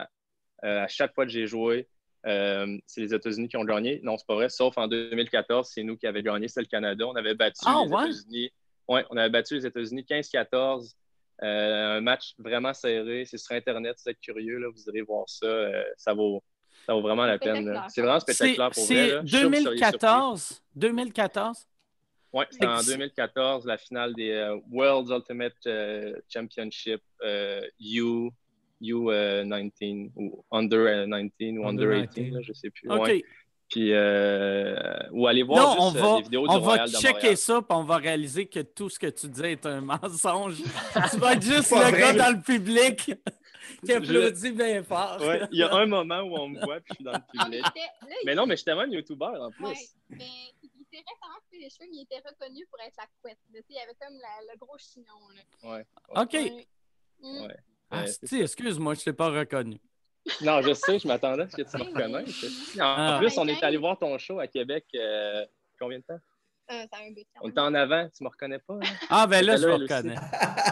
euh, à chaque fois que j'ai joué, euh, c'est les États-Unis qui ont gagné. Non, c'est pas vrai. Sauf en 2014, c'est nous qui avions gagné, c'est le Canada. On avait battu
Ah,
les
ouais?
États-Unis. Ouais, on avait battu les États-Unis 15-14. Euh, un match vraiment serré. C'est sur Internet, si vous êtes curieux, là, vous irez voir ça. Euh, ça, vaut, ça vaut vraiment la peine. là. C'est vraiment spectaculaire pour
C'est-
vrai.
c'est
là. Je suis sûr que vous seriez surpris.
2014. 2014.
Oui, c'était en
Fait que-
2014, la finale des euh, World Ultimate euh, Championship euh, U, U19 ou Under euh, 19 ou Under,
Under
18, là, je ne sais plus.
OK.
Ouais. Puis, euh, ou aller voir
Non, on
juste, euh,
va,
des vidéos
on
du
va
Royal de
checker
Montréal.
ça, puis on va réaliser que tout ce que tu dis est un mensonge. tu vas être juste le
Pas vrai.
gars dans le public qui
Je-
applaudit bien fort.
Ouais, il y a un moment où on me voit puis je suis dans le
Ah, Mais
public.
c'était- là, il-
Mais non, mais je suis tellement un YouTuber en plus.
Ouais, mais il était récemment coupé les cheveux, mais il était reconnu pour être la couette. là, tu sais, Il avait comme la- le gros chignon. Là.
Ouais.
OK.
Mm.
Ouais.
Asti, Ah, excuse-moi, je ne t'ai pas reconnu.
Non, je sais, je m'attendais à ce que
Ah.
tu me reconnaisses. En
Ah.
plus, on est allé voir ton show à Québec euh, combien de temps?
Euh, ça a un bout de temps.
On était en avant, tu me reconnais pas? hein?
Ah, ben là,
J'étais
je me
elle aussi.
reconnais.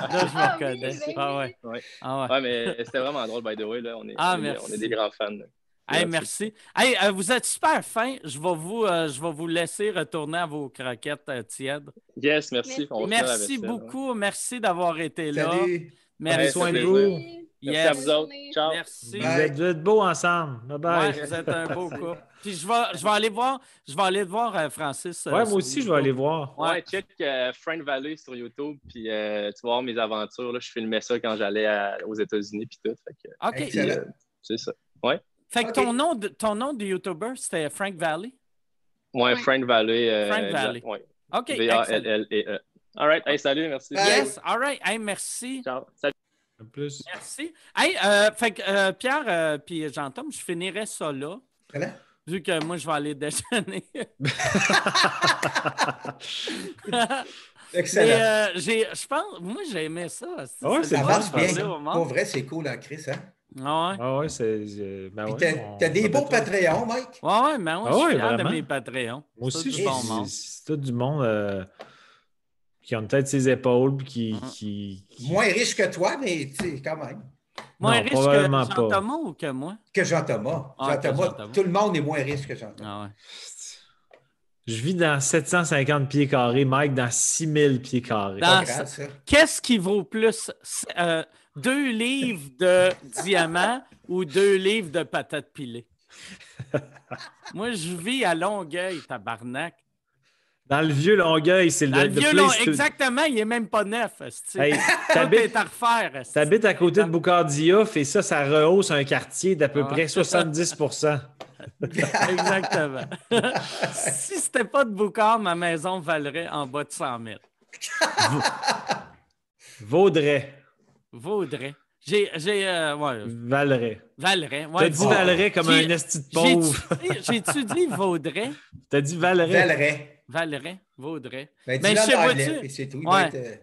Là, je me
Ah oui,
reconnais.
ben
Ah,
oui.
ouais.
Ouais.
Ah, ouais.
Ouais, mais c'était vraiment drôle, by the way. Là. On, est,
Ah,
on, est,
merci.
on est des grands fans. là.
Hey, merci. Hey, euh, vous êtes super fin. Je vais vous, euh, je vais vous laisser retourner à vos croquettes euh, tièdes.
Yes, merci. On va finir la
Merci
vaisselle, ouais.
beaucoup. Merci d'avoir été là.
Salut.
Merci.
Ouais, ça fait plaisir.
Yes,
Merci
Yes.
à vous autres. Ciao.
Merci.
Vous êtes, vous êtes beaux ensemble. Bye bye.
Ouais, vous êtes un beau couple. Puis je vais, je vais aller voir, je vais aller voir euh, Francis. euh,
Ouais,
sur
moi aussi, je
YouTube.
vais aller voir.
Ouais.
Ouais, check euh, Frank Valley sur YouTube, puis euh, tu vas voir mes aventures. Là, je filmais ça quand j'allais à- aux États-Unis, puis tout. Fait que-
OK.
Puis, euh, c'est ça. Ouais.
Fait que ton nom de, ton nom de YouTuber, c'était Frank Valley.
Ouais, Frank Valley. euh,
Frank Valley.
exact, ouais.
OK,
V-A-L-L-E-E. E All right. Hey, salut, merci.
Yes, all right. Hey, merci.
Ciao. Salut.
Plus.
Merci. Hey, euh, fait que, euh, Pierre euh, puis Jean-Tom, je finirais ça là. Vu que moi, je vais aller déjeuner.
Excellent.
Mais, euh, j'ai- je pense, moi, j'aimais ça.
Ah ouais, c'est
Ça
le
marche
fun,
bien.
ça.
Pour vrai, c'est cool en Chris, hein?
Ah ouais.
Ah ouais, c'est. euh, Ben
Puis
ouais,
t'as
on-
t'as des
on
beaux
va tout-
Patreons, Mike.
Ouais, ouais, mais ouais,
Ah
je suis
ouais,
fier de
vraiment.
mes Patreons.
Moi aussi,
Ça,
je
du bon monde.
c'est tout du monde euh, qui ont une tête ses épaules puis qui.
Mm-hmm.
qui- qui-
Moins riche que toi, mais tu sais, quand même.
Moins
Non,
riche que
probablement pas.
Jean-Thomas ou que moi?
Que Jean-Thomas.
Ah, que
Jean-Thomas,
Jean-Thomas.
tout le monde est moins riche que Jean-Thomas.
Ah ouais.
Je vis dans 750 pieds carrés, Mike dans 6000 pieds carrés.
Dans
Pas grave,
ce-
ça.
Qu'est-ce qui vaut plus? c- euh, deux livres de diamants ou deux livres de patates pilées? Moi, je vis à Longueuil, tabarnak.
Dans le vieux Longueuil, c'est le
Dans le
the
vieux
place
Long-
to-
exactement, il n'est même pas neuf. esti.
Hey,
Tout
t'habites-
est à refaire. esti.
T'habites à côté de Boucardiouf et ça, ça rehausse un quartier d'à peu
Ah.
près 70
Exactement. si c'était pas de Boucard, ma maison valerait en bas de 100 000.
Vaudrait.
Vaudrait. J'ai. j'ai euh, ouais,
Valerait.
valerait. Ouais,
T'as dit
vaut-
Valerait comme
J'ai-
un esti de
j'ai-tu
pauvre.
dit- J'ai-tu dit Vaudrait?
T'as dit Valerait.
Valerais.
Valerait, Vaudrait.
Ben,
Mais
dis-le
je sais,
en anglais,
vois-tu-
puis c'est tout. Il
Ouais.
va être, euh,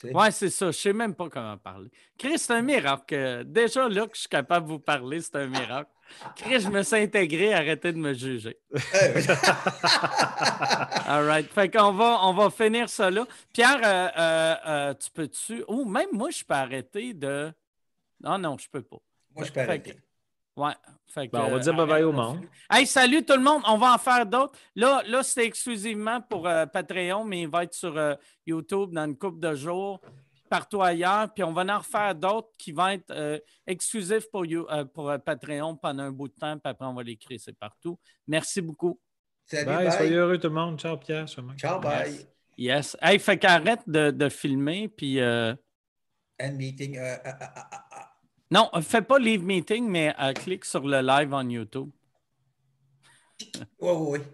tu sais.
Ouais, c'est ça. Je sais même pas comment parler. Chris, c'est un miracle. que- Déjà là que je suis capable de vous parler, c'est un miracle. Chris, je me suis intégré, arrêtez de me juger. All right. Fait qu'on va, on va finir ça là. Pierre, euh, euh, euh, tu peux-tu. Ou même moi, je peux arrêter de. Non, non, je peux pas.
Moi, je peux
Fait
arrêter.
que- Ouais. Fait que,
Ben, on va
euh,
dire bye-bye au monde.
Hey, salut tout le monde. On va en faire d'autres. Là, là c'est exclusivement pour euh, Patreon, mais il va être sur euh, YouTube dans une couple de jours, partout ailleurs. Puis on va en refaire d'autres qui vont être euh, exclusifs pour, You- euh, pour euh, Patreon pendant un bout de temps, puis après, on va les créer c'est partout. Merci beaucoup.
Salut,
Bye,
bye.
soyez heureux tout le monde. Ciao Pierre, ciao Mike.
Ciao, bye.
Yes. Hey, fait qu'arrête de, de filmer, puis... euh,
And meeting. euh, ah, ah, ah, ah, ah.
Non, fais pas Leave Meeting, mais euh, clique sur le live en YouTube.
Ouais, ouais, ouais.